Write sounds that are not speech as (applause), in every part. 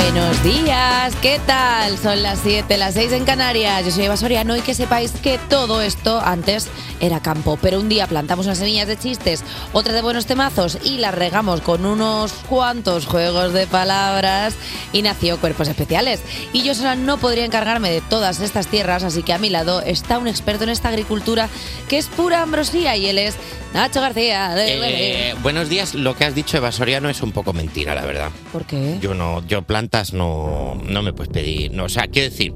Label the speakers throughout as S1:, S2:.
S1: Buenos días, ¿qué tal? Son las 7, las 6 en Canarias. Yo soy Eva Soriano y que sepáis que todo esto antes era campo, pero un día plantamos unas semillas de chistes, otras de buenos temazos y las regamos con unos cuantos juegos de palabras y nació Cuerpos Especiales. Y yo sola no podría encargarme de todas estas tierras, así que a mi lado está un experto en esta agricultura que es pura ambrosía y él es Nacho García.
S2: Eh, buenos días. Lo que has dicho, Eva Soriano, es un poco mentira, la verdad.
S1: ¿Por qué?
S2: Yo no, yo plantas no, no me puedes pedir. No, o sea, quiero decir,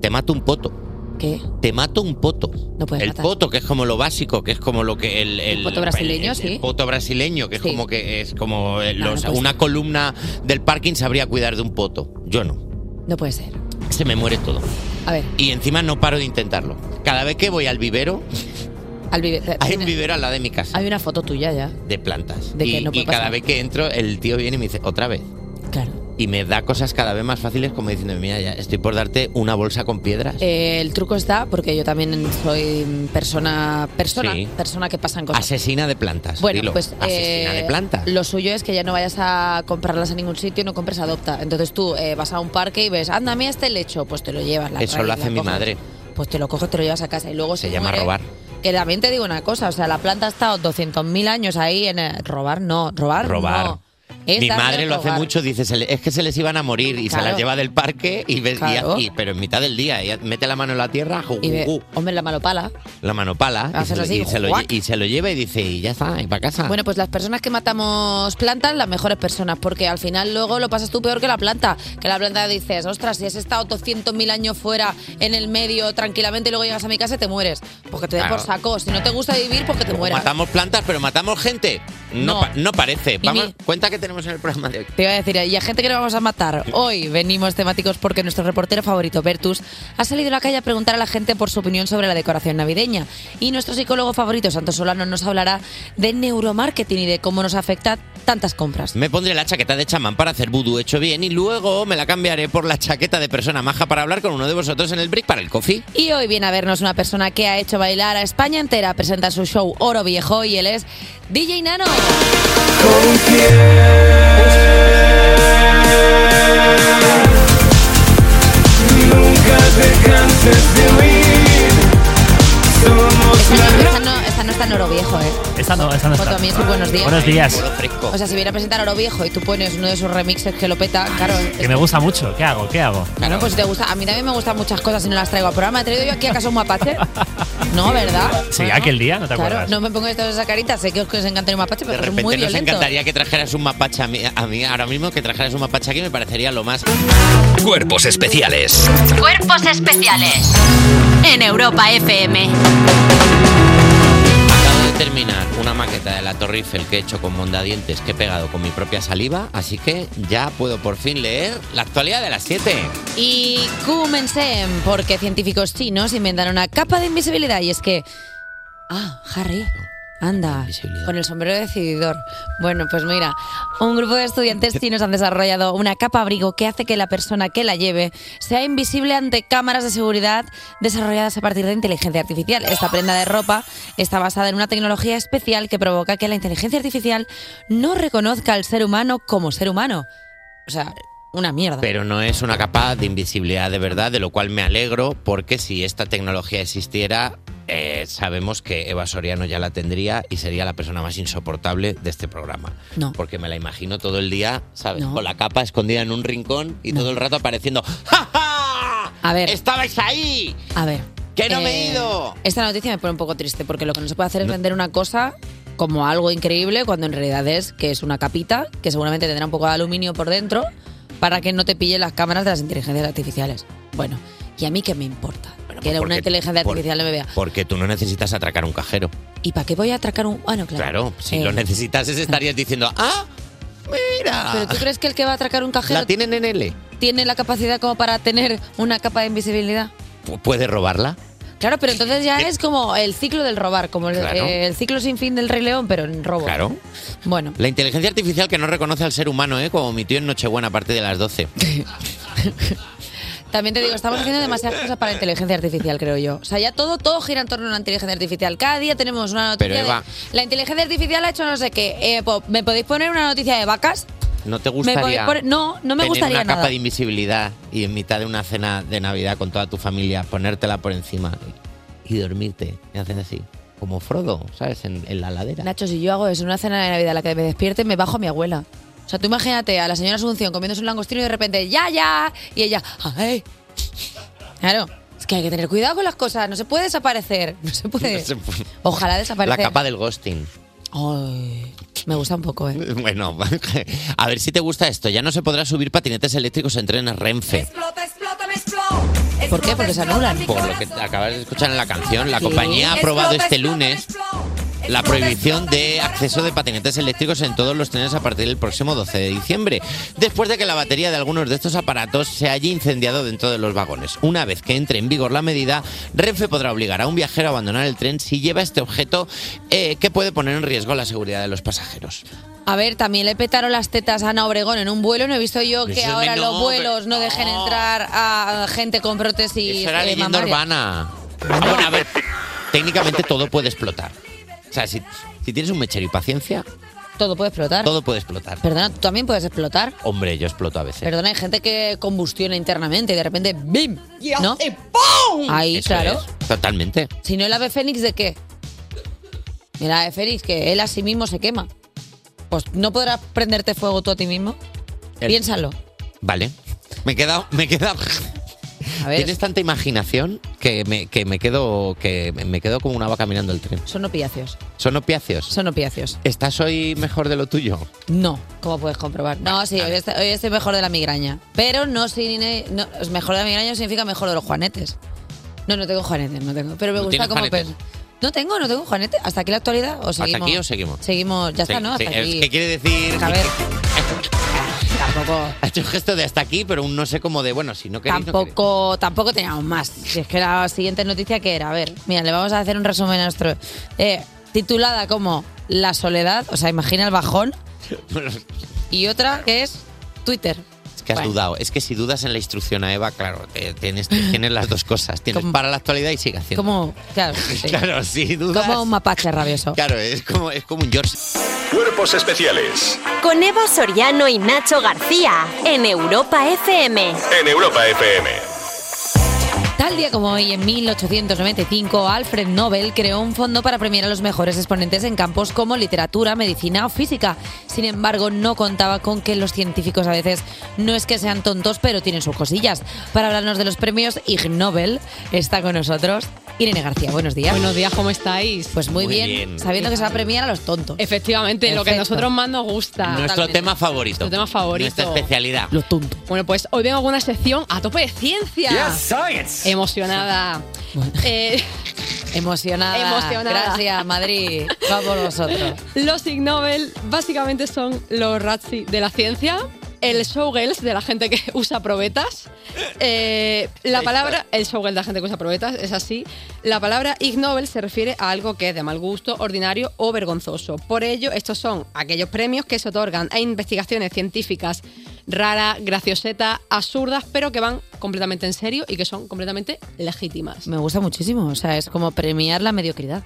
S2: te mato un poto.
S1: ¿Qué?
S2: Te mato un poto.
S1: No puedes
S2: el
S1: matar.
S2: poto, que es como lo básico, que es como lo que el. el-
S1: poto brasileño,
S2: el-
S1: sí.
S2: El poto brasileño, que es
S1: Sí. pues
S2: como que es como eh,
S1: No, no
S2: los-
S1: puede
S2: una columna del parking sabría cuidar de un poto. Yo no.
S1: No puede ser.
S2: Se me muere todo.
S1: A ver,
S2: Y encima no paro de intentarlo. Cada vez que voy al
S1: (laughs)
S2: vivero,
S1: al vive-
S2: hay un vivero al lado de mi casa.
S1: Hay una foto tuya ya.
S2: de plantas.
S1: De que
S2: y
S1: no puede
S2: y cada
S1: pasar.
S2: vez que entro, el tío viene y me dice, otra vez.
S1: Claro.
S2: Y me da cosas cada vez más fáciles, como diciendo, mira, ya estoy por darte una bolsa con piedras.
S1: Eh, el truco está porque yo también soy mm, persona persona
S2: Sí.
S1: persona que pasan cosas.
S2: Asesina de plantas.
S1: bueno,
S2: dilo.
S1: pues
S2: Asesina
S1: eh,
S2: de plantas.
S1: Lo suyo es que ya no vayas a comprarlas a ningún sitio, no compres adopta. Entonces tú eh, vas a un parque y ves, anda, mira este lecho, pues te lo llevas. La
S2: Eso
S1: raíz,
S2: lo
S1: la
S2: hace mi
S1: coges.
S2: madre.
S1: Pues te lo coges, te lo llevas a casa y luego
S2: Se
S1: si
S2: llama
S1: muere-
S2: robar.
S1: Que también te digo una cosa, o sea, la planta ha estado 200.000 años ahí en el- robar, no, robar,
S2: Robar.
S1: Ah, no. Es
S2: Mi
S1: darle
S2: madre
S1: a
S2: lo hace
S1: robar.
S2: mucho, dice, se le- es que se les iban a morir y se
S1: Claro.
S2: las lleva del parque y ves, y
S1: Claro.
S2: haz- y- pero en mitad del día, ella mete la mano en la tierra, ju,
S1: Y
S2: ju,
S1: ve,
S2: ju,
S1: hombre, la malopala.
S2: la manopala, y
S1: Haces
S2: se, lo,
S1: así,
S2: y se lo lle-
S1: ¡juac!
S2: y se lo lleva y dice, y ya está, y para casa.
S1: Bueno, pues las personas que matamos plantas, las mejores personas, porque al final luego lo pasas tú peor que la planta. Que la planta dices, ostras, si has estado 200.000 años fuera en el medio tranquilamente y luego llegas a mi casa y te mueres. Porque te den
S2: Claro.
S1: por saco. Si no te gusta vivir, porque te mueras.
S2: matamos plantas, pero matamos gente. No,
S1: No.
S2: pa- no parece.
S1: Y
S2: Vamos,
S1: mi-
S2: cuenta que tenemos en el programa de hoy.
S1: Te iba a decir, y a gente que no vamos a matar. Hoy venimos temáticos porque nuestro reportero favorito, Bertus, ha salido a la calle a preguntar a la gente por su opinión sobre la decoración navideña. Y nuestro psicólogo favorito, Santos Solano, nos hablará de neuromarketing y de cómo nos afecta tantas compras.
S2: Me pondré la chaqueta de chamán para hacer vudú hecho bien y luego me la cambiaré por la chaqueta de persona maja para hablar con uno de vosotros en el break para el coffee.
S1: Y hoy viene a vernos una persona que ha hecho bailar a España entera. Presenta su show Oro Viejo y él es DJ Nano. Esta no, esta no está en Oro Viejo, ¿eh?
S3: Esta no, esta no
S1: Foto
S3: está.
S1: a mí es un buenos días.
S3: Buenos días.
S2: Puro fresco.
S1: O sea, si viene a presentar Oro Viejo y tú pones uno de sus remixes que lo peta, claro. eh.
S3: Que me gusta mucho. ¿Qué hago? ¿Qué hago?
S1: Bueno, pues si te gusta. A mí también me gustan muchas cosas y no las traigo al programa. ¿He traído yo aquí acaso un
S3: (laughs)
S1: mapache? No, ¿verdad?
S3: Sí,
S1: Bueno,
S3: aquel día, ¿no te
S1: Claro,
S3: acuerdas?
S1: no me pongáis todas esas caritas. Sé que os, que os encanta el mapache,
S2: de
S1: pero es
S2: repente
S1: muy
S2: nos
S1: violento. ¿eh?
S2: encantaría que trajeras un mapache a mí, a mí ahora mismo, que trajeras un mapache aquí me parecería lo más...
S4: Cuerpos especiales
S5: Cuerpos especiales en Europa FM.
S2: Acabo de terminar una maqueta de la Torre Eiffel que he hecho con mondadientes que he pegado con mi propia saliva, así que ya puedo por fin leer la actualidad de las 7.
S1: Y cúmense, porque científicos chinos inventaron una capa de invisibilidad. Y es que. Ah, Harry. Anda,
S2: Invisibilidad.
S1: con el sombrero decididor. Bueno, pues mira, un grupo de estudiantes chinos han desarrollado una capa abrigo que hace que la persona que la lleve sea invisible ante cámaras de seguridad desarrolladas a partir de inteligencia artificial. Esta prenda de ropa está basada en una tecnología especial que provoca que la inteligencia artificial no reconozca al ser humano como ser humano. O sea, una mierda.
S2: Pero no es una capa de invisibilidad de verdad, de lo cual me alegro, porque si esta tecnología existiera, eh, sabemos que Eva Soriano ya la tendría y sería la persona más insoportable de este programa.
S1: No.
S2: Porque me la imagino todo el día, ¿sabes?
S1: No.
S2: Con la capa escondida en un rincón y todo el rato apareciendo. ¡Ja, ja!
S1: A ver.
S2: ¡Estabais ahí!
S1: A ver. Eh,
S2: ¡Que no me he ido!
S1: Esta noticia me pone un poco triste porque lo que no se puede hacer es vender una cosa como algo increíble cuando en realidad es que es una capita que seguramente tendrá un poco de aluminio por dentro para que no te pille las cámaras de las inteligencias artificiales. Bueno, ¿y a mí qué me importa?
S2: Bueno,
S1: que
S2: pues
S1: una
S2: porque-
S1: inteligencia
S2: por-
S1: artificial no me vea.
S2: Porque tú no necesitas atracar un cajero.
S1: ¿Y para qué voy a atracar un...? Ah, no, claro.
S2: Claro, si
S1: Eh,
S2: lo necesitases estarías diciendo, ¡ah!
S1: ¿Pero
S2: ¡Mira!
S1: tú crees que el que va a atracar un cajero
S2: ¿La tienen en L?
S1: tiene la capacidad como para tener una capa de invisibilidad?
S2: Pu- ¿Puede robarla?
S1: Claro, pero entonces ya es como el ciclo del robar, como el,
S2: Eh, Claro.
S1: eh, el ciclo sin fin del Rey León, pero en robo.
S2: Claro.
S1: Bueno,
S2: La inteligencia artificial que no reconoce al ser humano, ¿eh? Como mi tío en Nochebuena a partir de las 12.
S1: También te digo, estamos haciendo demasiadas cosas para inteligencia artificial, creo yo. O sea, ya todo, todo gira en torno a la inteligencia artificial. Cada día tenemos una noticia
S2: Pero,
S1: de-
S2: Eva-
S1: La inteligencia artificial ha hecho no sé qué. Eh, po- ¿Me podéis poner una noticia de vacas?
S2: ¿No te
S1: podéis
S2: gustaría?
S1: poner- no, no me
S2: tener
S1: gustaría
S2: una
S1: nada.
S2: capa de invisibilidad y en mitad de una cena de Navidad con toda tu familia ponértela por encima y dormirte. Y haces así, como Frodo, ¿sabes? En, en la ladera.
S1: Nacho, si yo hago eso en una cena de Navidad a la que me despierte, me bajo a mi abuela. O sea, tú imagínate a la señora Asunción comiéndose un langostino y de repente, ya, ya, y ella, ay. Claro, es que hay que tener cuidado con las cosas, no se puede desaparecer, no
S2: (laughs)
S1: se puede. Pues,
S2: pues,
S1: Ojalá
S2: La
S1: desaparezca.
S2: capa del ghosting. (laughs)
S1: Ay, me gusta un poco, ¿eh?
S2: Bueno, (laughs) a ver si te gusta esto. Ya no se podrá subir patinetes eléctricos en trenes Renfe.
S1: ¿Por qué? Porque se anulan.
S2: Por lo que acabas de escuchar en la canción, la
S1: Sí.
S2: compañía ha aprobado este lunes la prohibición de acceso de patinetes eléctricos en todos los trenes a partir del próximo 12 de diciembre, después de que la batería de algunos de estos aparatos se haya incendiado dentro de los vagones. Una vez que entre en vigor la medida, Renfe podrá obligar a un viajero a abandonar el tren si lleva este objeto eh, que puede poner en riesgo la seguridad de los pasajeros.
S1: A ver, también le petaron las tetas a Ana Obregón en un vuelo. No he visto yo que
S2: Eso es
S1: ahora
S2: menor,
S1: los vuelos no dejen entrar a gente con prótesis.
S2: Eso era
S1: eh,
S2: leyenda
S1: mamarias.
S2: urbana. Ah, bueno, a ver, técnicamente todo puede explotar. O sea, si, si tienes un mechero y paciencia,
S1: Todo puede explotar.
S2: todo puede explotar.
S1: Perdona, tú también puedes explotar.
S2: Hombre, yo exploto a veces.
S1: Perdona, hay gente que combustiona internamente y de repente ¡bim! ¿No? Ahí,
S2: Eso
S1: claro.
S2: es, totalmente.
S1: Si no el ave fénix, ¿de qué? El ave fénix, que él a sí mismo se quema. Pues no podrás prenderte fuego tú a ti mismo.
S2: El-
S1: Piénsalo.
S2: Vale. Me he quedado. Me he quedado.
S1: A ver.
S2: Tienes tanta imaginación que me, que me quedo que me quedo como una vaca mirando el tren.
S1: Son opiáceos.
S2: Son opiáceos.
S1: Son opiáceos.
S2: ¿Estás hoy mejor de lo tuyo?
S1: No, como puedes comprobar. No, sí, hoy estoy, hoy estoy mejor de la migraña. Pero no, sin, eh, no es mejor de la migraña significa mejor de los juanetes. No, no tengo juanetes, no tengo. Pero me
S2: ¿No
S1: gusta
S2: tienes
S1: como
S2: juanetes?
S1: pens- No tengo, no tengo juanetes. ¿Hasta aquí la actualidad? ¿O seguimos?
S2: aquí o seguimos?
S1: Seguimos, ya está,
S2: Sí,
S1: ¿no?
S2: sí,
S1: Hasta
S2: es
S1: aquí.
S2: que quiere decir?
S1: A
S2: (laughs)
S1: ver. tampoco.
S2: Ha hecho un gesto de hasta aquí, pero un no sé cómo de bueno, si no queréis. no queréis.
S1: Tampoco, tampoco teníamos más. Si es que la siguiente noticia que era, a ver, mira, le vamos a hacer un resumen a nuestro. eh, titulada como La soledad, o sea, imagina el bajón. Y otra que es Twitter.
S2: (laughs) Es que has
S1: Bueno.
S2: dudado. Es que si dudas en la instrucción a Eva, claro, te- tienes, tienes las dos cosas. Tienes para la actualidad y sigue haciendo.
S1: Como,
S2: (laughs)
S1: claro, sí.
S2: Claro, si dudas.
S1: como un mapache rabioso.
S2: Claro, es como, es como un George.
S6: Cuerpos especiales
S5: Con Eva Soriano y Nacho García en Europa FM.
S6: en Europa FM.
S1: Tal día como hoy, en 1895, Alfred Nobel creó un fondo para premiar a los mejores exponentes en campos como literatura, medicina o física. Sin embargo, no contaba con que los científicos a veces no es que sean tontos, pero tienen sus cosillas. Para hablarnos de los premios Ig Nobel está con nosotros Irene García. Buenos días.
S7: Buenos días, ¿cómo estáis?
S1: Pues muy,
S2: Muy
S1: bien,
S2: bien.
S1: sabiendo que se va a premiar a los tontos.
S7: Efectivamente, lo que a
S1: Perfecto.
S7: nosotros más nos
S1: Ah,
S7: gusta.
S2: Nuestro tema favorito.
S7: Nuestro tema favorito.
S2: Nuestra especialidad.
S1: Los tontos.
S7: Bueno, pues hoy vengo con una sección a tope de ciencia.
S6: science.
S7: Emocionada. Eh,
S1: Emocionada.
S7: Emocionada.
S1: Gracias, Madrid. Vamos vosotros.
S7: los Ig Nobel básicamente son los Razzie de la ciencia, el showgirls de la gente que (laughs) usa probetas. eh, la palabra, el showgirl de la gente que usa probetas, es así. La palabra Ig Nobel se refiere a algo que es de mal gusto, ordinario o vergonzoso. Por ello, estos son aquellos premios que se otorgan a investigaciones científicas raras, graciosetas, absurdas, pero que van completamente en serio y que son completamente legítimas.
S1: Me gusta muchísimo. O sea, es como premiar la mediocridad.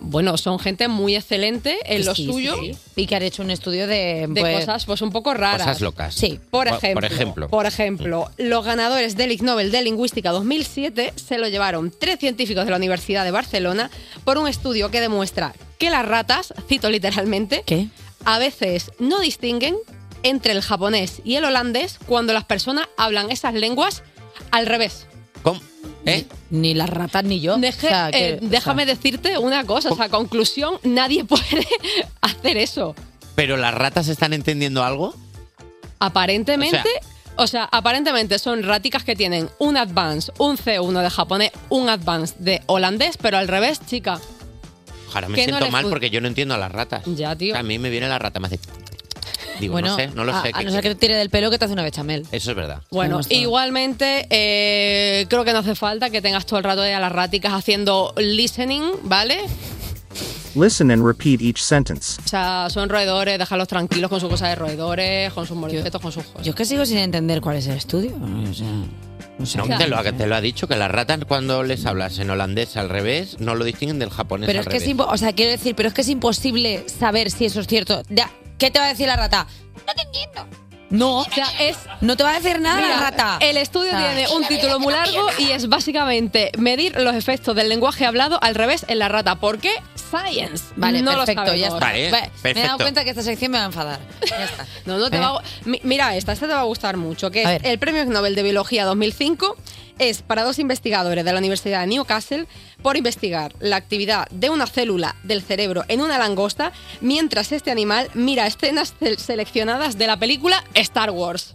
S7: Bueno, son gente muy excelente en lo
S1: Sí, sí,
S7: suyo.
S1: sí. Y que han hecho un estudio de,
S7: de
S1: pues,
S7: cosas pues un poco raras.
S2: Cosas locas.
S1: Sí.
S7: Por
S2: Por-
S7: ejemplo,
S2: por ejemplo. Mm.
S7: por ejemplo, los ganadores del Ig Nobel de Lingüística 2007 se lo llevaron tres científicos de la Universidad de Barcelona por un estudio que demuestra que las ratas, cito literalmente,
S1: ¿Qué?
S7: a veces no distinguen entre el japonés y el holandés cuando las personas hablan esas lenguas al revés.
S2: ¿Cómo? ¿Eh?
S1: Ni las ratas ni yo.
S7: Deje-
S1: O sea, que-
S7: eh,
S1: o sea,
S7: déjame decirte una cosa, o sea, conclusión, nadie (laughs) puede hacer eso.
S2: ¿Pero las ratas están entendiendo algo?
S7: Aparentemente, o sea, aparentemente son raticas que tienen un advance, un C1 de japonés, un advance de holandés, pero al revés, chica.
S2: Ahora me
S7: Que no
S2: siento
S7: les
S2: mal
S7: fu-
S2: porque yo no entiendo a las ratas.
S7: Ya, tío.
S2: A mí me viene la rata, me hace... Digo,
S1: bueno,
S2: no sé, no lo
S1: a,
S2: sé.
S1: a
S2: qué
S1: no ser que
S2: quiere.
S1: te tire del pelo que te hace una bechamel.
S2: Eso es verdad.
S7: Bueno,
S1: Vamos a ver.
S7: igualmente, eh, creo que no hace falta que tengas todo el rato ahí a las raticas haciendo listening, ¿vale?
S8: Listen and repeat each sentence.
S7: O sea, son roedores, déjalos tranquilos con su cosa de roedores, con sus molestos, con sus
S1: Yo es que sigo sin entender cuál es el estudio. O sea, no sé.
S2: No, te lo, ha- te lo ha dicho, que las ratas cuando les hablas en holandés al revés no lo distinguen del japonés
S1: Pero
S2: al
S1: es que es
S2: revés.
S1: impo- o sea, quiero decir, pero es que es imposible saber si eso es cierto. Ya, ¿Qué te va a decir la rata? No te entiendo. No, no te va a decir nada
S7: Mira,
S1: la rata.
S7: El estudio
S1: O sea,
S7: tiene un título muy largo y es básicamente medir los efectos del lenguaje hablado al revés en la rata. ¿Por qué? Science.
S1: Vale,
S7: no
S1: perfecto,
S7: lo
S1: ya
S7: sabemos.
S1: está. Vale, Me he dado cuenta que esta sección me va a enfadar. Ya está.
S7: (laughs) No, no te va a- mi- Mira esta, esta te va a gustar mucho, que es el Premio Nobel de Biología 2005 es para dos investigadores de la Universidad de Newcastle por investigar la actividad de una célula del cerebro en una langosta mientras este animal mira escenas se- seleccionadas de la película Star Wars.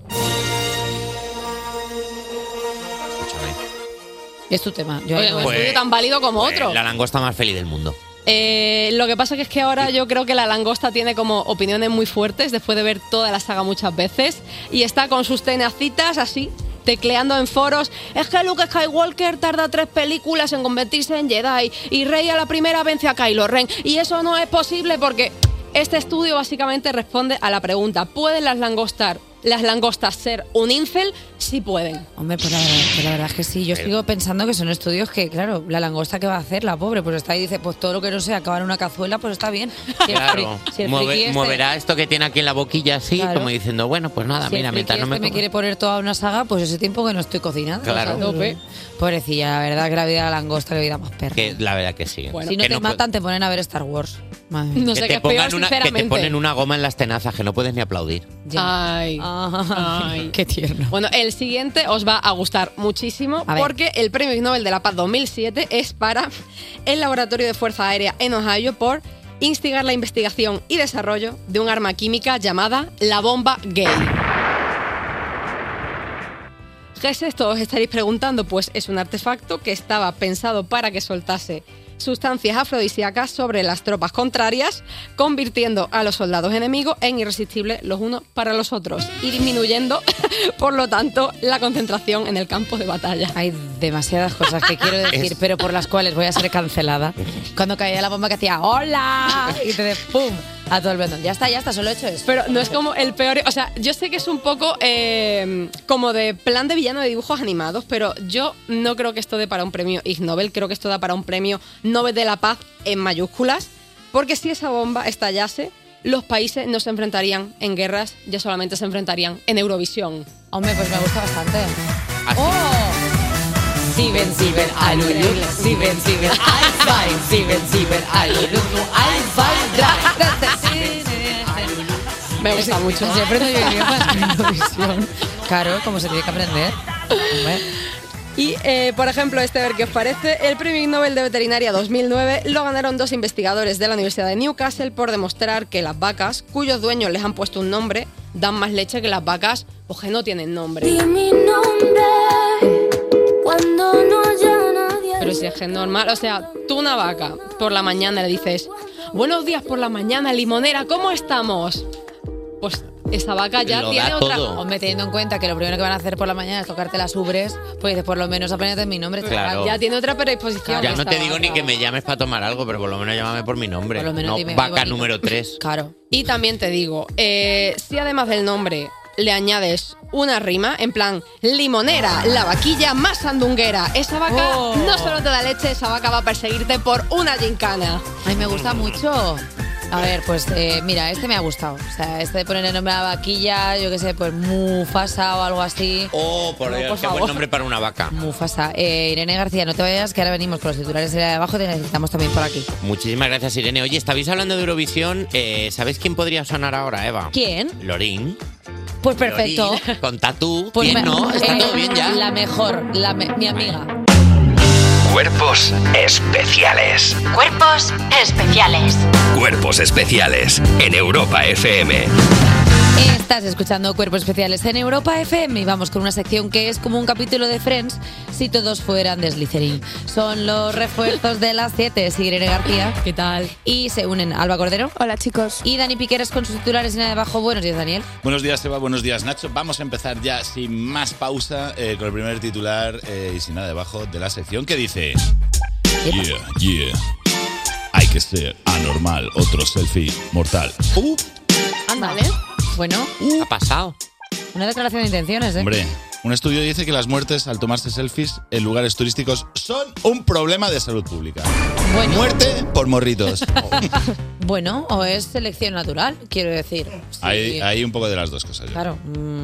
S1: Es tu tema. Yo
S7: Oye,
S1: ahí no voy.
S7: un
S1: Pues,
S7: estudio tan válido como otro.
S2: La langosta más feliz del mundo.
S7: Eh, lo que pasa que es que ahora yo creo que la langosta tiene como opiniones muy fuertes después de ver toda la saga muchas veces y está con sus tenacitas así tecleando en foros, es que Luke Skywalker tarda tres películas en convertirse en Jedi y Rey a la primera vence a Kylo Ren y eso no es posible porque este estudio básicamente responde a la pregunta, ¿pueden las langostas, las langostas ser un incel? Sí pueden.
S1: Hombre, pues la, verdad, pues la verdad es que sí. Yo sigo pensando que son estudios que, claro, la langosta que va a hacer, la pobre, pues está ahí y dice, pues todo lo que no sea acabar en una cazuela, pues está bien. Si el
S2: Claro,
S1: fri- si el
S2: Mueve-
S1: friki este-
S2: moverá esto que tiene aquí en la boquilla así,
S1: Claro.
S2: como diciendo, bueno, pues nada,
S1: si el
S2: mira,
S1: friki
S2: mientras no me,
S1: este me
S2: coma-
S1: quiere poner toda una saga, pues ese tiempo que no estoy cocinando.
S2: Claro.
S1: O sea, tope. Pobrecilla, la verdad que la vida de la langosta es la vida más perra.
S2: que la verdad que sí.
S1: si no
S2: que
S1: te
S2: no
S1: matan, te ponen a ver Star Wars. Madre mía.
S2: puede- que te pongan una, que te ponen una goma en las tenazas que no puedes ni aplaudir.
S7: Ay. Ay.
S1: Qué tierno.
S7: Bueno, el siguiente os va a gustar muchísimo
S1: A ver.
S7: porque el Premio Nobel de la Paz 2007 es para el Laboratorio de Fuerza Aérea en Ohio por instigar la investigación y desarrollo de un arma química llamada la bomba gay. ¿Qué es esto? Os estaréis preguntando. Pues es un artefacto que estaba pensado para que soltase sustancias afrodisíacas sobre las tropas contrarias, convirtiendo a los soldados enemigos en irresistibles los unos para los otros y disminuyendo, (laughs) por lo tanto, la concentración en el campo de batalla.
S1: Hay demasiadas cosas que quiero decir, pero por las cuales voy a ser cancelada. Cuando caía la bomba que hacía ¡Hola! Y te de ¡pum! A todo el mundo. Ya está, ya está, solo he hecho eso.
S7: Pero no es como el peor. O sea, yo sé que es un poco eh, como de plan de villano de dibujos animados, pero yo no creo que esto dé para un premio Ig Nobel. Creo que esto da para un premio Nobel de la Paz en mayúsculas. Porque si esa bomba estallase, los países no se enfrentarían en guerras, ya solamente se enfrentarían en Eurovisión.
S1: Hombre, pues me gusta bastante.
S5: ¿Ah, Oh.
S1: ¡Oh!
S5: Si ven, si ven, ay, lulu, si ven, si ven, ay, fai, si ven, si ven, ay, lulu, ay, fai,
S7: Me gusta mucho.
S1: Así aprendo yo idiomas en Eurovisión. Claro, como se tiene que aprender.
S7: Y, eh, por ejemplo, este a ver qué os parece. El Premio Ig Nobel de Veterinaria 2009 lo ganaron dos investigadores de la Universidad de Newcastle por demostrar que las vacas, cuyos dueños les han puesto un nombre, dan más leche que las vacas o que no tienen nombre.
S9: mi nombre cuando no haya nadie.
S7: Pero si es que es normal, o sea, tú una vaca por la mañana le dices, buenos días por la mañana, limonera, ¿cómo estamos? Pues esa vaca ya tiene otra...
S1: Hombre, teniendo en cuenta que lo primero que van a hacer por la mañana es tocarte las ubres, pues dices, por lo menos aprendete mi nombre.
S2: Claro.
S1: chaval.
S2: Ya
S7: tiene otra predisposición.
S2: Ya no te digo ni que me llames para tomar algo, pero por lo menos llámame por mi nombre.
S7: Por lo menos
S2: no,
S7: dime,
S2: vaca
S7: bonito.
S2: número 3.
S1: (laughs) Claro.
S7: Y también te digo, eh, si además del nombre le añades una rima, en plan, limonera, la vaquilla más sandunguera, esa vaca
S1: Oh.
S7: no solo te da leche, esa vaca va a perseguirte por una gincana.
S1: Ay, me gusta mucho. A ver, pues eh, mira, este me ha gustado. O sea, este de poner el nombre a la vaquilla, yo qué sé, pues Mufasa o algo así.
S2: Oh, por
S1: No,
S2: Dios,
S1: por
S2: qué buen
S1: favor.
S2: nombre para una vaca.
S1: Mufasa. Eh, Irene García, no te vayas, que ahora venimos con los titulares de abajo, te necesitamos también por aquí.
S2: Muchísimas gracias, Irene. Oye, estabais hablando de Eurovisión. eh, ¿Sabéis quién podría sonar ahora, Eva?
S1: ¿Quién?
S2: Lorín.
S1: Pues perfecto.
S2: Lorín, con tatú.
S1: Pues
S2: bien,
S1: me- (laughs)
S2: ¿no? Está
S1: eh,
S2: todo bien ya.
S1: La mejor, la me- mi amiga.
S4: Cuerpos especiales.
S10: Cuerpos especiales.
S4: Cuerpos especiales en Europa FM.
S1: Estás escuchando Cuerpos Especiales en Europa FM y vamos con una sección que es como un capítulo de Friends si todos fueran de Slytherin. Son los refuerzos de las 7, es Irene García. ¿Qué tal? Y se unen Alba Cordero. Hola chicos. Y Dani Piqueras con sus titulares y nada debajo. Buenos días, Daniel.
S11: Buenos días, Eva. Buenos días, Nacho. Vamos a empezar ya sin más pausa eh, con el primer titular eh, y sin nada debajo de la sección que dice: Yeah, yeah. I Hay que ser anormal, otro selfie mortal. Uh,
S1: Vale. Bueno.
S11: ha pasado.
S1: Una declaración de intenciones, ¿eh?
S11: Hombre, un estudio dice que las muertes al tomarse selfies en lugares turísticos son un problema de salud pública. Muerte por (laughs) morritos.
S1: (laughs) Bueno, o es selección natural, quiero decir.
S11: Hay, hay un poco de las dos cosas. yo
S1: Claro.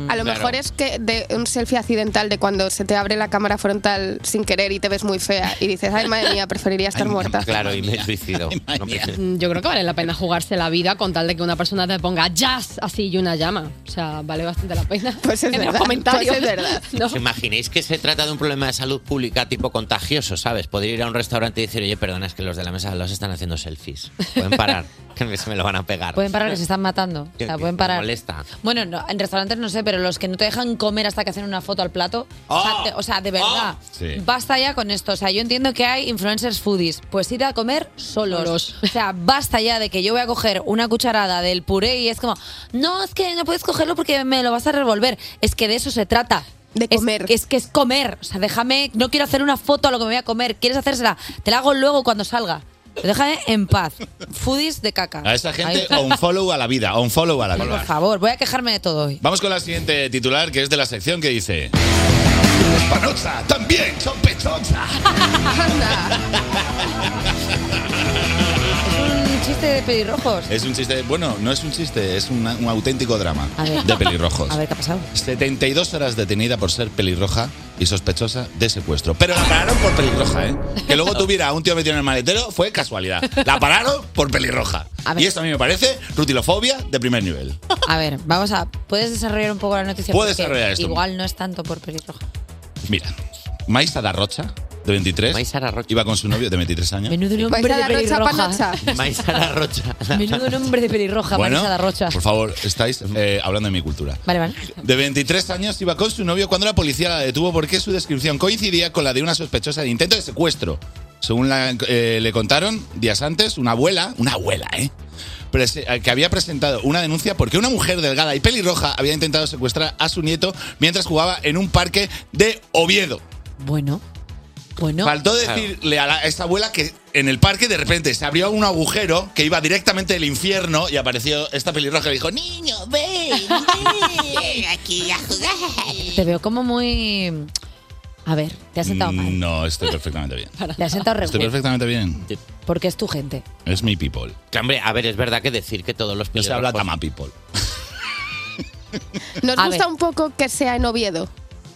S12: A lo
S11: Claro. mm.
S12: mejor es que de un selfie accidental de cuando se te abre la cámara frontal sin querer y te ves muy fea y dices, ay madre mía, preferiría estar
S2: (laughs)
S12: muerta.
S2: Claro, y me suicido. No me-
S7: Eh,
S13: Mm, Yo creo que vale la pena jugarse la vida con tal de que una persona te ponga jazz así y una llama. O sea, vale bastante la pena. Pues en
S12: verdad,
S13: los comentarios.
S12: pues
S7: (laughs)
S12: es verdad.
S13: ¿no?
S2: ¿Os imagináis que se trata de un problema de salud pública tipo contagioso, sabes? Poder ir a un restaurante y decir, oye, perdona, es que los de la mesa de los están haciendo selfies. Pueden parar, (laughs) que se me lo van a pegar.
S1: Pueden parar que se están matando.
S2: (laughs)
S1: O
S2: Que-
S1: sea,
S2: que
S1: pueden
S2: me
S1: parar.
S2: molesta.
S1: Bueno, no, en restaurantes no sé, pero los que no te dejan comer hasta que hacen una foto al plato. O, sea,
S2: ¡Oh!
S11: Ah.
S1: te- o sea, de verdad.
S2: Sí.
S1: Basta ya con esto. O sea, yo entiendo que hay influencers foodies. Pues ir a comer solos. O sea, basta ya de que yo voy a coger una cucharada del puré y es como, no, es que no puedes cogerlo porque me lo vas a revolver. Es que de eso se trata. De comer. Es, que es comer. O sea, déjame, no quiero hacer una foto a lo que me voy a comer. ¿Quieres hacérsela? Te la hago luego cuando salga. Pero déjame en paz. Foodies de caca.
S11: A esa gente,
S1: Ahí.
S11: un follow a la vida, un follow a la
S1: Por
S11: vida.
S1: favor, voy a quejarme de todo hoy.
S11: Vamos con la siguiente titular, que es de la sección que dice... "Los Panocha también son pechocha.
S1: Un chiste de pelirrojos.
S11: Es un chiste, bueno, no es un chiste, es una- un auténtico drama
S1: A ver.
S11: de pelirrojos.
S1: A ver qué ha pasado.
S11: 72 horas detenida por ser pelirroja y sospechosa de secuestro. Pero la pararon por pelirroja, ¿eh? Que luego tuviera a un tío metido en el maletero fue casualidad. La pararon por pelirroja.
S1: A ver.
S11: Y esto a mí me parece rutilofobia de primer nivel.
S1: A ver, vamos a. ¿Puedes desarrollar un poco la noticia?
S11: Puedo
S1: Porque
S11: desarrollar esto.
S1: Igual no es tanto por pelirroja. (laughs)
S11: Mira, Maisa da Rocha, de 23. Maisa Rocha. Iba con su novio de 23 años.
S1: Menudo nombre
S12: Vais a
S1: de
S12: la rocha
S1: pelirroja.
S12: panocha.
S1: (laughs)
S11: Maisa da Rocha.
S1: Menudo nombre de pelirroja,
S11: Bueno,
S1: Marisa da Rocha.
S11: Por favor, estáis eh, hablando de mi cultura.
S1: Vale, vale.
S11: De 23 años iba con su novio cuando la policía la detuvo porque su descripción coincidía con la de una sospechosa de intento de secuestro. Según la- eh, le contaron días antes, una abuela, una abuela, ¿eh? prese- eh, que había presentado una denuncia porque una mujer delgada y pelirroja había intentado secuestrar a su nieto mientras jugaba en un parque de Oviedo.
S1: Bueno, bueno.
S11: Faltó decirle a, la- a esta abuela que en el parque de repente se abrió un agujero que iba directamente del infierno y apareció esta pelirroja y le dijo, ni Niño, ven, ven aquí a jugar.
S1: Te veo como muy. A ver, te has sentado mal.
S11: No, estoy perfectamente bien.
S1: Te has sentado
S11: Mm. Estoy
S1: regular.
S11: perfectamente bien.
S1: Porque es tu gente.
S11: Es mi people.
S2: Que, hombre, a ver, es verdad que decir que todos los
S11: No se habla tama people.
S12: Nos
S2: A
S12: gusta
S2: ver.
S12: un poco que sea en Oviedo.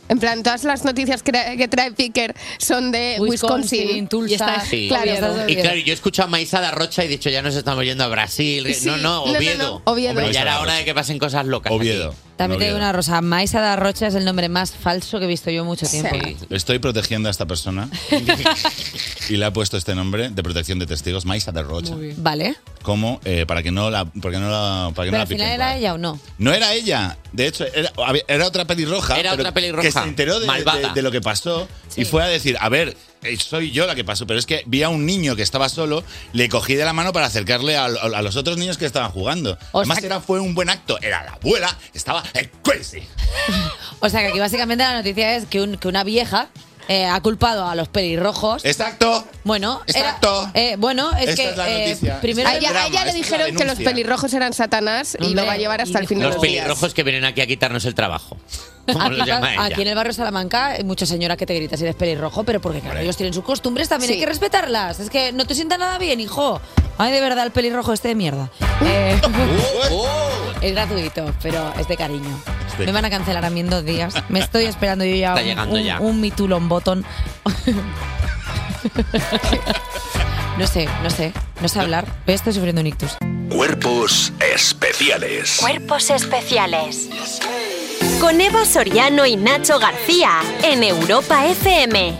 S12: En plan, todas las noticias que, tra- que trae Picker son de Wisconsin.
S1: Wisconsin, Tulsa.
S12: Y está-
S2: Sí.
S12: Ah, claro, estás en
S2: y
S12: Oviedo.
S2: claro, yo he escuchado a Maisa da Rocha y he dicho, ya nos estamos yendo a Brasil.
S12: Sí,
S2: no, no,
S12: no, no, no,
S2: Oviedo.
S12: Oviedo.
S2: Hombre, ya
S12: Maisa da
S2: era hora de que pasen cosas locas. Oviedo.
S1: También te digo una rosa. Maisa da Rocha es el nombre más falso que he visto yo en mucho tiempo.
S11: Estoy protegiendo a
S2: (laughs)
S11: esta persona y le ha puesto este nombre de protección de testigos, Maisa de Rocha.
S1: Vale.
S11: Como eh, para que no la, para que no la, para
S1: Pero
S11: que no la
S1: al final
S11: piquen.
S1: era ella o no.
S11: No era ella. De hecho, era, había- era otra pelirroja.
S2: Era
S11: pero
S2: otra pelirroja.
S11: Que se enteró de,
S2: Malvada.
S11: de- de lo que pasó y fue a decir, a ver, eh, soy yo la que pasó, pero es que vi a un niño que estaba solo, le cogí de la mano para acercarle a, a los otros niños que estaban jugando. Además, era, fue un buen acto. Era la abuela, estaba eh, crazy.
S1: O sea que aquí básicamente la noticia es que, un- que una vieja eh, ha culpado a los pelirrojos.
S11: Exacto.
S1: Bueno, era-
S11: Exacto.
S1: eh, bueno, es
S11: Esa
S1: que
S11: es la
S1: eh,
S11: noticia.
S1: primero
S12: a ella, a ella le dijeron que los pelirrojos eran satanás y lo va a llevar hasta el final
S2: Los
S12: de los días.
S2: pelirrojos que vienen aquí a quitarnos el trabajo. Como
S1: Aquí,
S2: lo llama ella.
S1: aquí en el barrio Salamanca hay muchas señoras que te gritan si eres pelirrojo, pero porque claro, ellos tienen sus costumbres también, hay que respetarlas. Es que no te sienta nada bien, hijo. Ay, de verdad, el pelirrojo este de mierda. Eh, (laughs) es gratuito, pero es de cariño.
S2: de-
S1: Me van a cancelar a mí en dos días. Me estoy esperando yo ya
S2: Está
S1: un,
S2: llegando
S1: un-
S2: ya.
S1: un Me Too
S2: (laughs)
S1: Long button. (laughs) no sé, no sé. No sé hablar. Pero estoy sufriendo un ictus.
S6: Cuerpos especiales.
S5: Cuerpos especiales. Con Eva Soriano y Nacho García en Europa FM.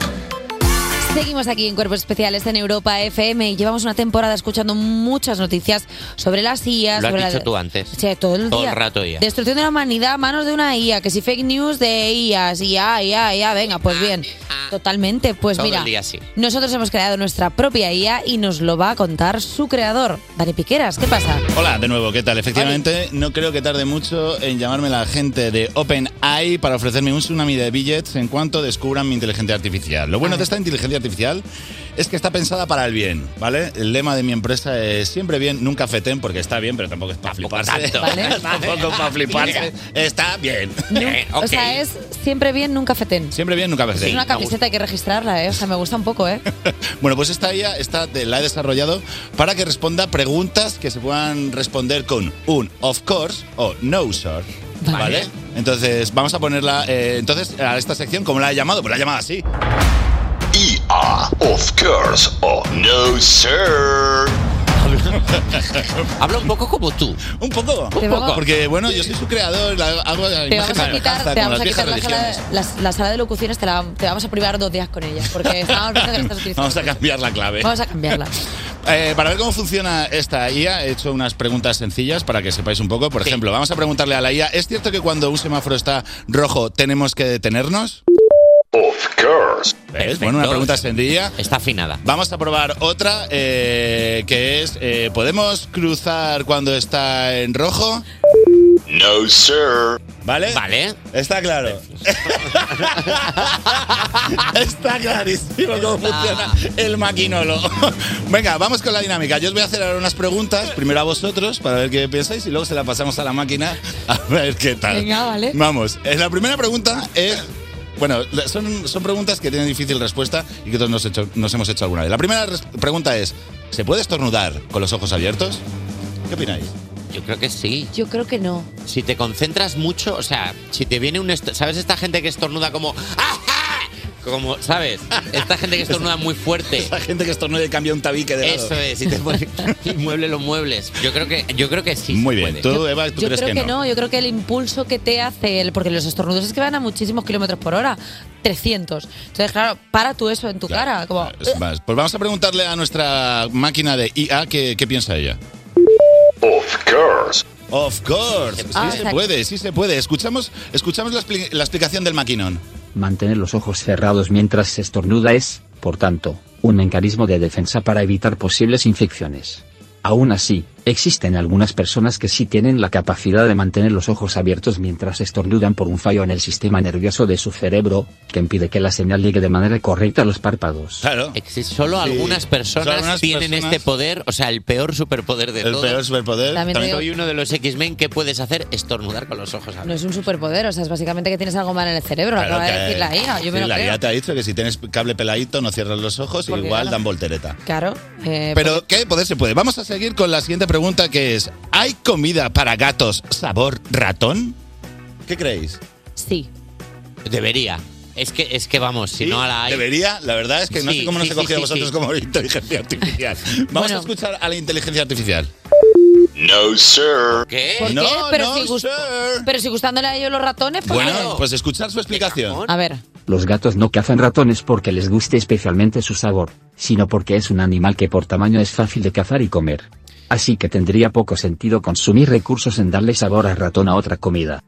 S1: Seguimos aquí en Cuerpos Especiales en Europa FM y llevamos una temporada escuchando muchas noticias sobre las IAS.
S2: Lo has
S1: sobre la-
S2: dicho tú antes.
S1: Sí, todo el
S2: Todo el
S1: día.
S2: rato IA.
S1: Destrucción de la humanidad a manos de una IA, que si fake news de IAS, IA, IA, IA, venga, pues bien. Totalmente, pues
S2: Todo
S1: mira.
S2: el día sí.
S1: Nosotros hemos creado nuestra propia IA y nos lo va a contar su creador, Dani Piqueras. ¿Qué pasa?
S11: Hola, de nuevo, ¿qué tal? Efectivamente, no creo que tarde mucho en llamarme la gente de OpenAI para ofrecerme un tsunami de billets en cuanto descubran mi inteligencia artificial. Lo bueno de esta inteligencia inteligencia artificial es que está pensada para el bien, ¿vale? El lema de mi empresa es siempre bien, nunca feten, porque está bien, pero tampoco es para fliparse.
S2: tanto. Vale, vale.
S11: (laughs) Tampoco para fliparse. Está bien. Eh,
S1: O
S11: (laughs) ok.
S1: sea, es siempre bien, nunca fetén.
S11: Siempre bien, nunca
S1: Es
S11: feten.
S1: una
S11: Me gusta.
S1: camiseta, hay que registrarla, ¿eh? O sea, me gusta un poco, ¿eh?
S11: Bueno, pues esta IA está, de- la he desarrollado para que responda preguntas que se puedan responder con un of course o no, sir. Vale. Entonces, vamos a ponerla. eh, entonces, a esta sección, ¿cómo la he llamado? Pues la he llamado así.
S6: Ah, of course, oh no, sir.
S2: Habla un poco como tú.
S11: Un poco.
S1: Te vamos-
S11: Porque, bueno, yo soy su creador, la- hago la
S1: Te
S11: imagen
S1: vamos a
S11: naranja
S1: quitar, te
S11: con
S1: vamos
S11: las
S1: a quitar
S11: viejas
S1: la,
S11: religiones.
S1: sala, la, la sala de locuciones, te, la, te vamos a privar dos días con ella.
S11: (laughs)
S1: Porque estábamos viendo que la estás utilizando.
S11: Vamos a cambiar la clave.
S1: Vamos a cambiarla.
S11: Eh, para ver cómo funciona esta IA, he hecho unas preguntas sencillas para que sepáis un poco. Por ejemplo, vamos a preguntarle a la IA, ¿es cierto que cuando un semáforo está rojo tenemos que detenernos?
S6: Of course.
S11: Es bueno, una pregunta sencilla. Está afinada. Vamos a probar otra, eh, que es, eh, ¿podemos cruzar cuando está en rojo?
S6: No, sir.
S11: ¿Vale?
S2: Vale.
S11: Está claro. Está clarísimo cómo funciona el maquinolo. Venga, vamos con la dinámica. Yo os voy a hacer ahora unas preguntas, primero a vosotros, para ver qué pensáis, y luego se la pasamos a la máquina a ver qué tal.
S1: Venga, vale.
S11: Vamos, eh, la primera pregunta es... Bueno, la- son, son preguntas que tienen difícil respuesta y que todos nos, hecho- nos hemos hecho alguna vez. La primera res- pregunta es, ¿se puede estornudar con los ojos abiertos? ¿Qué opináis?
S2: Yo creo que sí.
S1: Yo creo que no.
S2: Si te concentras mucho, o sea, si te viene un... est- ¿Sabes esta gente que estornuda como... "Ajá!", Como, ¿sabes? Esta gente que estornuda muy
S11: (laughs)
S2: fuerte. Esta
S11: gente que estornuda y cambia un tabique de lado.
S2: Eso es, y te pone (laughs) y mueble los muebles. Yo creo que, yo creo que sí. Muy bien.
S11: Tú, Eva,
S1: Yo creo que, no? yo creo que el impulso que te hace, el, porque los estornudos es que van a muchísimos kilómetros por hora, 300. Entonces, claro, para tú eso en tu cara, como...
S11: Es más, Pues vamos a preguntarle a nuestra máquina de IA qué, qué piensa ella.
S6: Of course.
S11: Of course, sí
S6: Ah, o
S11: se
S6: sea-
S11: puede, sí se puede. Escuchamos, escuchamos la, expli- la explicación del maquinón.
S14: Mantener los ojos cerrados mientras se estornuda es, por tanto, un mecanismo de defensa para evitar posibles infecciones. Aún así, existen algunas personas que sí tienen la capacidad de mantener los ojos abiertos mientras estornudan por un fallo en el sistema nervioso de su cerebro, que impide que la señal llegue de manera correcta a los párpados.
S11: Claro.
S2: Solo
S14: Sí.
S2: algunas personas
S14: Solo algunas
S2: tienen
S14: personas.
S2: este poder, o sea, el peor superpoder de
S11: El
S2: todos.
S11: peor superpoder.
S1: También
S2: También
S1: digo-
S2: soy uno de los X-Men que puedes hacer estornudar con los ojos abiertos.
S1: No es un superpoder, o sea, es básicamente que tienes algo mal en el cerebro, lo acaba de decir la IA, yo me
S11: sí,
S1: lo
S11: la
S1: creo.
S11: IA te ha dicho que si tienes cable peladito no cierras los ojos,
S1: Porque,
S11: igual
S1: claro.
S11: dan voltereta.
S1: Claro, eh,
S11: Pero qué poder se puede. Vamos a seguir con la siguiente pregunta que es, ¿hay comida para gatos sabor ratón? ¿Qué creéis?
S1: Sí.
S2: Debería. Es que, es que vamos, si no a la
S11: Debería, la verdad Ah, es que no
S2: Sí,
S11: sé cómo nos
S2: sí,
S11: he
S2: sí,
S11: cogido
S2: sí,
S11: vosotros
S2: sí.
S11: como
S1: (laughs)
S11: inteligencia artificial. Vamos a escuchar a la inteligencia artificial.
S6: No, sir.
S2: ¿Qué?
S1: ¿por
S11: eh, no,
S1: qué? Pero,
S11: no,
S1: si gust- pero si gustándole a ellos los ratones, pues...
S11: Bueno, pues escuchar su explicación.
S1: A ver,
S14: Los gatos no cazan ratones porque les guste especialmente su sabor, sino porque es un animal que por tamaño es fácil de cazar y comer. Así que tendría poco sentido consumir recursos en darle sabor a ratón a otra comida.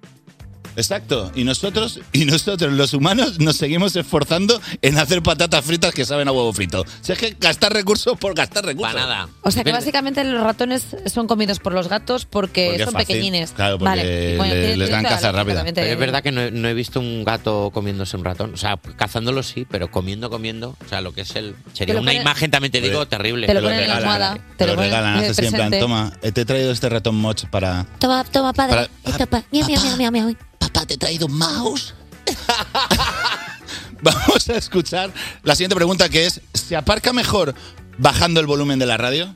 S11: Exacto. Y nosotros, y nosotros, los humanos, nos seguimos esforzando en hacer patatas fritas que saben a huevo frito. Si es que gastar recursos por gastar recursos. Para
S2: nada.
S1: o sea que básicamente los ratones son comidos por los gatos porque, son pequeñines. vale. Bueno, tiene- tiene toda la lógica también, te
S2: Pero es
S1: digo.
S2: verdad que no he, no he visto un gato comiéndose un ratón. O sea, cazándolo sí, pero comiendo, comiendo. O sea, lo que es el. Sería
S1: lo
S2: una
S1: ponen-
S2: imagen, también te digo, terrible.
S1: te lo ponen en la almohada, Pues te lo ponen
S11: regalan,
S1: en
S11: hace
S1: el
S11: siempre, en plan,
S1: presente.
S11: toma, eh, te he traído este ratón moch para... (laughs)
S1: Toma, toma, padre.
S11: Para-
S1: Esto, pa- Miau, miau, miau, miau, miau.
S11: Papá, te he traído un mouse. Vamos a escuchar la siguiente pregunta que es, ¿se aparca mejor bajando el volumen de la radio?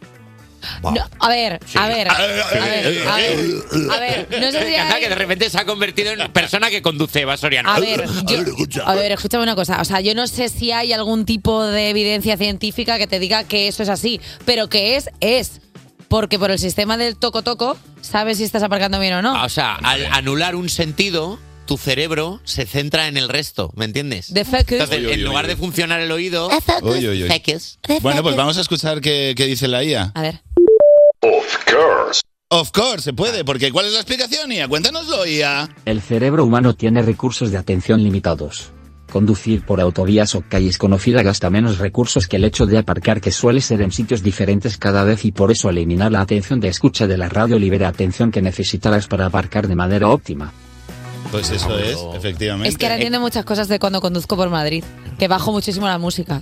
S1: No, a ver, a ver, (laughs) a ver,
S2: sí.
S1: a ver, a ver, a ver, no sé si
S2: Me encanta
S1: hay-
S2: que de repente se ha convertido en persona que conduce Eva Soriano.
S1: A ver, A ver, escúchame una cosa, o sea, yo no sé si hay algún tipo de evidencia científica que te diga que eso es así, pero que es, es, porque por el sistema del toco-toco sabes si estás aparcando bien o
S2: (laughs)
S1: no.
S2: O sea, al anular un sentido, tu cerebro se centra en el resto, ¿me entiendes?
S1: De fecus.
S2: Entonces,
S1: Uy, uy,
S2: en
S1: uy,
S2: lugar de funcionar el oído,
S11: Uy, uy, uy.
S2: fecus.
S11: (laughs)
S1: Eh,
S11: Bueno, pues vamos a escuchar qué, qué dice la IA.
S1: A ver.
S11: Of course. Of course, se puede, porque ¿cuál es la explicación, IA? Cuéntanoslo, IA.
S14: El cerebro humano tiene recursos de atención limitados. Conducir por autovías o calles conocidas gasta menos recursos que el hecho de aparcar que suele ser en sitios diferentes cada vez y por eso eliminar la atención de escucha de la radio libera atención que necesitarás para aparcar de manera óptima.
S11: Pues eso es, efectivamente.
S2: Eh,
S1: Es que ahora entiendo muchas cosas de cuando conduzco por Madrid, que bajo muchísimo la música.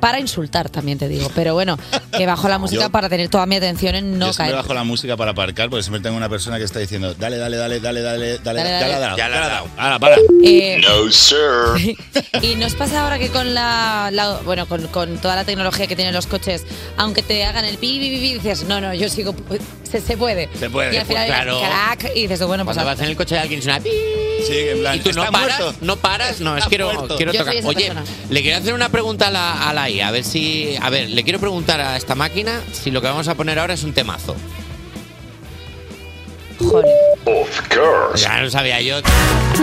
S1: para insultar, también te digo. Pero bueno, que bajo
S2: (laughs)
S1: la música
S11: Yo-
S1: para tener toda mi atención en no
S11: Yo siempre
S1: caer.
S11: bajo la música para aparcar porque siempre tengo una persona que está diciendo dale, dale, dale, dale, dale, dale,
S1: Dale,
S11: ya
S1: dale.
S11: la ha dado,
S2: Ya la
S11: ya
S2: ha
S11: la ha
S2: dado.
S11: dado. Ahora, para.
S1: Eh,
S11: No, sir.
S1: Y nos pasa ahora que con la, la- bueno, con, con toda la tecnología que tienen los coches, aunque te hagan el pi, pi, pi, pi, dices, no, no, yo sigo, se, se puede.
S2: Se puede,
S1: Y al final
S2: pues,
S1: dices,
S2: claro.
S1: crack, y dices, bueno, pues
S2: Cuando
S1: haz-
S2: vas en el coche de alguien suena "pi". y tú no
S11: "Está
S2: paras,
S11: muerto".
S2: no paras, no, es
S11: Está
S2: quiero,
S11: muerto.
S2: quiero
S1: Yo
S2: tocar.
S1: soy esa
S2: Oye,
S1: persona.
S2: le quiero hacer una pregunta a la, a la IA, a ver si, a ver, le quiero preguntar a esta máquina si lo que vamos a poner ahora es un temazo.
S6: Of course.
S2: Ya lo sabía yo.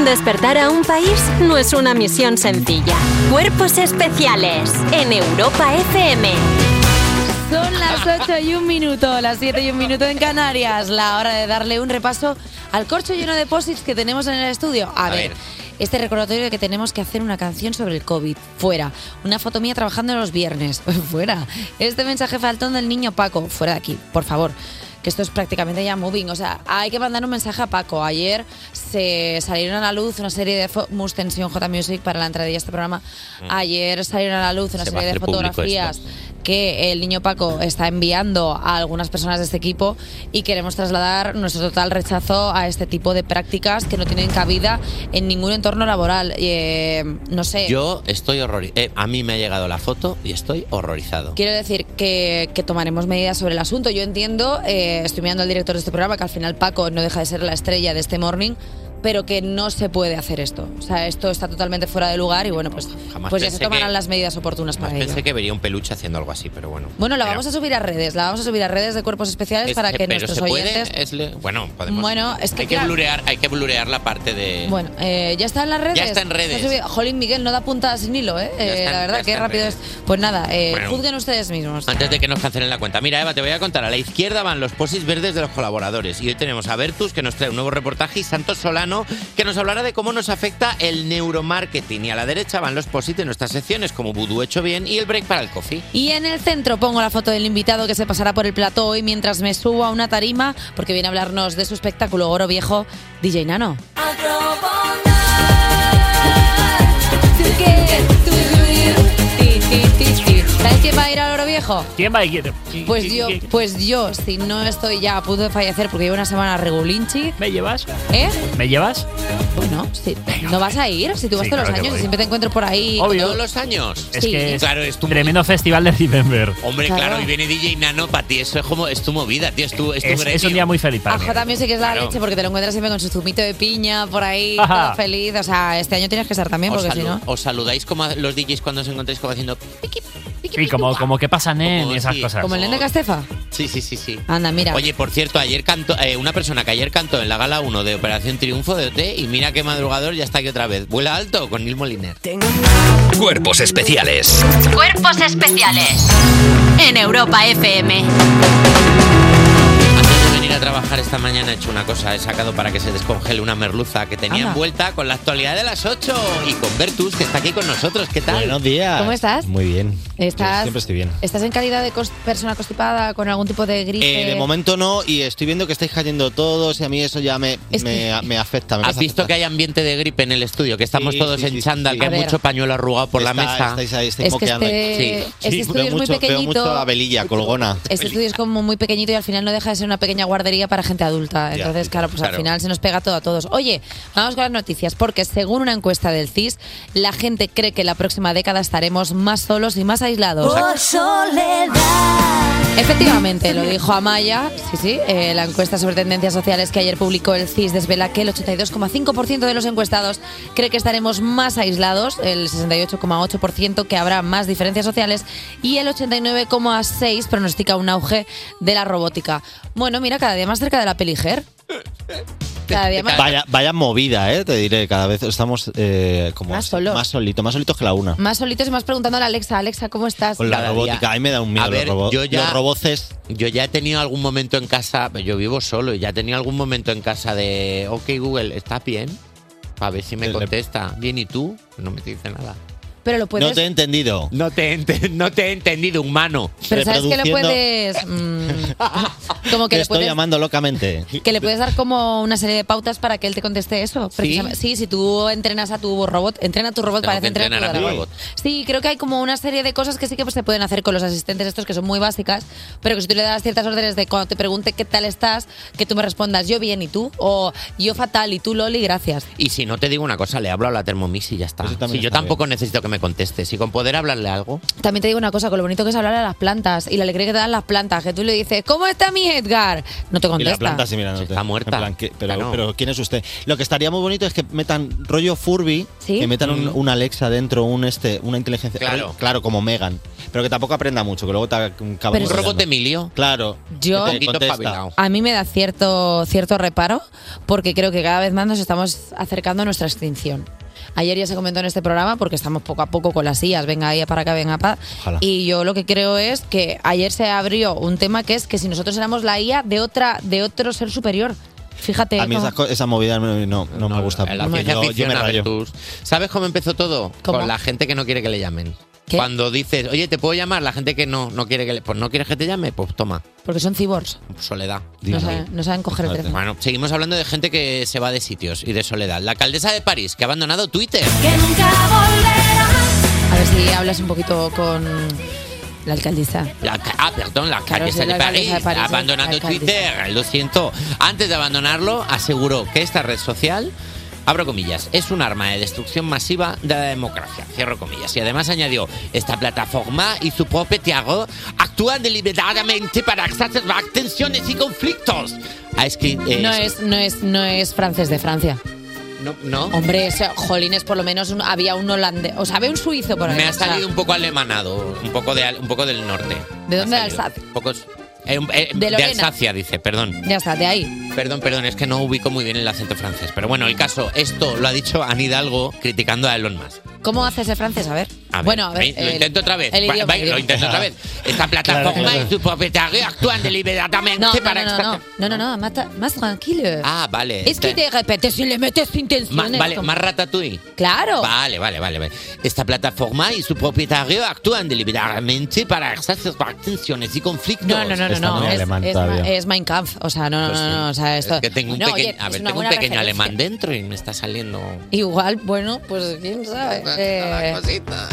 S5: Despertar a un país no es una misión sencilla. Cuerpos especiales en Europa FM.
S1: Son las
S5: (laughs)
S1: 8 y un minuto, las 7 y un minuto en Canarias. La hora de darle un repaso al corcho lleno de posits que tenemos en el estudio. A,
S5: A
S1: ver.
S5: ver.
S1: Este recordatorio de que tenemos que hacer una canción sobre el COVID. Fuera. Una foto mía trabajando los viernes. (laughs) Fuera. Este mensaje faltón del niño Paco. Fuera de aquí, por favor. Que esto es prácticamente ya moving. O sea, hay que mandar un mensaje a Paco. Ayer se salieron a la luz una serie de fo- Mus Tensión J Music para la entrada de este programa. Ayer salieron a la luz una
S5: Mm. Se va a
S1: serie de
S5: hacer público esto.
S1: fotografías que el niño Paco está enviando a algunas personas de este equipo y queremos trasladar nuestro total rechazo a este tipo de prácticas que no tienen cabida en ningún entorno laboral. Eh, no sé.
S2: Yo estoy horrorizado. a mí me ha llegado la foto y estoy horrorizado.
S1: Quiero decir que, que tomaremos medidas sobre el asunto. Yo entiendo, eh, estoy mirando al director de este programa, que al final Paco no deja de ser la estrella de este morning, pero que no se puede hacer esto. O sea, esto está totalmente fuera de lugar y bueno, pues,
S2: jamás
S1: pues ya se
S2: pensé
S1: tomarán
S2: que-
S1: las medidas oportunas para ello.
S2: Pensé que vería un peluche haciendo algo así, pero bueno.
S1: Bueno, la
S2: Era-
S1: vamos a subir a redes, la vamos a subir a redes de cuerpos especiales
S2: Es-
S1: para que
S2: pero
S1: nuestros
S2: se puede, eh.
S1: oyentes.
S2: es le- bueno, podemos.
S1: Bueno, es que
S2: hay que
S1: claro-
S2: blurear, hay que blurear la parte de.
S1: Bueno, eh, ya está en las redes.
S2: está en redes.
S1: Ha subido- Jolín Miguel no da puntadas sin hilo, ¿eh? Eh,
S2: está en-
S1: la
S2: ya
S1: verdad,
S2: está
S1: qué
S2: en
S1: rápido
S2: redes.
S1: es. Pues nada, eh,
S2: Bueno.
S1: juzguen ustedes mismos.
S2: Antes de que nos cancelen la cuenta. Mira, Eva, te voy a contar. A la izquierda van los posis verdes de los colaboradores. Y hoy tenemos a Bertus, que nos trae un nuevo reportaje, y Santos Solano, que nos hablará de cómo nos afecta el neuromarketing. Y a la derecha van los posis de nuestras secciones, como Vudú Hecho Bien y el Break para el Coffee.
S1: Y en el centro pongo la foto del invitado que se pasará por el plató hoy mientras me subo a una tarima porque viene a hablarnos de su espectáculo Oro Viejo DJ Nano. Ti, ti, ti, ti. ¿Sabes quién va a ir al Oro Viejo?
S3: ¿Quién va a ir?
S1: Pues yo, pues yo, si no estoy ya a punto de fallecer porque llevo una semana regulinchi.
S3: ¿Me llevas?
S1: ¿Eh?
S3: ¿Me llevas?
S1: Bueno, sí. ¿No vas a ir? Si tú vas
S3: Sí, claro
S1: todos los
S3: que
S1: años y
S3: voy.
S1: siempre te encuentro por ahí.
S3: Obvio.
S2: Todos los años.
S3: Es que es
S2: claro, es tu
S3: tremendo festival de Remember.
S2: Hombre, claro.
S1: Claro.
S2: y viene DJ Nano para ti. Eso es como es tu movida, tío. Es tu, es tu
S3: Es, es
S2: gremio. Ah,
S3: un día muy feliz para
S1: A
S3: mí.
S1: J Music es la
S2: Claro.
S1: leche porque te lo encuentras siempre con su zumito de piña
S3: (laughs)
S1: por ahí,
S2: Ajá.
S1: todo feliz. O sea, este año tienes que estar también
S2: Os,
S1: porque si
S2: salu-
S1: no.
S2: os saludáis como a los DJs cuando os encontráis como haciendo.
S3: Sí, como, como que pasan en y esas cosas.
S1: Como el nene Castefa.
S2: Sí, sí, sí, sí.
S1: Anda, mira.
S2: Oye, por cierto, ayer cantó eh, una persona que ayer cantó en la gala 1 de Operación Triunfo de OT y mira qué madrugador ya está aquí otra vez. Vuela alto con Neil Moliner.
S4: Cuerpos especiales.
S5: Cuerpos especiales en Europa FM.
S2: Antes de venir a trabajar esta mañana he hecho una cosa, he sacado para que se descongele una merluza que tenía
S1: Anda.
S2: envuelta con la actualidad de las 8 y con Bertus que está aquí con nosotros. ¿Qué tal? Buenos días.
S1: ¿Cómo estás?
S15: Muy bien.
S1: Estás-
S15: Siempre estoy bien.
S1: ¿Estás en calidad de cos- persona constipada con algún tipo de gripe?
S15: Eh, de momento no, y estoy viendo que estáis cayendo todos, y a mí eso ya me, me, me afecta.
S2: Has visto que hay ambiente de gripe en el estudio, que estamos todos en chándal, que
S15: A
S2: hay
S15: ver.
S2: mucho pañuelo arrugado por la
S15: Está-
S2: mesa.
S15: estáis ahí, estáis Es que moqueando
S1: este- ahí. este estudio
S15: veo,
S1: es muy
S15: mucho, veo mucho
S1: pequeñito.
S15: a velilla colgona.
S1: Este estudio es como muy pequeñito y al final no deja de ser una pequeña guardería para gente adulta. Entonces, claro, pues al
S15: claro.
S1: final se nos pega todo a todos. Oye, vamos con las noticias, porque según una encuesta del CIS, la gente cree que la próxima década estaremos más solos y más aislados. Efectivamente, lo dijo Amaya. Sí, sí. eh, la encuesta sobre tendencias sociales que ayer publicó el CIS desvela que el 82,5% de los encuestados cree que estaremos más aislados, el 68,8% que habrá más diferencias sociales y el 89,6% pronostica un auge de la robótica. Bueno, mira, cada día más cerca de la peliger. Cada día más,
S15: Vaya, vaya movida, eh, te diré. Cada vez estamos eh, como
S1: Más solos.
S15: más solitos, más solitos que la una.
S1: más solitos y más preguntando a la Alexa, Alexa, ¿cómo estás?
S15: Con la robótica, a mí me da un miedo
S2: A ver,
S15: los, robo-
S2: yo ya-
S15: los roboces.
S2: Yo ya he tenido algún momento en casa, yo vivo solo, y ya he tenido algún momento en casa de, Eh, ok Google, ¿estás bien? A ver si me contesta. Bien, ¿y tú? No me dice nada.
S1: Pero lo puedes.
S2: No te he entendido. No te he, ente- no te he entendido, humano.
S1: pero sabes que le
S2: Reproduciendo-
S1: puedes. mm, como que
S2: Te
S1: le
S2: estoy
S1: puedes.
S15: llamando locamente.
S1: Que le puedes dar como una serie de pautas para que él te conteste eso. precisamente. ¿Sí? si tú entrenas a tu robot, entrena a tu robot
S2: Tengo
S1: para
S2: que
S1: entrenar
S2: entrenar a mi
S1: robot. Sí, creo que hay como una serie de cosas que sí que pues, se pueden hacer con los asistentes estos que son muy básicas, pero que si tú le das ciertas órdenes de cuando te pregunte qué tal estás, que tú me respondas yo bien y tú, o yo fatal y tú Loli, gracias.
S2: (laughs) Y si no te digo una cosa, le hablo a la Thermomix y ya está. Si yo
S15: está
S2: tampoco necesito que me conteste. Si con poder hablarle algo.
S1: También te digo una cosa, con lo bonito que es hablar a las plantas y la alegría que te dan las plantas, que tú le dices, ¿cómo está mi Edgar? No te
S15: Y la
S1: contesta.
S15: planta así mirándote. Está muerta. pero,
S2: Ah, no.
S15: pero ¿quién es usted? Lo que estaría muy bonito es que metan rollo Furby,
S1: ¿Sí?
S15: que metan un,
S1: Mm.
S15: un Alexa dentro, un este, una inteligencia.
S2: Claro.
S15: Claro, como Megan. Pero que tampoco aprenda mucho, que luego te acaba
S2: un robot de Emilio.
S15: Claro.
S1: Yo-
S15: que
S1: Un
S15: te
S1: poquito
S15: Este, contesta.
S1: A mí me da cierto, cierto reparo porque creo que cada vez más nos estamos acercando a nuestra extinción. Ayer ya se comentó en este programa porque estamos poco a poco con las sillas, venga ahí para acá, venga para.
S16: Ojalá.
S1: Y yo lo que creo es que ayer se abrió un tema que es que si nosotros éramos la IA de otra de otro ser superior. Fíjate.
S15: A mí
S1: Eh, cómo-
S15: esas co- esa movida no, no, no me gusta.
S2: La ciencia
S15: Yo- yo,
S2: ficción,
S15: me rayo.
S2: Albertus. ¿Sabes cómo empezó todo?
S15: ¿Cómo?
S2: Con la gente que no quiere que le llamen. Cuando dices, oye, ¿te puedo llamar? La gente que no, no quiere que le... Pues no quieres que te llame, pues toma,
S1: porque son cyborgs.
S2: soledad.
S1: No saben, no saben coger el teléfono.
S2: Bueno, seguimos hablando de gente que se va de sitios y de soledad. La alcaldesa de París, que ha abandonado Twitter.
S1: A ver si hablas un poquito con la alcaldesa.
S2: La ca- ah, perdón, la
S1: Claro,
S2: alcaldesa
S1: sí, la
S2: de París,
S1: alcaldesa de París,
S2: abandonando
S1: la alcaldesa.
S2: Twitter, lo siento. Antes de abandonarlo, aseguró que esta red social, abro comillas, es un arma de destrucción masiva de la democracia, cierro comillas. Y además añadió, esta plataforma y su propietario actúan deliberadamente para exacerbar tensiones y conflictos. Ha escrito... eh,
S1: No es, no es, no es francés de Francia.
S2: no, no.
S1: Hombre, ese- jolines, por lo menos un- había un holandés. O sea, había un suizo por ahí.
S2: Me ha
S1: o sea,
S2: salido un poco alemanado, un poco, de, al- un poco del norte.
S1: ¿De dónde
S2: Ha
S1: era
S2: salido. Pocos, eh, un- eh,
S1: De
S2: de
S1: Lorena.
S2: Alsacia, dice, perdón.
S1: Ya está, de ahí.
S2: Perdón, perdón, es que no ubico muy bien el acento francés. Pero bueno, el caso, esto lo ha dicho Anne Hidalgo criticando a Elon Musk.
S1: ¿Cómo hace ese francés? A ver.
S2: A ver,
S1: bueno, a ver.
S2: ¿veis? lo
S1: el-
S2: intento otra vez.
S1: el
S2: Va-
S1: idioma,
S2: va-
S1: el
S2: lo
S1: idioma.
S2: intento otra vez. Esta plataforma
S1: Claro, claro.
S2: y su propietario actúan deliberadamente
S1: No, no,
S2: para
S1: no, no, no, no, no, no, más, tra- más tranquilo.
S2: Ah, vale.
S1: es que
S2: Te-
S1: de repente si le metes
S2: Ma-
S1: intenciones.
S2: vale,
S1: como-
S2: más ratatouille.
S1: Claro.
S2: Vale, vale, vale, vale. Esta plataforma y su propietario actúan deliberadamente para exacerbar tensiones y conflictos.
S1: No, no, no, no, no. Es, es, ma- es Mein Kampf. O sea, no, no, no, no, O sea, esto.
S2: Pues Es que tengo un
S1: Bueno,
S2: pequeño,
S1: oye,
S2: a
S1: es
S2: ver, tengo
S1: una
S2: un
S1: buena
S2: pequeño
S1: referencia.
S2: alemán dentro y me está saliendo.
S1: Igual, bueno, pues
S2: (laughs)
S1: quién sabe. Eh,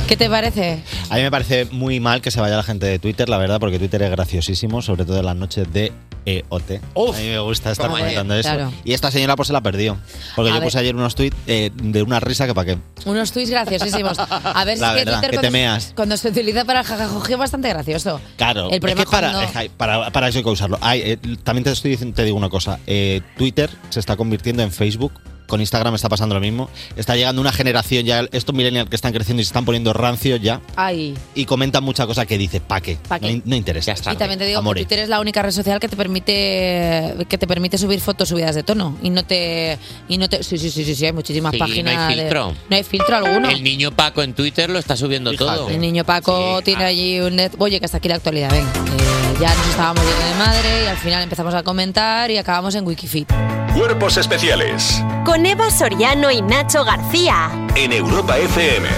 S1: ¿Qué te parece?
S15: A mí me parece muy mal que se vaya la gente de Twitter, la verdad, porque Twitter es graciosísimo, sobre todo en las noches de EOT. a mí me gusta estar
S2: ¿Cómo es?
S15: comentando eso.
S1: Claro.
S15: Y esta señora pues se la perdió. Porque
S1: A
S15: yo
S1: ver.
S15: puse ayer unos tweets eh, de una risa que para qué.
S1: Unos tuits graciosísimos. A ver
S15: (laughs) La
S1: si es
S15: verdad, que te
S1: cuando, se-
S15: meas.
S1: cuando se utiliza para el jajajoje es bastante gracioso.
S15: Claro,
S1: El problema
S15: es que para,
S1: cuando-
S15: es que hay- para, para eso hay que usarlo. Hay, eh, también te, estoy, diciendo- te digo una cosa, eh, Twitter se está convirtiendo en Facebook, con Instagram está pasando lo mismo, está llegando una generación ya, estos millennials que están creciendo y se están poniendo rancios ya,
S1: Ay.
S15: y comentan mucha cosa que dices, ¿pa' qué?
S1: ¿Pa' qué?
S15: No, no interesa.
S1: Y también te digo
S15: Amore.
S1: que Twitter es la única red social que te permite que te permite subir fotos subidas de tono y no te y no te sí sí sí sí, sí, hay muchísimas
S2: Sí, no hay
S1: páginas de-
S2: filtro.
S1: no hay filtro alguno.
S2: El niño Paco en Twitter lo está subiendo todo. ah.
S1: El niño Paco tiene allí un net. Oye, que hasta aquí la actualidad, ven. Eh, ya nos estábamos yendo de madre y al final empezamos a comentar y acabamos en Wikifit.
S6: Cuerpos especiales
S5: Con Eva Soriano y Nacho García.
S6: en Europa FM.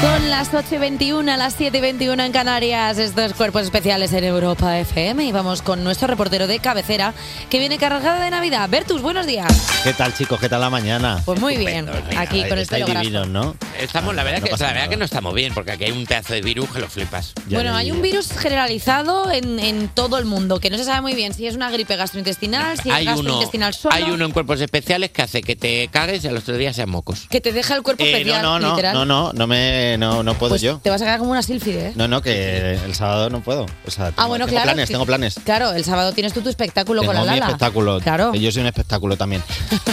S1: Son las 8 y 21, las 7 y 21 en Canarias. Estos cuerpos especiales en Europa FM. Y vamos con nuestro reportero de cabecera que viene cargado de Navidad. Bertus, buenos días.
S15: ¿Qué tal, chicos? ¿Qué tal la mañana?
S1: Pues muy bien, aquí con este el pelo
S15: Estáis
S1: graso.
S15: divinos, ¿no? Ah,
S2: Estamos, la verdad,
S15: No
S2: que,
S15: pasa
S2: la verdad
S15: nada.
S2: que no estamos bien, porque aquí hay un pedazo de virus que lo flipas.
S1: Bueno, hay un virus generalizado en, en todo el mundo que no se sabe muy bien si es una gripe gastrointestinal, si es
S2: Hay uno,
S1: gastrointestinal solo,
S2: hay uno en cuerpos especiales que hace que te cagues y a los tres días sean mocos.
S1: que te deja el cuerpo
S15: Eh,
S1: especial,
S15: no, no, no,
S1: literal.
S15: no, no, no me, Eh, no, no puedo
S1: Pues
S15: yo.
S1: Te vas a quedar como una sílfide, ¿eh?
S15: No, no, que el sábado no puedo. O sea, tengo,
S1: ah, bueno,
S15: tengo
S1: claro.
S15: planes,
S1: que-
S15: tengo planes.
S1: Claro, el sábado tienes tú tu espectáculo
S15: Tengo
S1: con la
S15: mi
S1: Lala.
S15: espectáculo.
S1: Claro.
S15: Que Yo soy un espectáculo también.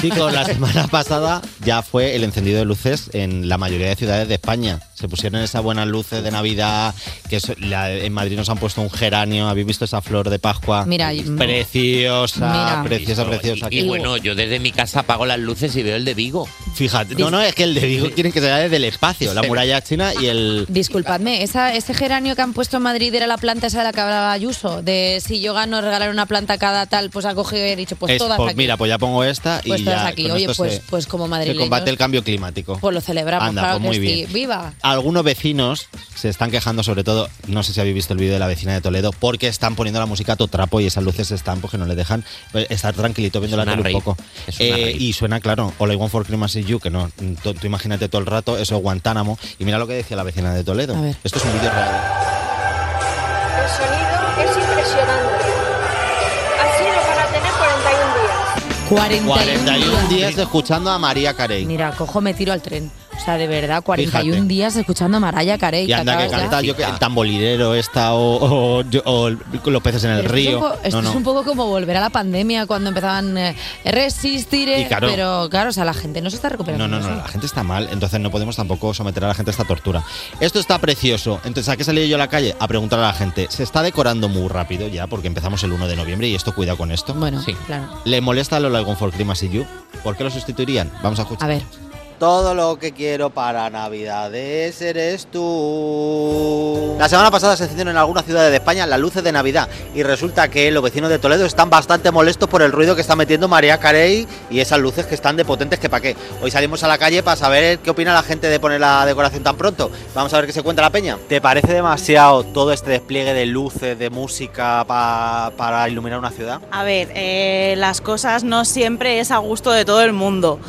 S15: Chicos, la semana pasada ya fue el encendido de luces en la mayoría de ciudades de España. Se pusieron esas buenas luces de Navidad, que es la- en Madrid nos han puesto un geranio. ¿Habéis visto esa flor de Pascua?
S1: Mira, y-
S15: Preciosa,
S1: Mira.
S15: preciosa,
S2: Listo,
S15: preciosa.
S2: Y, y bueno, yo desde mi casa apago las luces y veo el de Vigo.
S15: Fíjate, no, no, es que el de Vigo quieren que se vea desde el espacio, la muralla china y el...
S1: Disculpadme, esa, ese geranio que han puesto en Madrid era la planta esa de la que hablaba Ayuso, de si yo gano regalar una planta cada tal, pues algo que he dicho, pues
S15: Es-
S1: todas
S15: pues
S1: aquí.
S15: Mira, pues ya pongo esta y
S1: Pues todas
S15: ya,
S1: aquí.
S15: con
S1: Oye,
S15: esto
S1: pues-
S15: se-
S1: pues como
S15: Se
S1: madrileños,
S15: combate el cambio climático.
S1: Pues lo celebramos,
S15: Anda,
S1: claro
S15: pues muy
S1: que sí.
S15: bien.
S1: ¡Viva!
S15: Algunos vecinos se están quejando, sobre todo, no sé si habéis visto el vídeo de la vecina de Toledo, porque están poniendo la música a totrapo y esas luces están porque no le dejan eh, estar tranquilito viendo la
S2: una
S15: tele un
S2: rave.
S15: poco.
S2: Es una
S15: Eh,
S2: rave.
S15: y suena, claro, All I Want for Christmas is You, que no, mm, tú, tú imagínate todo el rato, eso es Guantánamo. Y mira lo que decía la vecina de Toledo. Esto es un vídeo real.
S16: El sonido es impresionante. Ha sido para tener 41 días.
S1: 41,
S15: 41 días escuchando a María Carey.
S1: Mira, cojo, me tiro al tren. O sea, de verdad, 41
S15: Fíjate.
S1: días escuchando a Maraya Carey.
S15: Y anda que
S1: acabas ya.
S15: canta yo que el tambolirero esta o, o- yo- o el- los peces en el
S1: Esto es un
S15: río.
S1: po- este Esto
S15: No, no.
S1: es un poco como volver a la pandemia cuando empezaban eh, resistir,
S15: Y claro.
S1: pero claro, o sea, la gente no se está recuperando.
S15: No, no, no,
S1: ¿sí?
S15: la gente está mal, entonces no podemos tampoco someter a la gente a esta tortura. Esto está precioso, entonces ¿a qué salí yo a la calle? A preguntar a la gente. Se está decorando muy rápido ya, porque empezamos el 1 de noviembre y esto, cuidado con esto.
S1: Bueno, claro.
S15: ¿Le molesta lo Ligon for Christmas y You? ¿Por qué lo sustituirían? Vamos a escuchar.
S1: A ver.
S15: Todo lo que quiero para Navidades eres tú. La semana pasada se encendieron en algunas ciudades de España las luces de Navidad y resulta que los vecinos de Toledo están bastante molestos por el ruido que está metiendo María Carey y esas luces que están de potentes que pa' qué. Hoy salimos a la calle para saber qué opina la gente de poner la decoración tan pronto. Vamos a ver qué se cuenta la peña. ¿Te parece demasiado todo este despliegue de luces, de música para iluminar una ciudad?
S17: A ver, eh, las cosas no siempre es a gusto de todo el mundo.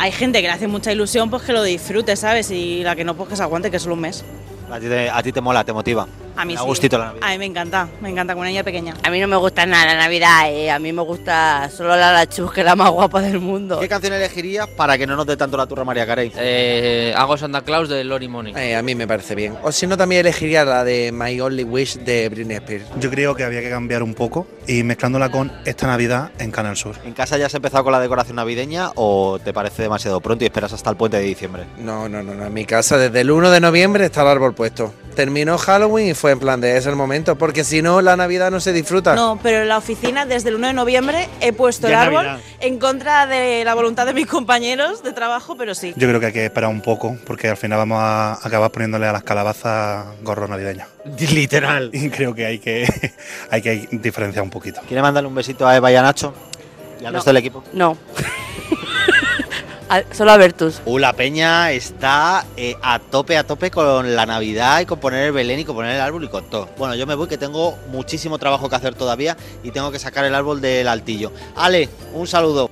S17: Hay gente que le hace mucha ilusión, pues que lo disfrute, ¿sabes? Y la que no, pues que se aguante, que es solo un mes.
S15: A ti te, mola, te motiva.
S17: A mí
S15: Me da
S17: sí.
S15: gustito la Navidad.
S17: A mí me encanta, me encanta con una niña pequeña.
S18: A mí no me gusta nada la Navidad, eh. a mí me gusta solo la Lachus, que es la más guapa del mundo.
S15: ¿Qué canción elegirías para que no nos dé tanto la turra María Carey?
S19: Eh, hago Santa Claus de Lori Money.
S15: Eh,
S19: a mí me parece bien. O si no, también elegiría la de My Only Wish de Britney Spears.
S20: Yo creo que había que cambiar un poco y mezclándola con esta Navidad en Canal Sur.
S15: ¿En casa ya has empezado con la decoración navideña o te parece demasiado pronto y esperas hasta el puente de diciembre?
S19: No, no, no, no. En mi casa desde el 1 de noviembre está el árbol puesto. Terminó Halloween y fue en plan de es el momento, porque si no, la Navidad no se disfruta.
S17: No, pero en la oficina desde el 1 de noviembre he
S20: Ya
S17: puesto el
S20: es
S17: árbol
S20: Navidad.
S17: en contra de la voluntad de mis compañeros de trabajo, pero sí.
S20: Yo creo que hay que esperar un poco porque al final vamos a acabar poniéndole a las calabazas gorros navideños.
S15: (laughs) Literal.
S20: Y creo que hay que, (laughs) hay que diferenciar un poquito.
S15: ¿Quiere mandarle un besito a Eva y a Nacho? ¿Y al
S20: No.
S15: resto del equipo?
S18: No. Ah, solo a Bertus.
S15: Uh, la peña está eh, a tope, a tope con la Navidad y con poner el Belén y con poner el árbol y con todo. Bueno, yo me voy que tengo muchísimo trabajo que hacer todavía y tengo que sacar el árbol del altillo. Ale, un saludo.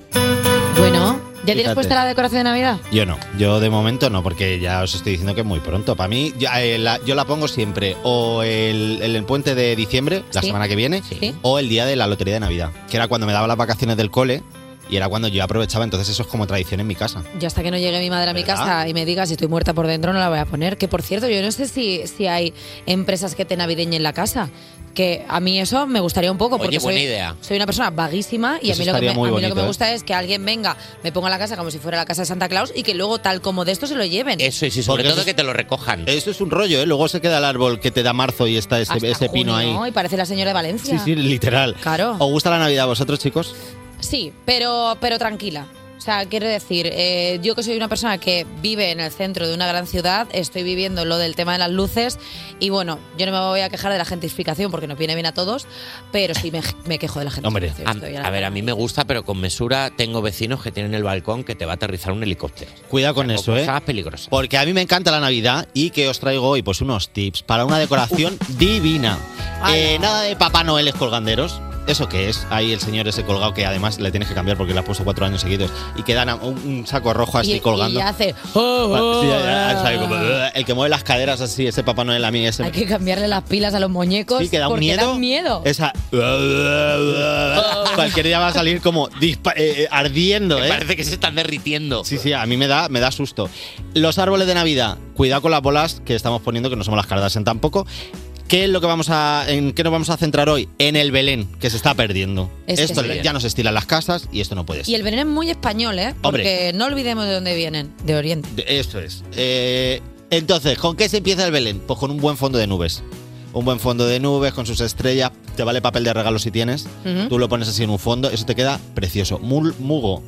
S1: Bueno, ¿ya tienes
S15: Fíjate.
S1: puesta la decoración de Navidad?
S15: Yo no, yo de momento no, porque ya os estoy diciendo que es muy pronto. Para mí, yo, eh, la, yo la pongo siempre o el, el- el puente de diciembre, la
S1: Sí.
S15: semana que viene,
S1: Sí.
S15: o el día de la lotería de Navidad, que era cuando me daba las vacaciones del cole y era cuando yo aprovechaba. Entonces, eso es como tradición en mi casa.
S1: Yo hasta que no llegue mi madre a mi
S15: ¿Verdad?
S1: casa y me diga si estoy muerta por dentro no la voy a poner. Que por cierto, yo no sé si, si hay empresas que te navideñen la casa. Que a mí eso me gustaría un poco
S2: Oye,
S1: porque
S2: buena
S1: soy,
S2: idea.
S1: soy una persona vaguísima y a
S2: Eso
S1: mí, lo que, me,
S2: estaría muy
S1: a mí lo que
S2: bonito,
S1: me
S2: ¿eh?
S1: gusta es que alguien venga, me ponga la casa como si fuera la casa de Santa Claus y que luego tal como de esto se lo lleven.
S2: Eso y sí, sobre
S15: Porque
S2: todo
S15: eso
S2: que te lo recojan.
S15: Eso es un rollo, ¿eh? Luego se queda el árbol que te da marzo y está ese,
S1: Hasta
S15: ese pino ahí.
S1: junio, Y parece la señora de Valencia.
S15: Sí, sí, literal.
S1: Claro.
S15: ¿Os gusta la Navidad a vosotros, chicos?
S1: Sí, pero, pero tranquila. O sea, quiero decir, eh, yo que soy una persona que vive en el centro de una gran ciudad, estoy viviendo lo del tema de las luces y bueno, yo no me voy a quejar de la gentrificación porque nos viene bien a todos, pero sí me, me quejo de la
S2: Hombre,
S1: gentrificación.
S2: a,
S1: estoy la-
S2: a ver, a mí me gusta, pero con mesura tengo vecinos que tienen el balcón que te va a aterrizar un helicóptero.
S15: Cuidado con eso, ¿eh?
S2: Cosas peligrosas.
S15: Porque a mí me encanta la Navidad y que os traigo hoy pues unos tips para
S2: (laughs)
S15: una decoración divina. Eh, nada de Papá Noel colganderos. ¿Eso qué es? Ahí el señor ese colgado que además le tienes que cambiar porque le has puesto cuatro años seguidos y que dan a- un, un saco rojo así
S1: y,
S15: colgando.
S1: y hace... "Oh, oh,
S15: (laughs) Sí,
S2: (laughs)
S15: ya, ya,
S1: ah".
S15: sabe, como, (laughs) "Ugh", el que mueve las caderas así, ese Papá Noel a mí, ese...
S1: Hay que cambiarle las pilas a los muñecos
S15: Sí, que da un
S1: porque
S15: miedo.
S1: dan miedo.
S2: (laughs)
S15: Esa... Cualquier día va a salir como dispa- eh, eh, ardiendo, ¿eh?
S2: Parece que se están derritiendo.
S15: Sí, sí, a mí me da, me da susto. Los árboles de Navidad, cuidado con las bolas que estamos poniendo, que no somos las Kardashian tampoco. ¿Qué es lo que vamos a, en qué nos vamos a centrar hoy? En el Belén, que se está perdiendo.
S1: Es que
S15: esto
S1: sí.
S15: ya nos estilan las casas y esto no puede
S1: Y
S15: ser.
S1: el veneno es muy español, ¿eh?
S15: Hombre.
S1: Porque no olvidemos de dónde vienen, de Oriente.
S15: De- Eso es. Eh, Entonces, ¿con qué se empieza el Belén? Pues con un buen fondo de nubes. Un buen fondo de nubes con sus estrellas. Te vale papel de regalo si tienes.
S1: Ujú.
S15: Tú lo pones así en un fondo. Eso te queda precioso. Mul- mugo.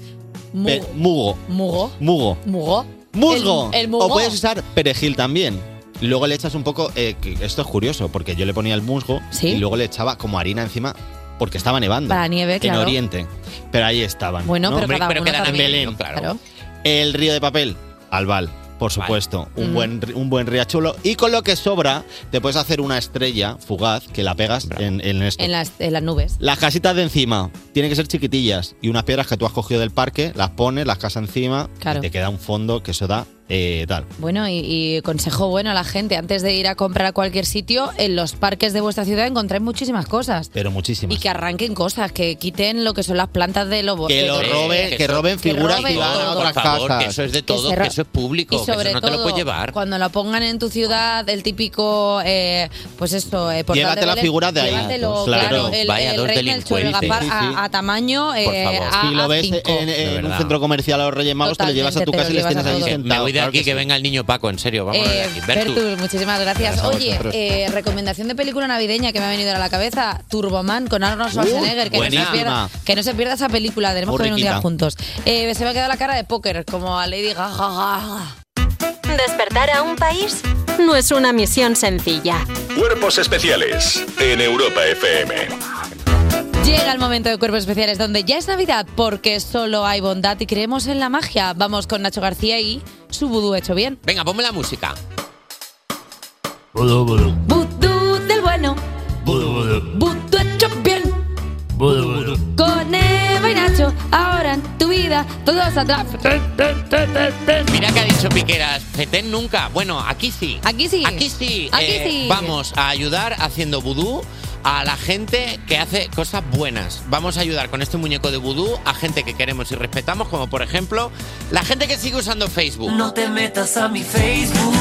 S1: Mugo.
S15: Pe- mugo.
S1: Mugo.
S15: Mugo.
S1: Mugo.
S15: Musgo.
S1: El, el mugo.
S15: O puedes usar perejil también. Luego le echas un poco. eh, que esto es curioso, porque yo le ponía el musgo y luego le echaba como harina encima. Porque estaba nevando.
S1: Para nieve, claro.
S15: En Oriente. Pero ahí estaban.
S1: Bueno,
S15: ¿no?
S1: pero cada uno
S15: quedan en
S1: también.
S15: Belén. El río de papel, al Val, por supuesto. Un,
S1: Mm.
S15: buen, ri- un buen riachuelo. Y con lo que sobra, te puedes hacer una estrella fugaz que la pegas en, en esto.
S1: En las, en las nubes.
S15: Las casitas de encima tienen que ser chiquitillas y unas piedras que tú has cogido del parque, las pones, las casas encima
S1: Claro.
S15: y te queda un fondo que eso da eh, tal.
S1: Bueno, y, y consejo bueno a la gente, antes de ir a comprar a cualquier sitio, en los parques de vuestra ciudad encontráis muchísimas cosas.
S15: Pero
S1: Y
S15: muchísimas.
S1: que arranquen cosas, que quiten lo que son las plantas de lobo. eh,
S15: Que lo
S1: de-
S15: roben, que roben figuras
S1: roben
S15: y van a
S1: todo.
S15: otras
S2: Por favor,
S15: casas.
S2: que eso es de
S1: Que
S2: todo,
S1: se
S2: que,
S1: ro-
S2: eso es público,
S1: Y
S2: que eso
S1: sobre
S2: no te lo
S1: todo,
S2: puedes llevar.
S1: Cuando lo pongan en tu ciudad, el típico, eh, pues esto, eh, portal
S2: Llévate
S1: de
S2: la
S1: Belén,
S2: figura de ahí.
S1: llévatelo,
S2: Claro,
S1: claro, el,
S2: vaya
S1: el
S2: dos
S1: reina, el chulo, el
S2: delincuentes.
S1: gafar,
S2: Sí, sí.
S1: a, a tamaño, eh, a,
S15: si lo
S1: a
S15: ves
S1: cinco.
S15: en, en
S2: De
S15: un
S2: verdad.
S15: centro comercial a los Reyes Magos, te lo llevas a tu
S1: Totalmente, te
S15: casa
S1: lo
S15: y les tienes
S1: llevas a
S15: ahí
S1: todos.
S15: sentados.
S2: Me voy de
S15: Claro
S2: aquí, que, venga el niño Paco, en serio, vamos
S1: Eh,
S2: de aquí. Bertu.
S1: Bertus, muchísimas gracias.
S2: Gracias a
S1: Oye,
S2: vosotros.
S1: eh, recomendación de película navideña que me ha venido a la cabeza, Turboman con
S2: Uh,
S1: Arnold Schwarzenegger, que, no se
S15: buenísima.
S1: pierda, que no se pierda esa película, tenemos
S15: Muy
S1: que ver un día
S15: riquita.
S1: juntos. Eh, se me ha quedado la cara de póker, como a Lady Gaga.
S5: Despertar a un país no es una misión sencilla.
S6: Cuerpos especiales en Europa FM.
S1: Llega el momento de Cuerpos Especiales, donde ya es Navidad, porque solo hay bondad y creemos en la magia. Vamos con Nacho García y su vudú hecho bien.
S2: Venga, ponme la música.
S1: Vudú del bueno, vudú hecho bien. Con Eva y Nacho, ahora en tu vida, todos atrás.
S2: Mira que ha dicho Piqueras, FETEN nunca. Bueno, aquí sí.
S1: Aquí sí.
S2: Aquí sí.
S1: Aquí
S2: Eh,
S1: sí.
S2: Vamos a ayudar haciendo vudú a la gente que hace cosas buenas. Vamos a ayudar con este muñeco de vudú a gente que queremos y respetamos, como por ejemplo la gente que sigue usando Facebook.
S21: No te metas a mi Facebook.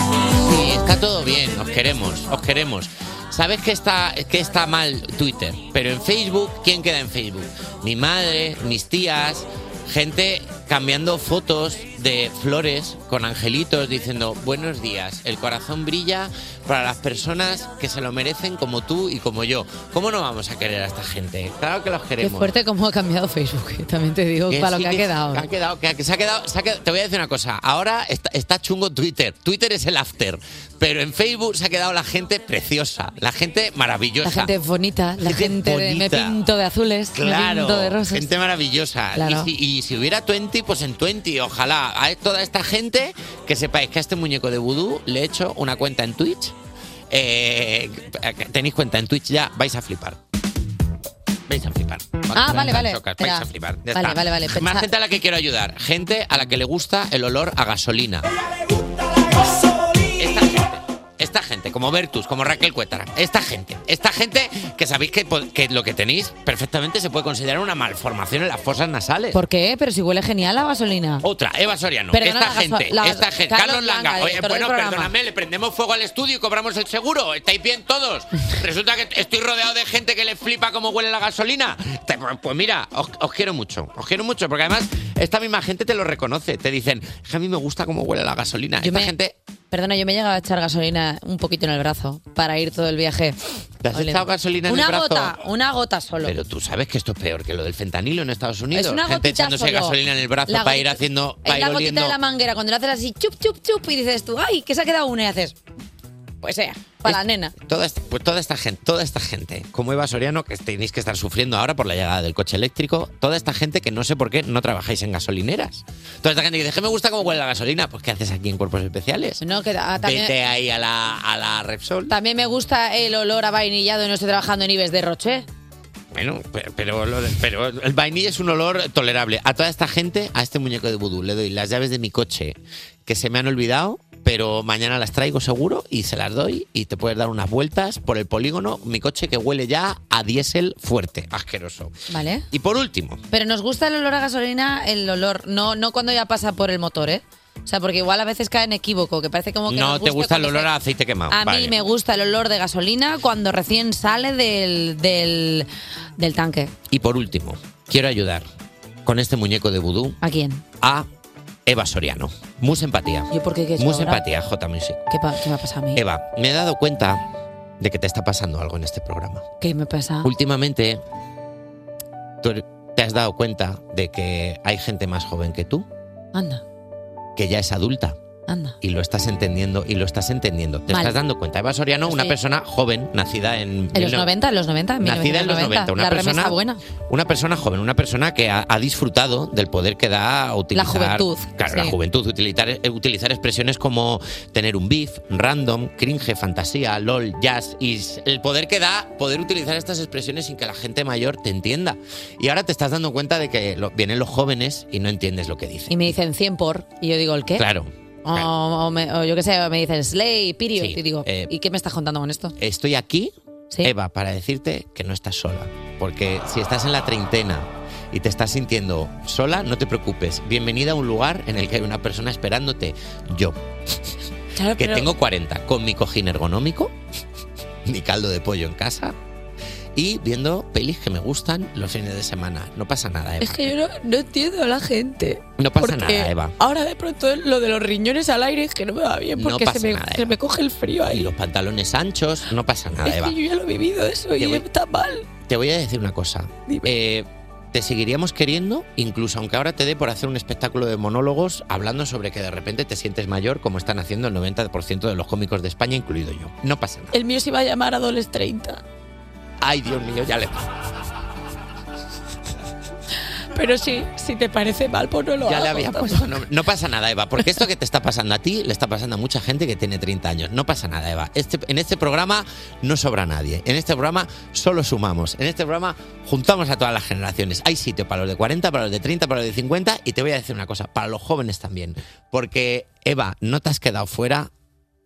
S2: Sí, está todo bien, os queremos, os queremos. ¿Sabes que está, que está mal Twitter? Pero en Facebook, ¿quién queda en Facebook? Mi madre, mis tías, gente cambiando fotos de flores con angelitos diciendo buenos días, el corazón brilla para las personas que se lo merecen como tú y como yo. ¿Cómo no vamos a querer a esta gente? Claro que los
S1: Qué
S2: queremos.
S1: fuerte cómo ha cambiado Facebook, eh, también te digo,
S2: Que
S1: para lo
S2: sí,
S1: que ha
S2: que sí,
S1: quedado. ¿eh?
S2: que ha quedado, que- que se ha quedado- se ha quedado- Te voy a decir una cosa. Ahora está, está chungo Twitter. Twitter es el after. Pero en Facebook se ha quedado la gente preciosa, la gente maravillosa.
S1: La gente bonita, la
S2: Gente
S1: gente, de me
S2: bonita.
S1: pinto de azules, me
S2: Claro,
S1: pinto de rosas.
S2: gente maravillosa.
S1: Claro.
S2: Y, si, y si hubiera 20, pues en 20, ojalá. A toda esta gente que sepáis que a este muñeco de vudú le he hecho una cuenta en Twitch. Eh, tenéis cuenta en Twitch ya, vais a flipar. Vais a flipar.
S1: Ah, vale, vale.
S2: Chocas, vais
S1: Era-
S2: a flipar. Ya
S1: Vale,
S2: está.
S1: vale, vale.
S2: Más
S1: Pensaba-
S2: gente a la que quiero ayudar. Gente a la que le gusta el olor a gasolina. Esta gente, esta gente, como Bertus, como Raquel Cuétara, esta gente, esta gente que sabéis que, po- que lo que tenéis perfectamente se puede considerar una malformación en las fosas nasales.
S1: ¿Por qué? Pero si huele genial la gasolina.
S2: Otra, Eva Soriano,
S1: Perdona,
S2: esta
S1: la gaso-
S2: gente,
S1: la-
S2: esta gente,
S1: Carlos
S2: Carlos, Langa,
S1: Langa,
S2: oye,
S1: director del
S2: bueno,
S1: programa.
S2: perdóname, le prendemos fuego al estudio y cobramos el seguro, ¿estáis bien
S1: (laughs)
S2: todos? Resulta que estoy rodeado de gente que le flipa cómo huele la gasolina. Te- Pues mira, os, os quiero mucho, os quiero mucho, porque además esta misma gente te lo reconoce, te dicen, "Es que a mí me gusta cómo huele la gasolina.
S1: Yo
S2: esta
S1: me-
S2: gente,
S1: Perdona, yo me he llegado a echar gasolina un poquito en el brazo para ir todo el viaje.
S2: ¿te has
S1: oliendo.
S2: echado gasolina en
S1: una
S2: el brazo?
S1: gota, una gota solo.
S2: Pero tú sabes que esto es peor que lo del fentanilo en Estados Unidos.
S1: Es una
S2: Gente
S1: gotita
S2: echándose
S1: solo.
S2: gasolina en el brazo
S1: La
S2: para ir
S1: gotita-
S2: haciendo.
S1: Es
S2: Para ir
S1: la gotita
S2: oliendo.
S1: de la manguera, cuando le haces así, chup, chup, chup, y dices tú, ay, que se ha quedado una, y haces, pues sea, para la nena.
S2: Toda esta, pues toda esta gente, toda esta gente, como Eva Soriano, que tenéis que estar sufriendo ahora por la llegada del coche eléctrico, toda esta gente que no sé por qué no trabajáis en gasolineras. Toda esta gente que dice que me gusta cómo huele la gasolina, pues ¿qué haces aquí en cuerpos especiales?
S1: No, que ah,
S2: Vete
S1: también,
S2: ahí a la, a la Repsol.
S1: también me gusta el olor a vainillado y no estoy trabajando en Ives de Roche.
S2: Bueno, pe- pero, lo de- pero el vainilla es un olor tolerable. A toda esta gente, a este muñeco de vudú, le doy las llaves de mi coche que se me han olvidado, pero mañana las traigo seguro y se las doy y te puedes dar unas vueltas por el polígono. Mi coche que huele ya a diésel fuerte, asqueroso.
S1: ¿Vale?
S2: Y por último,
S1: Pero nos gusta el olor a gasolina, el olor, no, no cuando ya pasa por el motor, ¿eh? O sea, porque igual a veces cae en equívoco, que parece como que
S2: no
S1: nos
S2: te gusta el
S1: cuando
S2: olor
S1: se-
S2: a aceite quemado.
S1: A
S2: Vale.
S1: mí me gusta el olor de gasolina cuando recién sale del, del, del tanque.
S2: Y por último, quiero ayudar con este muñeco de vudú
S1: ¿A quién?
S2: a Eva Soriano. Mus empatía.
S1: ¿Yo por qué qué he hecho
S2: Mus
S1: ahora?
S2: empatía, J Music.
S1: ¿Qué, pa- qué me ha pasado a mí?
S2: Eva, me he dado cuenta de que te está pasando algo en este programa.
S1: ¿Qué me pasa?
S2: Últimamente, tú er- te has dado cuenta de que hay gente más joven que tú
S1: Anda,
S2: que ya es adulta.
S1: Anda.
S2: Y lo estás entendiendo, y lo estás entendiendo. Te
S1: Mal.
S2: estás dando cuenta. Eva Soriano,
S1: Sí.
S2: una persona joven, nacida en...
S1: en los
S2: 19
S1: 90, en los 90, en
S2: Nacida en los 90, una
S1: la remesa
S2: persona-
S1: buena.
S2: Una persona joven, una persona que ha, ha disfrutado del poder que da utilizar.
S1: juventud,
S2: Claro, la
S1: sí.
S2: juventud. Utilizar, eh, utilizar expresiones como tener un beef, random, cringe, fantasía, lol, jazz. Y s- el poder que da poder utilizar estas expresiones sin que la gente mayor te entienda. Y ahora te estás dando cuenta de que lo- vienen los jóvenes y no entiendes lo que dicen.
S1: Y me dicen 100 por, y yo digo, ¿el qué?
S2: Claro.
S1: O, o me- o yo qué sé, me dicen Slay, Period,
S2: Sí,
S1: y digo,
S2: eh,
S1: ¿y qué me estás contando con esto?
S2: Estoy aquí, Eva, para decirte que no estás sola. Porque si estás en la treintena y te estás sintiendo sola, no te preocupes. Bienvenida a un lugar en el que hay una persona esperándote. Yo,
S1: Claro,
S2: que
S1: pero-
S2: tengo 40, con mi cojín ergonómico, mi caldo de pollo en casa y viendo pelis que me gustan los fines de semana. No pasa nada, Eva.
S1: Es que yo no, no entiendo a la gente.
S2: No pasa
S1: porque
S2: nada, Eva.
S1: Ahora de pronto lo de los riñones al aire es que no me va bien
S2: No
S1: porque se,
S2: pasa
S1: me,
S2: nada,
S1: se me coge el frío
S2: Y
S1: ahí.
S2: los pantalones anchos, no pasa nada,
S1: es
S2: Eva.
S1: que yo ya lo he vivido eso
S2: Te
S1: y
S2: voy-
S1: está mal.
S2: Te voy a decir una cosa. Eh, te seguiríamos queriendo, incluso aunque ahora te dé por hacer un espectáculo de monólogos hablando sobre que de repente te sientes mayor, como están haciendo el 90% de los cómicos de España, incluido yo. No pasa nada.
S1: El mío se iba a llamar Adoles 30.
S2: Ay, Dios mío, ya le,
S1: Pero sí, si te parece mal, pues no lo
S2: ya
S1: hago.
S2: le
S1: (laughs)
S2: había puesto nombre. No pasa nada, Eva, porque esto que te está pasando a ti le está pasando a mucha gente que tiene 30 años. No pasa nada, Eva. Este, en este programa no sobra nadie. En este programa solo sumamos. En este programa juntamos a todas las generaciones. Hay sitio para los de 40, para los de 30, para los de 50 y te voy a decir una cosa, para los jóvenes también. Porque, Eva, no te has quedado fuera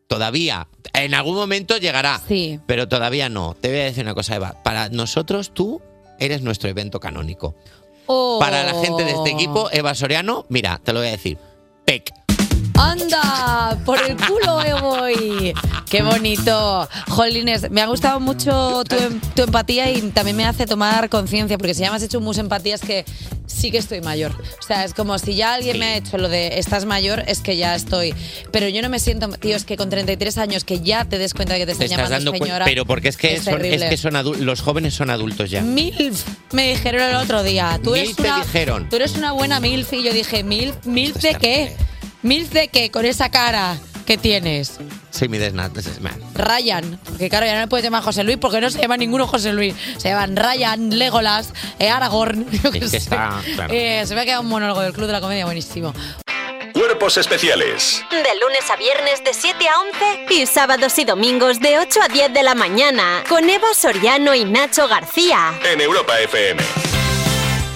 S2: todavía. En algún momento llegará.
S1: Sí.
S2: Pero todavía no. Te voy a decir una cosa, Eva. Para nosotros tú eres nuestro evento canónico. Para la gente de este
S1: Oh.
S2: equipo, Eva Soriano, mira, te lo voy a decir. Pec.
S1: ¡Anda! Por el culo me voy. ¡Qué bonito! Jolines, me ha gustado mucho tu, em- tu empatía y también me hace tomar conciencia, porque si ya me has hecho un mus empatía es que sí que estoy mayor. O sea, es como si ya alguien me ha hecho lo de estás mayor, es que ya estoy. Pero yo no me siento, tío, es que con 33 años que ya te des cuenta de que te
S2: Te
S1: están
S2: estás dando
S1: llamando
S2: cuenta.
S1: señora.
S2: Pero porque es que,
S1: es
S2: son, es
S1: terrible. Mm.
S2: que son adu- los jóvenes son adultos ya.
S1: MILF me dijeron el otro día. Tú eres
S2: Milf te
S1: una,
S2: dijeron.
S1: Tú eres una buena MILF. Y yo dije, ¿MILF, MILF de qué? ¿MILF de qué? Con esa cara que tienes.
S2: Sí, mi desnat. es- man.
S1: Ryan. Porque claro, ya no le puedes llamar José Luis porque no se llama ninguno José Luis. Se llaman Ryan, Legolas, eh, Aragorn. (laughs) yo qué
S6: Es
S1: sé.
S6: que está. Claro.
S1: Eh, se me ha quedado un monólogo del Club de la Comedia buenísimo.
S6: Cuerpos especiales
S5: De lunes a viernes de 7 a 11 y sábados y domingos de 8 a 10 de la mañana con Eva Soriano y Nacho García.
S6: en Europa FM.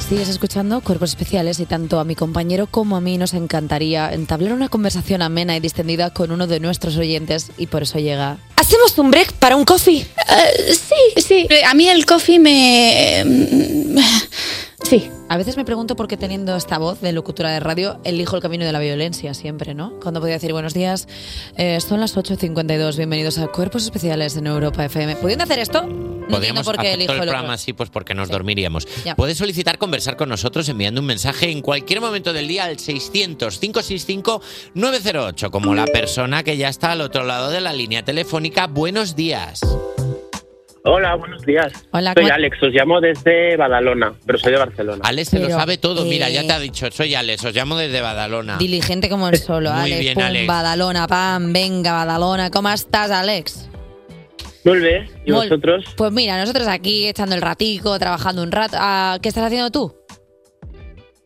S1: Sigues escuchando Cuerpos Especiales y tanto a mi compañero como a mí nos encantaría entablar una conversación amena y distendida con uno de nuestros oyentes y por eso llega
S22: ¿Hacemos un break para un coffee? Eh, sí, sí. A mí el coffee me... Sí.
S1: A veces me pregunto por qué teniendo esta voz de locutora de radio elijo el camino de la violencia siempre, ¿no? Cuando podía decir buenos días, eh, son las 8.52, bienvenidos a Cuerpos Especiales en Europa FM. ¿Pudiendo hacer esto? No entiendo
S2: Podríamos
S1: por qué
S2: hacer
S1: elijo
S2: todo el
S1: el
S2: programa
S1: otro.
S2: así, pues porque nos dormiríamos.
S1: Ya.
S2: Puedes solicitar conversar con nosotros enviando un mensaje en cualquier momento del día al 600-565-908, como la persona que ya está al otro lado de la línea telefónica. Buenos días.
S23: Hola, buenos días.
S1: Hola,
S23: soy
S1: ¿cómo-
S23: Alex, os llamo desde Badalona, pero soy de Barcelona.
S2: Alex se lo
S1: Pero,
S2: sabe todo. Mira, ya
S1: eh,
S2: te ha dicho, soy Alex, os llamo desde Badalona.
S1: Diligente como el
S2: (laughs)
S1: solo,
S2: Muy
S1: Alex.
S2: bien,
S1: pum,
S2: Alex.
S1: Badalona, pam, venga, Badalona. ¿Cómo estás, Alex?
S23: Muy bien, ¿y
S1: Mol-
S23: vosotros?
S1: Pues mira, nosotros aquí echando el ratico, trabajando un rato. Ah, ¿Qué estás haciendo tú?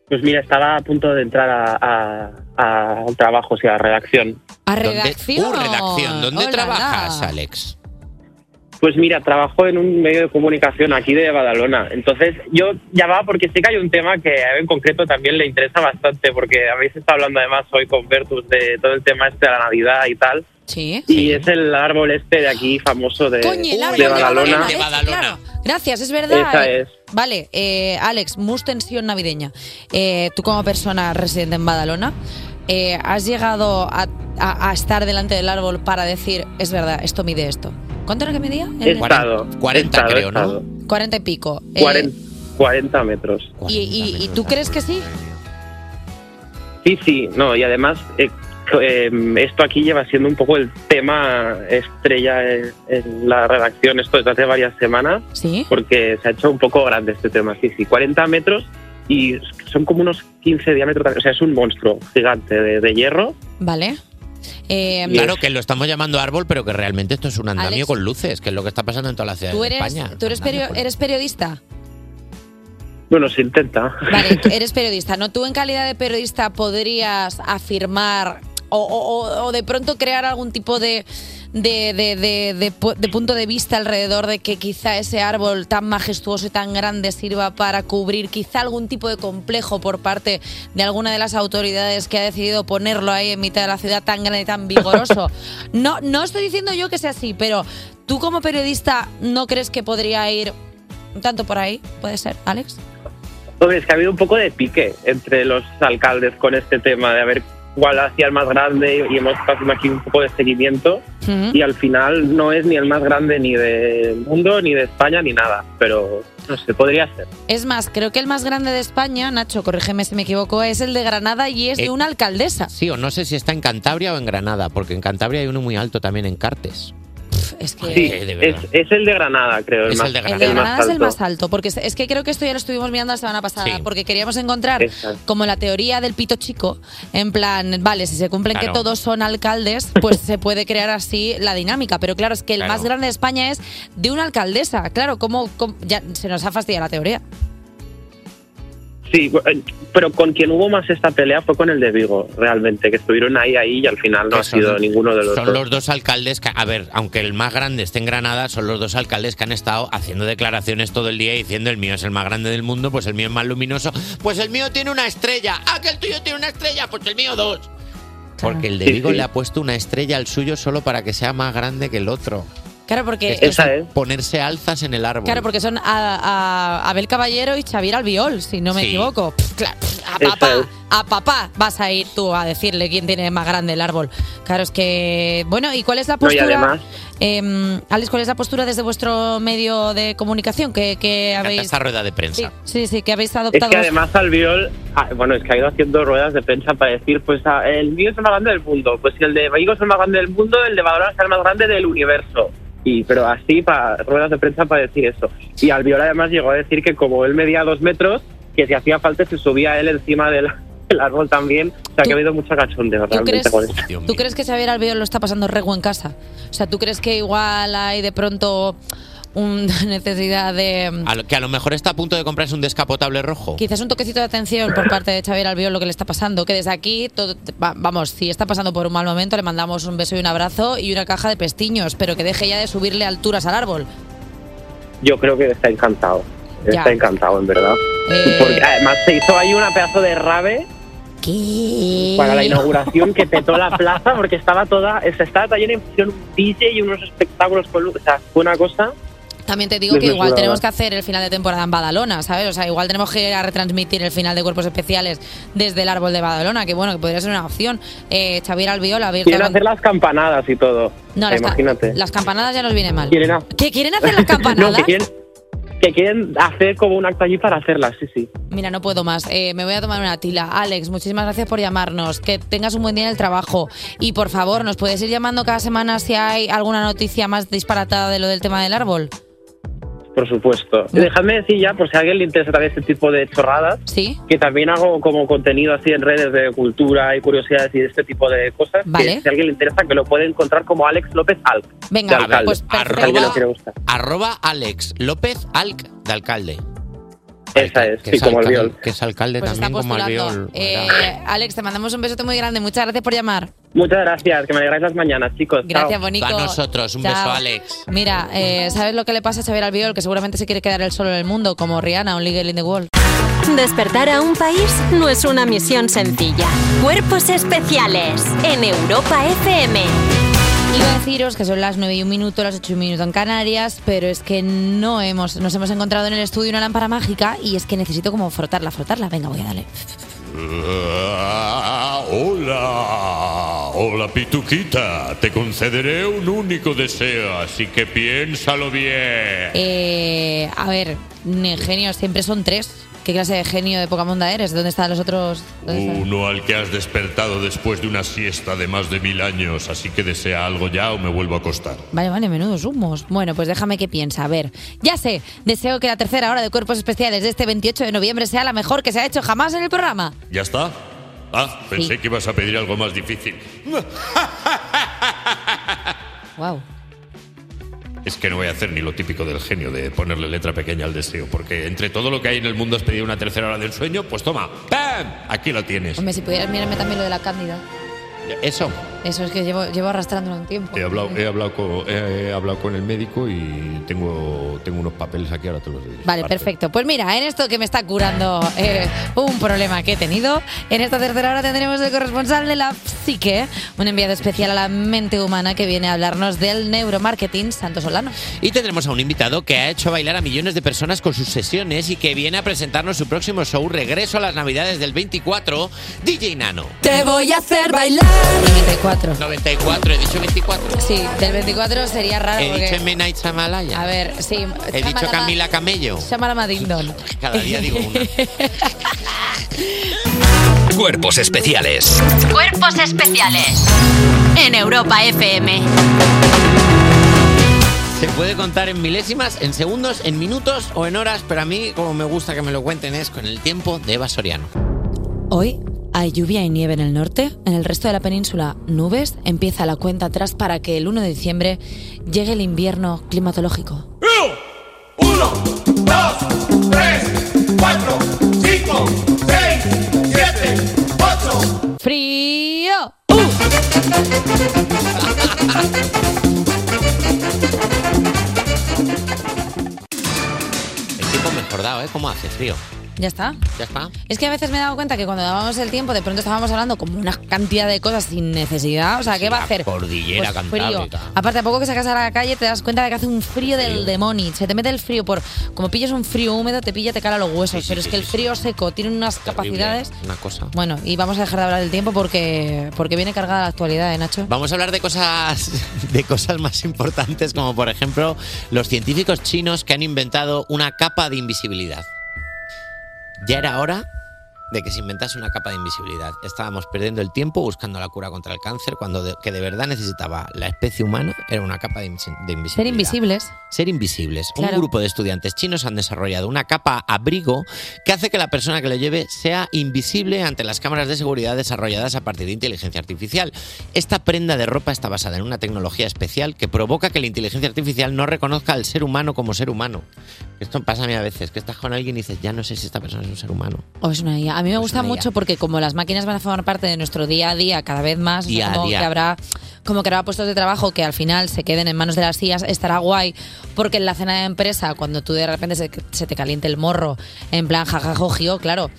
S23: Pues mira, estaba a punto de entrar a, a- a- al trabajo, o sea, a redacción.
S1: A redacción.
S23: Uh, redacción. ¿Dónde
S1: Hola,
S23: trabajas,
S1: hola.
S2: Alex?
S23: Pues mira, trabajo en un medio de comunicación aquí de Badalona. Ah, Entonces, yo llamaba porque sé que hay un tema que a él en concreto también le interesa bastante, porque habéis estado hablando además hoy con Bertus de todo el tema este de la Navidad y tal.
S1: Sí.
S23: Y es el árbol este de aquí famoso de,
S1: Coño, el
S23: de
S1: árbol de Badalona,
S23: Badalona.
S1: ¿eh? Sí, claro. Gracias, es verdad.
S23: Esa
S1: Eh,
S23: es.
S1: Vale, eh, Alex, mus tensión navideña. Eh, tú como persona residente en Badalona, eh, ¿has llegado a, a- a estar delante del árbol para decir, es verdad, esto mide esto? ¿Cuánto era que medía?
S23: He estado. 40 creo, ¿no?
S1: 40 y pico. Eh,
S23: 40, 40 metros.
S1: y, y- y tú crees que sí?
S23: Sí, sí, no, y además eh, co- em, esto aquí lleva siendo un poco el tema estrella en, en la redacción, esto desde hace varias semanas,
S1: ¿Sí?
S23: porque se ha hecho un poco grande este tema, sí, sí, 40 metros y son como unos 15 de diámetro, o sea, es un monstruo gigante de, de hierro.
S1: Vale. Eh,
S2: Claro que lo estamos llamando árbol, pero que realmente esto es un andamio
S1: Alex.
S2: con luces, que es lo que está pasando en toda la ciudad
S1: ¿Tú
S2: de
S1: eres,
S2: España.
S1: tú eres, perio- eres periodista?
S23: Bueno, se intenta.
S1: Vale, eres periodista, ¿no? ¿Tú en calidad de periodista podrías afirmar o, o- o- o de pronto crear algún tipo de, de, de- de- de pu- de punto de vista alrededor de que quizá ese árbol tan majestuoso y tan grande sirva para cubrir quizá algún tipo de complejo por parte de alguna de las autoridades que ha decidido ponerlo ahí en mitad de la ciudad tan grande y tan vigoroso? No, no estoy diciendo yo que sea así, pero tú como periodista no crees que podría ir un tanto por ahí, puede ser, Alex.
S23: Entonces, que ha habido un poco de pique entre los alcaldes con este tema de a ver cuál hacía el más grande y hemos hecho aquí un poco de seguimiento
S1: Ujú.
S23: y al final no es ni el más grande ni del mundo, ni de España, ni nada, pero no sé, podría ser.
S1: Es más, creo que el más grande de España, Nacho, corrígeme si me equivoco, es el de Granada y es
S2: Eh,
S1: de una alcaldesa.
S2: Sí, o no sé si está en Cantabria o en Granada, porque en Cantabria hay uno muy alto también en Cartes.
S1: Es que
S23: Sí,
S2: Eh, de
S23: es,
S2: verdad.
S23: es el de Granada, creo.
S2: Es
S23: más-
S2: el de
S1: el de Granada es el
S23: alto.
S1: más alto, porque es- es que creo que esto ya lo estuvimos mirando la semana pasada,
S23: Sí.
S1: porque queríamos encontrar
S23: Exacto.
S1: como la teoría del pito chico, en plan, vale, si se cumplen
S2: Claro.
S1: que todos son alcaldes, pues se puede crear así la dinámica, pero claro, es que el
S2: Claro.
S1: más grande de España es de una alcaldesa, claro, como ya se nos ha fastidiado la teoría.
S23: Sí, bu- eh, pero con quien hubo más esta pelea fue con el de Vigo, realmente, que estuvieron ahí, ahí y al final no ha sido ninguno de los
S2: Son
S23: dos.
S2: los dos alcaldes que, a ver, aunque el más grande esté en Granada, son los dos alcaldes que han estado haciendo declaraciones todo el día diciendo el mío es el más grande del mundo, pues el mío es más luminoso, pues el mío tiene una estrella, ah, que el tuyo tiene una estrella, pues el mío dos. Porque el de
S23: Sí,
S2: Vigo
S23: sí.
S2: le ha puesto una estrella al suyo solo para que sea más grande que el otro.
S1: Claro, porque
S2: Esa es ponerse alzas en el árbol.
S1: Claro, porque son a, a- Abel Caballero y Xavier Albiol, si no me
S2: Sí.
S1: equivoco. Pff, cla- pff, a papá, a papá vas a ir tú a decirle quién tiene más grande el árbol. Claro, es que bueno, ¿y cuál es la
S23: No, y
S1: postura?
S23: además-
S1: Em, Alex, ¿cuál es la postura desde vuestro medio de comunicación que, que
S2: Me encanta
S1: habéis
S2: esta rueda de
S1: sí,
S2: prensa.
S1: sí, sí, que habéis
S23: Es
S1: adoptado?
S23: que además Albiol, ah, bueno, es que ha ido haciendo ruedas de prensa para decir, pues ah, el mío es el más grande del mundo, pues si el de Vigo es el más grande del mundo, el de Badalona es el más grande del universo. Y, pero así, para ruedas de prensa para decir eso. Y Albiol además llegó a decir que como él medía dos metros, que si hacía falta se subía él encima del, (laughs) del árbol también. O sea, que ha habido mucho cachondeo realmente
S1: crees-
S23: con esto.
S1: ¿Tú crees que Xavier Albiol lo está pasando rego en casa? O sea, ¿tú crees que igual hay de pronto una (laughs) necesidad de
S2: A lo- que a lo mejor está a punto de comprarse un descapotable rojo.
S1: Quizás un toquecito de atención por parte de Xavier Albiol lo que le está pasando, que desde aquí, todo- va- vamos, si está pasando por un mal momento, le mandamos un beso y un abrazo y una caja de pestiños, pero que deje ya de subirle alturas al árbol.
S23: Yo creo que está encantado.
S1: Ya. Eh.
S23: Está encantado, en verdad. Porque además se hizo ahí una pedazo de rave para la inauguración que petó la plaza porque estaba toda, se estaba también en función un DJ y unos espectáculos con luz. O sea, fue una cosa.
S1: También te digo que igual tenemos que hacer el final de temporada en Badalona, ¿sabes? O sea, igual tenemos que ir a retransmitir el final de Cuerpos Especiales desde el árbol de Badalona, que bueno, que podría ser una opción. Eh, Xavier Albiol, abierto
S23: Quieren hacer las campanadas y todo.
S1: No,
S23: O sea,
S1: las ca-
S23: imagínate.
S1: Las campanadas ya nos viene mal.
S23: Quieren ha-
S1: ¿Qué quieren hacer las
S23: (laughs)
S1: campanadas?
S23: No, que quieren, que quieren hacer como un acto allí para hacerlas, sí, sí.
S1: Mira, no puedo más. Eh, me voy a tomar una tila. Alex, muchísimas gracias por llamarnos. Que tengas un buen día en el trabajo. Y por favor, ¿nos puedes ir llamando cada semana si hay alguna noticia más disparatada de lo del tema del árbol?
S23: Por supuesto. Y Dejadme decir ya, por si a alguien le interesa también este tipo de chorradas,
S1: ¿Sí?
S23: que también hago como contenido así en redes de cultura y curiosidades y de este tipo de cosas. que
S1: Vale.
S23: si a alguien le interesa, que lo puede encontrar como Alex López Alc.
S1: Venga,
S23: de alcalde,
S1: pues
S23: si a alguien
S2: arroba-
S23: le quiere gustar.
S2: Arroba Alex López Alc de alcalde.
S23: Esa es, sí, como
S2: alcalde,
S23: Albiol.
S2: Que es alcalde
S1: Pues está
S2: también como
S1: postulando.
S2: Albiol.
S1: Eh, Alex, te mandamos un besote muy grande. Muchas gracias por llamar.
S23: Muchas gracias, que me alegráis las mañanas, chicos.
S1: Gracias,
S23: Chao.
S1: bonito. Chao. (laughs) Mira, eh, ¿sabes lo que le pasa a Xavier Albiol? Que seguramente se quiere quedar el solo en el mundo, como Rihanna, un League in the World.
S5: Despertar a un país no es una misión sencilla. Cuerpos especiales en Europa FM.
S1: Iba a deciros que son las 9 y un minuto, las 8 y un minuto en Canarias, pero es que no hemos, nos hemos encontrado en el estudio una lámpara mágica y es que necesito como frotarla, frotarla. Venga, voy a darle.
S24: Ah, hola, Hola Pituquita, te concederé un único deseo, así que piénsalo bien.
S1: Eh, a ver, ne- genios siempre son tres. ¿Qué clase de genio de Pokémon eres? ¿Dónde están los otros? ¿Dónde están?
S24: Uno al que has despertado después de una siesta de más de mil años, así que desea algo ya o me vuelvo a acostar.
S1: Vale, vale, menudos humos. Bueno, pues déjame que piensa. A ver, ya sé, deseo que la tercera hora de cuerpos especiales de este 28 de noviembre sea la mejor que se ha hecho jamás en el programa.
S24: ¿Ya está? Ah, pensé que ibas a pedir algo más difícil.
S1: Wow.
S24: Es que no voy a hacer ni lo típico del genio de ponerle letra pequeña al deseo, porque entre todo lo que hay en el mundo has pedido una tercera hora del sueño, pues toma, ¡pam! Aquí lo tienes.
S1: Hombre, si pudieras mirarme también lo de la cándida.
S24: Eso.
S1: Eso es que llevo, llevo arrastrándolo un tiempo.
S24: He hablado, he hablado, con, he, he hablado con el médico y tengo, tengo unos papeles aquí, ahora te los doy.
S1: Vale,
S24: Parte.
S1: perfecto. Pues mira, en esto que me está curando eh, un problema que he tenido, en esta tercera hora tendremos el corresponsal de la psique, un enviado especial a la mente humana que viene a hablarnos del neuromarketing, Santos Solano.
S2: Y tendremos a un invitado que ha hecho bailar a millones de personas con sus sesiones y que viene a presentarnos su próximo show Regreso a las Navidades del 24, DJ Nano.
S1: Te voy a hacer bailar. 94.
S2: 94, he dicho 24.
S1: Sí, del 24 sería raro.
S2: He
S1: porque-
S2: dicho Midnight Shamalaya.
S1: A ver, sí.
S2: He dicho Camila Camello.
S1: Chamalama Dindon.
S2: Cada día digo una.
S4: (laughs) Cuerpos especiales.
S5: Cuerpos especiales en Europa FM.
S2: Se puede contar en milésimas, en segundos, en minutos o en horas, pero a mí, como me gusta que me lo cuenten, es con el tiempo de Eva Soriano.
S1: Hoy hay lluvia y nieve en el norte, en el resto de la península nubes, empieza la cuenta atrás para que el 1 de diciembre llegue el invierno climatológico.
S25: 4, 5, 6, 7, 8.
S1: ¡Frío!
S2: El tiempo mejor dado, ¿eh? ¿Cómo hace frío?
S1: Ya está.
S2: ¿Ya está?
S1: Es que a veces me he dado cuenta que cuando dábamos el tiempo, de pronto estábamos hablando como una cantidad de cosas sin necesidad. O sea, ¿qué va a hacer?
S2: Cordillera
S1: Pues frío.
S2: Cantábrica.
S1: Aparte, a poco que sacas a la calle te das cuenta de que hace un frío del demonio. Se te mete el frío por. Como pillas un frío húmedo, te pilla, te cala los huesos. pero es que el frío seco tiene unas capacidades.
S2: Una cosa.
S1: Bueno, y vamos a dejar de hablar del tiempo porque, porque viene cargada la actualidad, ¿eh, Nacho?
S2: Vamos a hablar de cosas, (laughs) de cosas más importantes, como por ejemplo los científicos chinos que han inventado una capa de invisibilidad. Ya era hora de que se inventase una capa de invisibilidad. Estábamos perdiendo el tiempo buscando la cura contra el cáncer cuando de- que de verdad necesitaba la especie humana era una capa de, invis- de invisibilidad.
S1: Ser invisibles.
S2: Ser invisibles.
S1: Claro.
S2: Un grupo de estudiantes chinos han desarrollado una capa abrigo que hace que la persona que lo lleve sea invisible ante las cámaras de seguridad desarrolladas a partir de inteligencia artificial. Esta prenda de ropa está basada en una tecnología especial que provoca que la inteligencia artificial no reconozca al ser humano como ser humano. Esto pasa a mí a veces, que estás con alguien y dices, ya no sé si esta persona es un ser humano.
S1: O es una IA. A mí me gusta mucho porque como las máquinas van a formar parte de nuestro día a día cada vez más, o sea,
S2: Día a
S1: como
S2: día.
S1: que habrá como que habrá puestos de trabajo que al final se queden en manos de las IAS, estará guay porque en la cena de empresa cuando tú de repente se, se te caliente el morro en plan jajajojio, claro.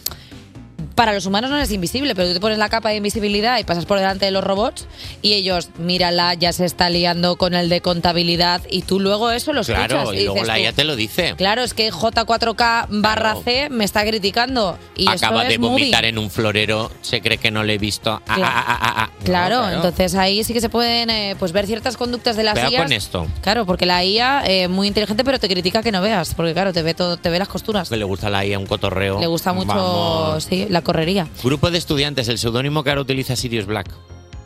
S1: Para los humanos no es invisible, pero tú te pones la capa de invisibilidad y pasas por delante de los robots y ellos, mírala, ya se está liando con el de contabilidad y tú luego eso lo escuchas.
S2: Claro, y luego
S1: dices
S2: la
S1: tú,
S2: IA te lo dice.
S1: Claro, es que J4K barra C me está criticando. Y
S2: Acaba
S1: esto
S2: de
S1: es movie.
S2: vomitar en un florero, se cree que no le he visto. Ah,
S1: Claro.
S2: ah, ah, ah, ah. No,
S1: Claro, entonces ahí sí que se pueden eh, pues ver ciertas conductas de las
S2: Cuidado
S1: IAs.
S2: con esto.
S1: Claro, porque la IA eh, muy inteligente, pero te critica que no veas, porque claro, te ve todo, te ve las costuras.
S2: Que le gusta la IA, un cotorreo.
S1: Le gusta mucho
S2: Vamos.
S1: sí, la correría.
S2: Grupo de estudiantes, el seudónimo que ahora utiliza Sirius Black.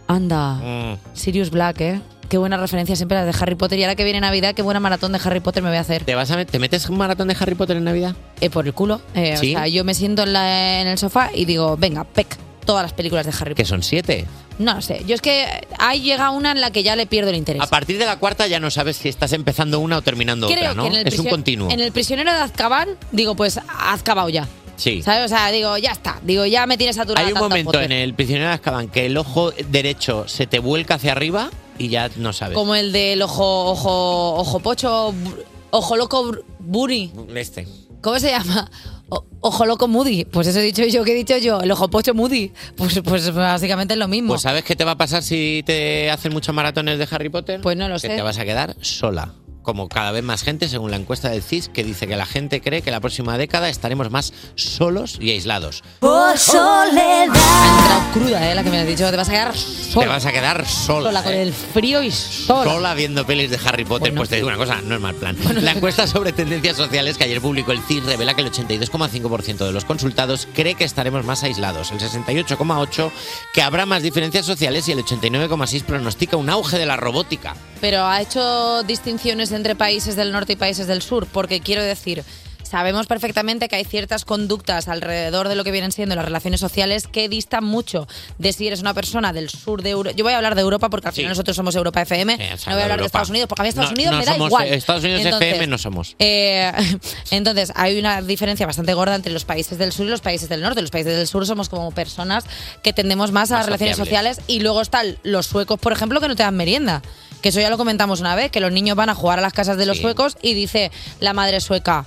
S1: Anda,
S2: Mm.
S1: Sirius Black, ¿eh? Qué buena referencia siempre las de Harry Potter. Y ahora que viene Navidad, qué buena maratón de Harry Potter me voy a hacer.
S2: ¿Te, vas a met- ¿Te metes un maratón de Harry Potter en Navidad?
S1: Eh, por el culo. Eh,
S2: ¿Sí?
S1: O sea, yo me siento en, la- en el sofá y digo, venga, pec, todas las películas de Harry
S2: Que
S1: Potter.
S2: son siete.
S1: No lo sé, yo es que ahí llega una en la que ya le pierdo el interés.
S2: A partir de la cuarta ya no sabes si estás empezando una o terminando
S1: Creo
S2: otra, ¿no?
S1: que en el,
S2: es un
S1: prisio-
S2: continuo.
S1: en el prisionero de Azkaban, digo, pues Azkabao ya.
S2: Sí.
S1: ¿Sabes? O sea, digo, ya está. Digo, ya me tienes saturado.
S2: Hay un
S1: tanto
S2: momento en
S1: Potter.
S2: el prisionero de Azkaban que el ojo derecho se te vuelca hacia arriba y ya no sabes.
S1: Como el del ojo, ojo, ojo pocho, br- ojo loco br- Buri.
S2: Este.
S1: ¿Cómo se llama? O- ojo loco Moody. Pues eso he dicho yo, ¿qué he dicho yo? El ojo pocho Moody. Pues, pues básicamente es lo mismo.
S2: Pues ¿sabes qué te va a pasar si te hacen muchos maratones de Harry Potter? Pues
S1: no lo sé.
S2: Que te vas a quedar sola. Como cada vez más gente, según la encuesta del CIS, que dice que la gente cree que la próxima década estaremos más solos y aislados.
S1: Por soledad. Ha entrado cruda, ¿eh? La que me has dicho. Te vas a quedar
S2: Te vas a quedar sola.
S1: Sola, con
S2: ¿eh?
S1: el frío y sola.
S2: sola viendo pelis de Harry Potter, pues te digo una cosa, no es mal plan. La encuesta sobre tendencias sociales que ayer publicó el CIS revela que el 82,5% de los consultados cree que estaremos más aislados, el 68,8% que habrá más diferencias sociales y el 89,6% pronostica un auge de la robótica.
S1: Pero ha hecho distinciones entre países del norte y países del sur, porque quiero decir, sabemos perfectamente que hay ciertas conductas alrededor de lo que vienen siendo las relaciones sociales que distan mucho de si eres una persona del sur de Europa. Yo voy a hablar de Europa porque al final nosotros somos Europa FM,
S2: Eh, o sea,
S1: no voy a hablar de
S2: Europa.
S1: Estados Unidos, porque a mí Estados
S2: No,
S1: Unidos
S2: no
S1: me da
S2: somos,
S1: igual.
S2: eh, Estados Unidos
S1: Entonces,
S2: FM no somos.
S1: eh, (laughs) entonces, hay una diferencia bastante gorda entre los países del sur y los países del norte. Los países del sur somos como personas que tendemos más a
S2: Más
S1: las relaciones
S2: sociables.
S1: sociales y luego están los suecos, por ejemplo, que no te dan merienda. Que eso ya lo comentamos una vez, que los niños van a jugar a las casas de los
S2: Sí.
S1: suecos y dice la madre sueca,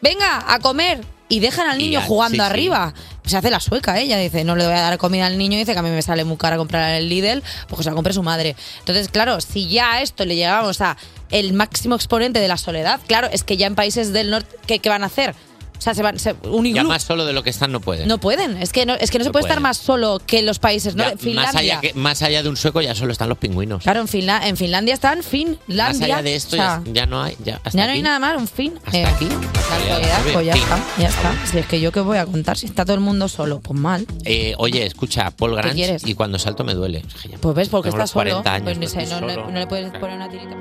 S1: venga a comer. Y dejan al
S2: Y
S1: niño
S2: al-
S1: jugando
S2: sí, sí.
S1: arriba. Se hace la sueca, ¿eh? ella dice, no le voy a dar comida al niño, dice que a mí me sale muy cara comprar en el Lidl, porque se la compre su madre. Entonces, claro, si ya a esto le llevamos a el máximo exponente de la soledad, claro, es que ya en países del norte, ¿qué, qué van a hacer? O sea, se van, se, un
S2: Ya
S1: iglú.
S2: más solo de lo que están no pueden.
S1: No pueden, es que no, es que no, se
S2: No
S1: puede estar
S2: pueden.
S1: más solo que los países, ¿no?
S2: Ya,
S1: En
S2: más,
S1: Finlandia.
S2: allá que- más allá de un sueco ya solo están los pingüinos.
S1: Claro, en, Finla- en Finlandia están Finlandia.
S2: más allá de esto
S1: o sea,
S2: ya, ya no hay. Ya, hasta
S1: ya no
S2: aquí.
S1: hay nada más, un fin.
S2: Hasta
S1: eh,
S2: aquí.
S1: la
S2: Ya,
S1: soledad,
S2: se ve.
S1: pues ya
S2: Fin.
S1: está, ya está. Si es que yo qué voy a contar, si está todo el mundo solo, pues mal.
S2: Eh, oye, escucha, Paul Grange
S1: quieres?
S2: y cuando salto me duele. Es que ya-
S1: Pues ves, porque
S2: Tengo
S1: estás
S2: los 40
S1: solo.
S2: años,
S1: pues ni
S2: no
S1: sé,
S2: estoy
S1: no, no-
S2: solo.
S1: no le puedes poner una tirita.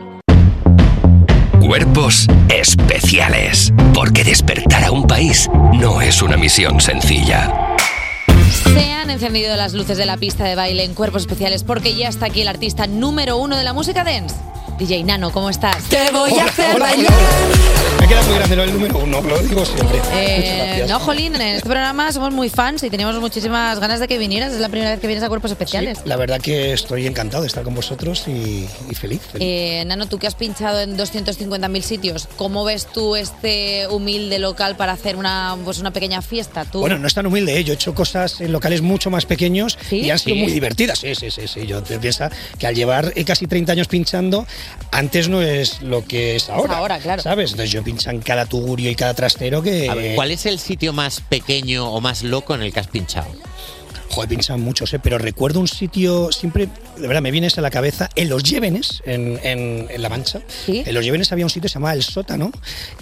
S4: Cuerpos especiales. Porque despertar a un país no es una misión sencilla.
S1: Se han encendido las luces de la pista de baile en cuerpos especiales porque ya está aquí el artista número uno de la música dance. DJ Nano, ¿cómo estás? Te voy a hacer bailar.
S13: Me queda muy grande lo del número uno, lo digo siempre.
S1: Eh, no, Jolín, en este programa somos muy fans y teníamos muchísimas ganas de que vinieras. Es la primera vez que vienes a Cuerpos Especiales.
S13: La verdad que estoy encantado de estar con vosotros y, y feliz. feliz.
S1: Eh, Nano, tú que has pinchado en 250.000 sitios, ¿cómo ves tú este humilde local para hacer una, pues una pequeña fiesta? ¿Tú?
S13: Bueno, no es tan humilde, ¿eh? yo he hecho cosas en locales mucho más pequeños y han sido Sí. muy divertidas. Sí, sí, sí, sí. Yo te piensa que al llevar eh, casi 30 años pinchando, antes no es lo que es ahora.
S1: ahora, claro.
S13: ¿Sabes? Entonces yo pincho en cada tugurio y cada trastero que.
S2: A ver, ¿cuál es el sitio más pequeño o más loco en el que has pinchado?
S13: Joder, pinchan muchos, ¿eh? pero recuerdo un sitio, siempre, de verdad, me vienes a la cabeza, en los Llévenes, en, en- en La Mancha, en los Llévenes había un sitio que se llamaba El Sótano,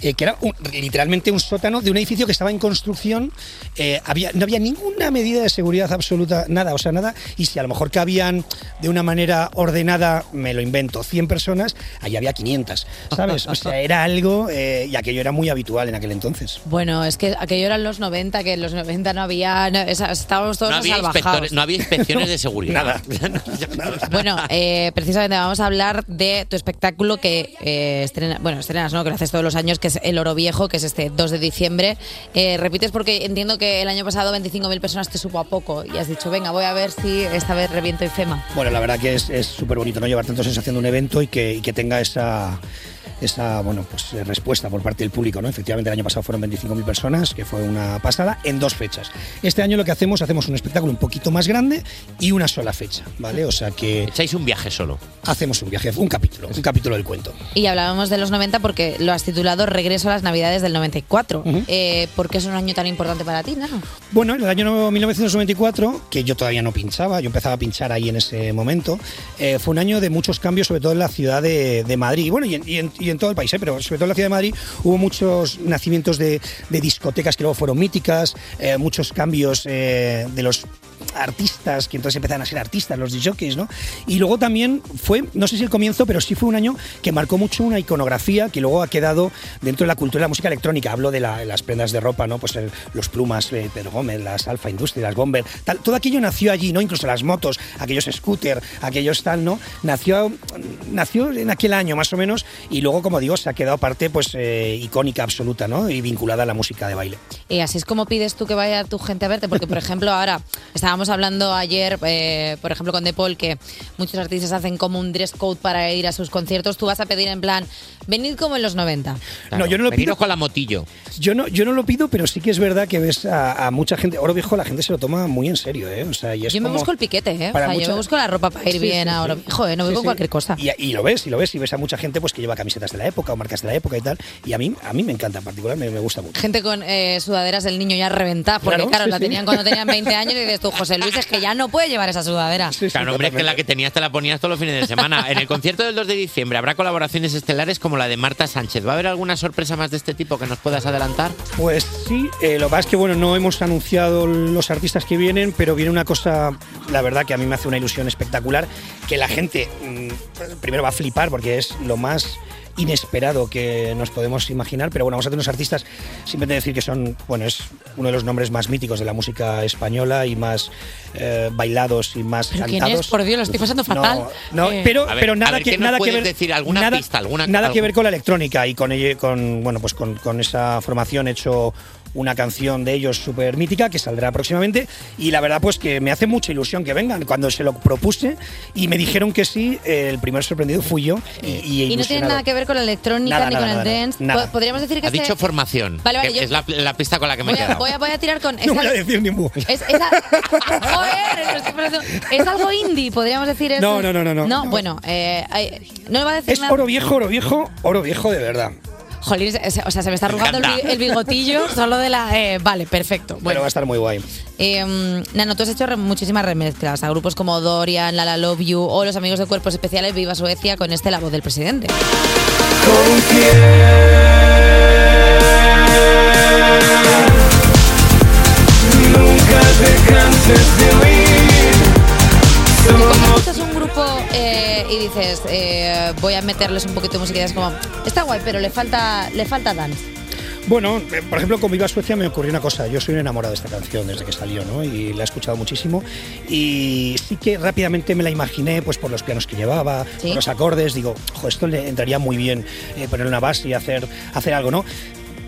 S13: eh, que era un- literalmente un sótano de un edificio que estaba en construcción, eh, había, no había ninguna medida de seguridad absoluta, nada, o sea, nada, y si a lo mejor cabían de una manera ordenada, me lo invento, 100 personas, allí había 500, ¿sabes? O sea, era algo, eh, y aquello era muy habitual en aquel entonces.
S1: Bueno, es que aquello eran los 90, que en los 90 no había. no, esa- estábamos todos
S2: No había,
S1: salvajados.
S2: inspectores- no había inspecciones de seguridad. (laughs) Nada.
S1: (laughs) Bueno, eh, precisamente vamos a hablar de tu espectáculo que eh, estrena- bueno, estrenas, ¿no? Que lo haces todos los años, que es El Oro Viejo, que es este 2 de diciembre. Eh, repites porque entiendo que el año pasado 25.000 personas te supo a poco y has dicho, venga, voy a ver si esta vez reviento y fema.
S13: Bueno, la verdad que es es súper bonito no llevar tanto sensación de un evento y que, y que tenga esa, esa bueno, pues, eh, respuesta por parte del público. ¿no? Efectivamente, el año pasado fueron 25.000 personas, que fue una pasada, en dos fechas. Este año lo que hacemos, hacemos un espectáculo un poquito más grande y una sola fecha, ¿vale? O sea que...
S2: Echáis un viaje solo.
S13: Hacemos un viaje, un capítulo, un capítulo del cuento.
S1: Y hablábamos de los 90 porque lo has titulado Regreso a las Navidades del 94.
S13: Ujú.
S1: Eh, ¿Por qué es un año tan importante para ti, Nano?
S13: Bueno, en el año 1994, que yo todavía no pinchaba, yo empezaba a pinchar ahí en ese momento, eh, fue un año de muchos cambios, sobre todo en la ciudad de, de Madrid, y bueno, y en, y en- y en todo el país, eh, pero sobre todo en la ciudad de Madrid hubo muchos nacimientos de, de discotecas que luego fueron míticas, eh, muchos cambios eh, de los artistas, que entonces empezaron a ser artistas, los jockeys, ¿no? Y luego también fue, no sé si el comienzo, pero sí fue un año que marcó mucho una iconografía que luego ha quedado dentro de la cultura de la música electrónica. Hablo de la- las prendas de ropa, ¿no? Pues el- los plumas, eh, Pedro Gómez, las Alfa Industria, las Bomber, tal. Todo aquello nació allí, ¿no? Incluso las motos, aquellos scooter, aquellos tal, ¿no? Nació, nació en aquel año más o menos y luego, como digo, se ha quedado parte pues eh, icónica absoluta, ¿no? Y vinculada a la música de baile.
S1: Y así es como pides tú que vaya tu gente a verte,
S13: (laughs)
S1: porque por ejemplo ahora estábamos hablando ayer, eh, por ejemplo con De Paul, que muchos artistas hacen como un dress code para ir a sus conciertos, tú vas a pedir en plan, venid como en los 90.
S13: no, yo no lo
S2: Veniros
S13: pido
S2: con la motillo.
S13: Yo no, yo no lo pido, pero sí que es verdad que ves a, a mucha gente. Oro viejo, la gente se lo toma muy en serio, ¿eh? O sea, y es
S1: Yo me
S13: como-
S1: busco el piquete, ¿eh? O
S13: para
S1: sea, yo
S13: mucha-
S1: me busco la ropa para ir
S13: Sí,
S1: bien
S13: sí,
S1: ahora.
S13: sí.
S1: Joder, no voy
S13: Sí,
S1: con
S13: sí.
S1: cualquier cosa.
S13: Y, y lo ves, y lo ves, y ves a mucha gente pues que lleva camisetas de la época o marcas de la época y tal. Y a mí, a mí me encanta en particular, me, me gusta mucho.
S1: Gente con eh, sudaderas del niño ya reventadas, porque
S13: Claro,
S1: claro,
S13: sí,
S1: la
S13: sí. (laughs)
S1: tenían cuando tenían 20 años y dices tú, José José Luis es que ya no puede llevar esa sudadera.
S2: Claro, hombre, es que la que tenías te la ponías todos los fines de semana. En el concierto del 2 de diciembre habrá colaboraciones estelares como la de Marta Sánchez. ¿Va a haber alguna sorpresa más de este tipo que nos puedas adelantar?
S13: Pues sí, eh, lo que pasa es que bueno, no hemos anunciado los artistas que vienen, pero viene una cosa, la verdad que a mí me hace una ilusión espectacular, que la gente mm, primero va a flipar porque es lo más inesperado que nos podemos imaginar, pero bueno, vamos a tener unos artistas, simplemente decir que son, bueno, es uno de los nombres más míticos de la música española y más eh, bailados y más
S1: ¿Pero quién
S13: cantados.
S1: es? Por Dios, lo estoy pasando
S13: No,
S1: fatal.
S13: No,
S1: Eh.
S13: pero,
S2: A ver,
S13: pero nada
S2: a ver,
S13: que
S2: ¿qué nos
S13: nada que
S2: puedes
S13: ver
S2: decir? ¿Alguna
S13: nada,
S2: pista, alguna-
S13: nada que
S2: algo?
S13: ver con la electrónica y con ello- con bueno, pues con, con esa formación hecho una canción de ellos súper mítica que saldrá próximamente y la verdad pues que me hace mucha ilusión que vengan cuando se lo propuse y me dijeron que sí eh, el primer sorprendido fui yo y, y
S1: Y no tiene
S13: ilusionado.
S1: nada que ver con la electrónica
S13: Nada,
S1: ni
S13: nada,
S1: con el
S13: nada,
S1: dance.
S13: nada.
S1: Po- Podríamos decir que
S2: Ha
S1: este-
S2: dicho formación,
S1: Vale, vale,
S2: que
S1: yo-
S2: es la, la pista con la que me he
S1: voy, a,
S2: quedado.
S1: voy a- voy a tirar con.
S13: (laughs) no
S1: esa-
S13: voy a decir ningún
S1: Es, esa- (laughs) Joder, lo estoy pensando. es algo indie, podríamos decir eso.
S13: No, no, no, no, no.
S1: No, bueno, eh, ay, no le va a decir
S13: es
S1: nada.
S13: oro viejo oro viejo oro viejo de verdad
S1: Jolín, se- se- o sea, se me está arrugando el, bi-
S13: encanta.
S1: el bigotillo solo de la. eh, vale, perfecto.
S13: pero
S1: Bueno,
S13: va a estar muy guay
S1: Eh, mm, Nano, tú has hecho re- muchísimas remezclas a grupos como Dorian, La La Love You o los amigos de Cuerpos Especiales Viva Suecia con este La Voz del Presidente. Escuchas un grupo eh, y dices, eh, voy a meterles un poquito de música y es como, está guay, pero le falta, le falta dance.
S13: Bueno, eh, por ejemplo, con Viva Suecia me ocurrió una cosa. Yo soy un enamorado de esta canción desde que salió, ¿no? Y la he escuchado muchísimo. Y sí que rápidamente me la imaginé, pues por los pianos que llevaba,
S1: Sí.
S13: por los acordes. Digo, "Jo, esto le entraría muy bien eh, poner una base y hacer, hacer algo, ¿no?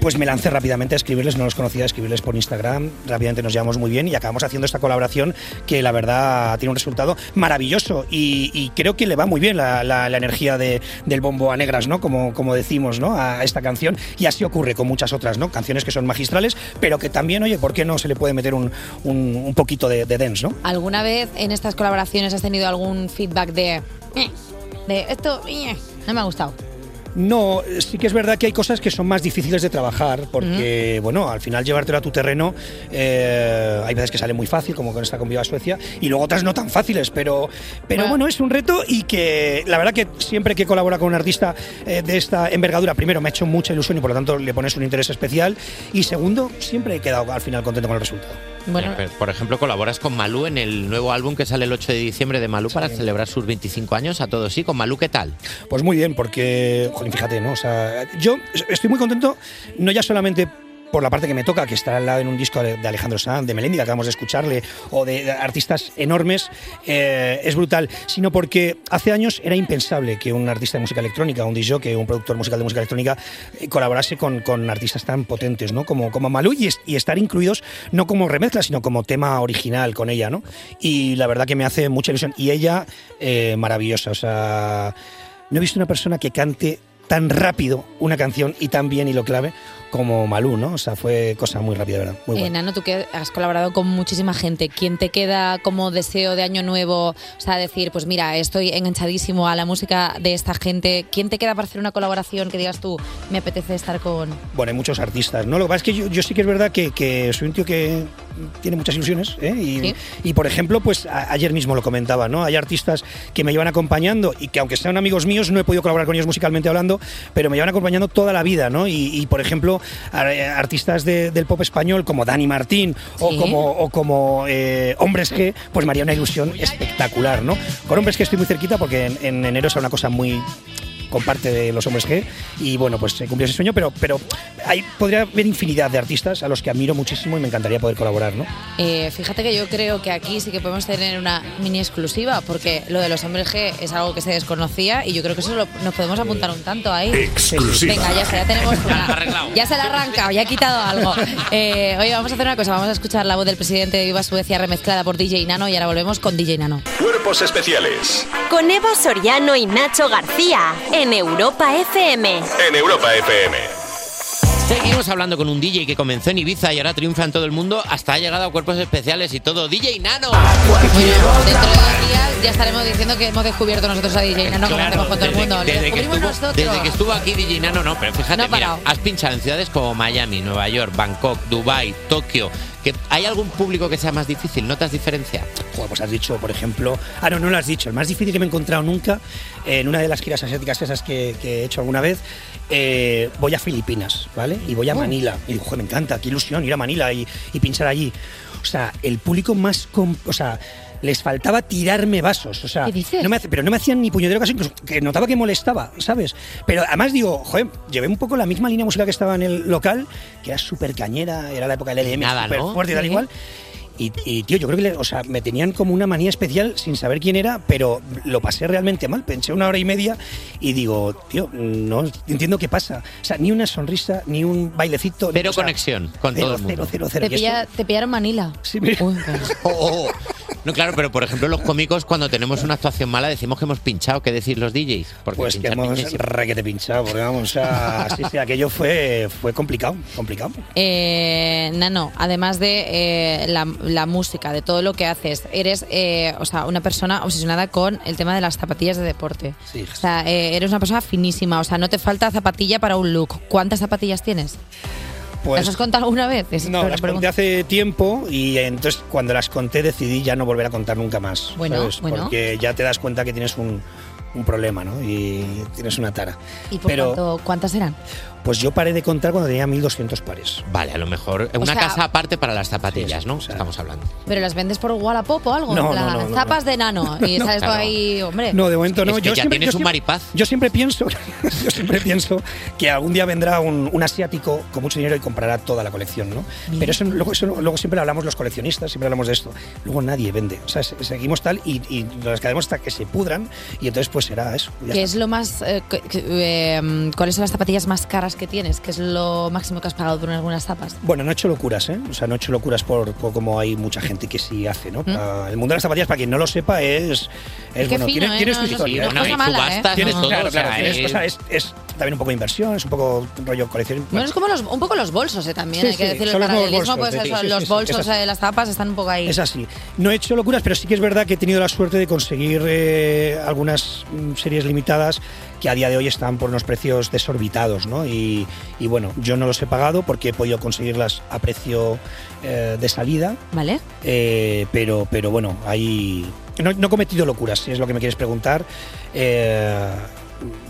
S13: Pues me lancé rápidamente a escribirles, no los conocía, a escribirles por Instagram, rápidamente nos llevamos muy bien y acabamos haciendo esta colaboración que la verdad tiene un resultado maravilloso y, y creo que le va muy bien la, la- la energía de- del bombo a negras, ¿no? Como, como decimos, ¿no? A esta canción y así ocurre con muchas otras, ¿no? Canciones que son magistrales, pero que también, oye, ¿por qué no se le puede meter un, un- un poquito de, de dance, ¿no?
S1: ¿Alguna vez en estas colaboraciones has tenido algún feedback de, "Eh", de esto eh, no me ha gustado?
S13: No, sí que es verdad que hay cosas que son más difíciles de trabajar porque, bueno, al final llevártelo a tu terreno eh, hay veces que sale muy fácil, como con esta con Viva Suecia, y luego otras no tan fáciles, pero, pero bueno. es un reto y que la verdad que siempre que colabora con un artista eh, de esta envergadura, primero me ha hecho mucha ilusión y por lo tanto le pones un interés especial y segundo, siempre he quedado al final contento con el resultado.
S1: Bueno.
S2: Pero, Por ejemplo, colaboras con Malú en el nuevo álbum que sale el 8 de diciembre de Malú para celebrar sus 25 años. A todos sí, con Malú, ¿qué tal?
S13: Pues muy bien, porque, jolín, fíjate, ¿no? O sea, yo estoy muy contento, no ya solamente por la parte que me toca, que estar al lado en un disco de de Alejandro Sanz, de Melendi, que acabamos de escucharle, o de de artistas enormes, eh, es brutal, sino porque hace años era impensable que un artista de música electrónica, un DJ, que un productor musical de música electrónica, eh, colaborase con, con artistas tan potentes, ¿no? Como, como Malú, y, es- y estar incluidos no como remezcla, sino como tema original con ella, ¿no? Y la verdad que me hace mucha ilusión. Y ella, eh, maravillosa, o sea... No he visto una persona que cante tan rápido una canción y tan bien y lo clave como Malú, ¿no? O sea, fue cosa muy rápida, ¿verdad? Muy
S1: Eh,
S13: buena.
S1: Nano, tú que has colaborado con muchísima gente, ¿quién te queda como deseo de año nuevo? O sea, decir, pues mira, estoy enganchadísimo a la música de esta gente. ¿Quién te queda para hacer una colaboración que digas tú, me apetece estar con...?
S13: Bueno, hay muchos artistas, ¿no? Lo que pasa es que yo, yo sí que es verdad que, que soy un tío que tiene muchas ilusiones, ¿eh? Y, y, por ejemplo, pues a- ayer mismo lo comentaba, ¿no? Hay artistas que me llevan acompañando y que aunque sean amigos míos, no he podido colaborar con ellos musicalmente hablando, pero me llevan acompañando toda la vida, ¿no? Y, y, por ejemplo, ar- eh, artistas de- del pop español como Dani Martín o
S7: Sí.
S13: como o como eh, Hombres G, pues me haría una ilusión espectacular, ¿no? Con Hombres G estoy muy cerquita porque en, en enero será una cosa muy comparte de los hombres G y bueno pues se cumplió ese sueño pero pero hay, podría haber infinidad de artistas a los que admiro muchísimo y me encantaría poder colaborar ¿no?
S1: Eh, fíjate que yo creo que aquí sí que podemos tener una mini exclusiva, porque lo de los hombres G es algo que se desconocía y yo creo que eso lo- nos podemos apuntar un tanto ahí.
S12: Exclusiva.
S1: Venga, ya está, ya tenemos una. Ya se la arranca, ya ha quitado algo. Eh, oye, vamos a hacer una cosa, vamos a escuchar la voz del presidente de Viva Suecia remezclada por DJ Nano y ahora volvemos con DJ Nano.
S6: Cuerpos especiales
S5: Con E- Evo Soriano y Nacho García en Europa FM.
S6: en Europa FM.
S2: Seguimos hablando con un DJ que comenzó en Ibiza y ahora triunfa en todo el mundo, hasta ha llegado a cuerpos especiales y todo. DJ Nano.
S1: Ya estaremos diciendo que hemos descubierto nosotros a DJ Nano, como hacemos con todo el
S2: desde-
S1: mundo. Lo
S2: desde que
S1: descubrimos
S2: estuvo-
S1: nosotros.
S2: Desde que estuvo aquí DJ Nano, no, pero fíjate,
S1: No ha
S2: mira,
S1: parado.
S2: has pinchado en ciudades como Miami, Nueva York, Bangkok, Dubai, Tokio, que que hay algún público que sea más difícil, ¿notas diferencia?
S13: Joder, pues has dicho, por ejemplo. Ah, no, no lo has dicho. El más difícil que me he encontrado nunca eh, en una de las giras asiáticas esas que, que he hecho alguna vez. eh, voy a Filipinas, ¿vale? Y
S2: Oh.
S13: voy a Manila. Y digo, joder, me encanta, qué ilusión ir a Manila y, y pinchar allí. O sea, el público más. com- o sea, les faltaba tirarme vasos. O sea, No me hace- pero no me hacían ni puñetero caso, incluso que notaba que molestaba, ¿sabes? Pero además digo, joder, llevé un poco la misma línea musical que estaba en el local, que era súper cañera, era la época del LM,
S2: Nada,
S13: súper
S2: ¿no?
S13: fuerte y tal
S2: Sí.
S13: igual. Y, y, tío, yo creo que le- o sea, me tenían como una manía especial sin saber quién era, pero lo pasé realmente mal. Pensé una hora y media y digo, tío, no entiendo qué pasa. O sea, ni una sonrisa, ni un bailecito.
S2: Cero
S13: o sea,
S2: conexión con
S13: cero,
S2: todo el mundo.
S13: Cero, cero,
S1: Te,
S13: cero. Y
S1: pilla- te pillaron Manila.
S13: (laughs)
S1: Uy, claro.
S2: Oh, oh. No, claro, pero por ejemplo, los cómicos, cuando tenemos una actuación mala, decimos que hemos pinchado. ¿Qué decís los DJs? Porque
S13: Pues que
S2: pinchar,
S13: hemos
S2: pincháis siempre.
S13: requete pinchado, porque vamos, o sea, sí, sí, aquello fue, fue complicado, complicado.
S1: Eh, Nano, además de eh, la, la música, de todo lo que haces, eres eh, o sea, una persona obsesionada con el tema de las zapatillas de deporte.
S13: Sí.
S1: O sea, eh, eres una persona finísima, o sea, no te falta zapatilla para un look. ¿Cuántas zapatillas tienes?
S13: Pues-
S1: ¿Las has contado alguna vez? Es
S13: No,
S1: una
S13: las
S1: pregunta.
S13: conté hace tiempo y eh, entonces cuando las conté decidí ya no volver a contar nunca más.
S1: Bueno,
S13: ¿sabes?
S1: bueno.
S13: Porque ya te das cuenta que tienes un, un problema, ¿no? Y tienes una tara.
S1: ¿Y por
S13: Pero
S1: tanto, cuántas eran?
S13: pues yo paré de contar cuando tenía 1200 pares.
S2: Vale, a lo mejor una
S1: sea-
S2: casa aparte para las zapatillas, ¿no? Estamos hablando.
S1: ¿Pero las vendes por Wallapop o algo?
S2: No,
S1: En
S2: no,
S1: plan,
S2: no, no,
S1: zapas de
S13: (laughs)
S1: nano. Y
S2: No.
S1: sales todo
S2: Claro.
S1: ahí, hombre.
S13: No, de momento no.
S2: Es que ya tienes un
S13: siempre- Yo siempre pienso, (laughs) yo siempre pienso que algún día vendrá un, un asiático con mucho dinero y comprará toda la colección, ¿no?
S1: Mira.
S13: Pero eso luego, eso luego siempre lo hablamos los coleccionistas, siempre hablamos de esto. Luego nadie vende. O sea, se- seguimos tal y, y nos quedamos hasta que se pudran y entonces pues será eso. ya
S1: ¿Qué es
S13: está.
S1: lo más. eh, que- que, eh, ¿Cuáles son las zapatillas más caras que tienes? ¿Qué es lo máximo que has pagado por algunas zapas?
S13: Bueno, no he hecho locuras, ¿eh? O sea, no he hecho locuras por, por como hay mucha gente que sí hace,
S1: Mm.
S13: ¿no? Para- El mundo de las zapatillas, para quien no lo sepa, es. es
S1: Qué
S13: bueno,
S1: fino,
S13: tiene,
S1: ¿eh?
S13: tiene
S1: No,
S13: su
S1: no,
S13: historia.
S1: no es Bueno, cosa hay mala, subastas, ¿eh?
S13: Tienes-
S1: no,
S13: claro,
S1: o sea,
S13: claro, tienes-
S1: es-
S13: o sea, es, es también un poco de inversión, es un poco rollo colección.
S1: Bueno, es como los, un poco los bolsos, eh, también.
S13: Pues Sí,
S1: hay que
S13: sí,
S1: decirlo.
S13: son
S1: El
S13: los nuevos
S1: paralelismo,
S13: bolsos,
S1: pues
S13: sí,
S1: eso,
S13: sí, sí,
S1: los
S13: sí, sí,
S1: bolsos,
S13: es así.
S1: eh, las zapas están un poco ahí.
S13: Es así. No he hecho locuras, pero sí que es verdad que he tenido la suerte de conseguir eh, algunas mm, series limitadas que a día de hoy están por unos precios desorbitados, ¿no? Y, y bueno, yo no los he pagado porque he podido conseguirlas a precio eh, de salida.
S1: ¿Vale?
S13: Eh, pero, pero bueno, ahí. No, no he cometido locuras, si es lo que me quieres preguntar. Eh,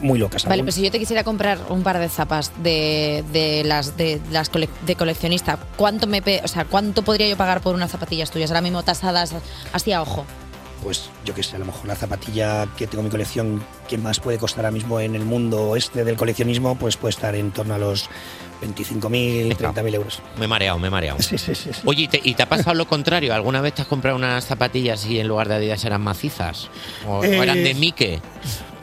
S13: muy locas.
S1: Vale, pues
S13: Algún-
S1: pero si yo te quisiera comprar un par de zapas de, de las de las cole- de coleccionista, ¿cuánto me pe- o sea, cuánto podría yo pagar por unas zapatillas tuyas ahora mismo tasadas así a ojo?
S13: Pues yo qué sé, a lo mejor la zapatilla que tengo en mi colección, que más puede costar ahora mismo en el mundo este del coleccionismo, pues puede estar en torno a los 25.000, 30.000 euros.
S2: Me he mareado, me he mareado.
S13: Sí, sí, sí. sí.
S2: Oye, ¿y te, y te ha pasado lo contrario? ¿Alguna vez te has comprado unas zapatillas y en lugar de Adidas eran macizas? ¿O, o
S13: Eh,
S2: eran de Mike?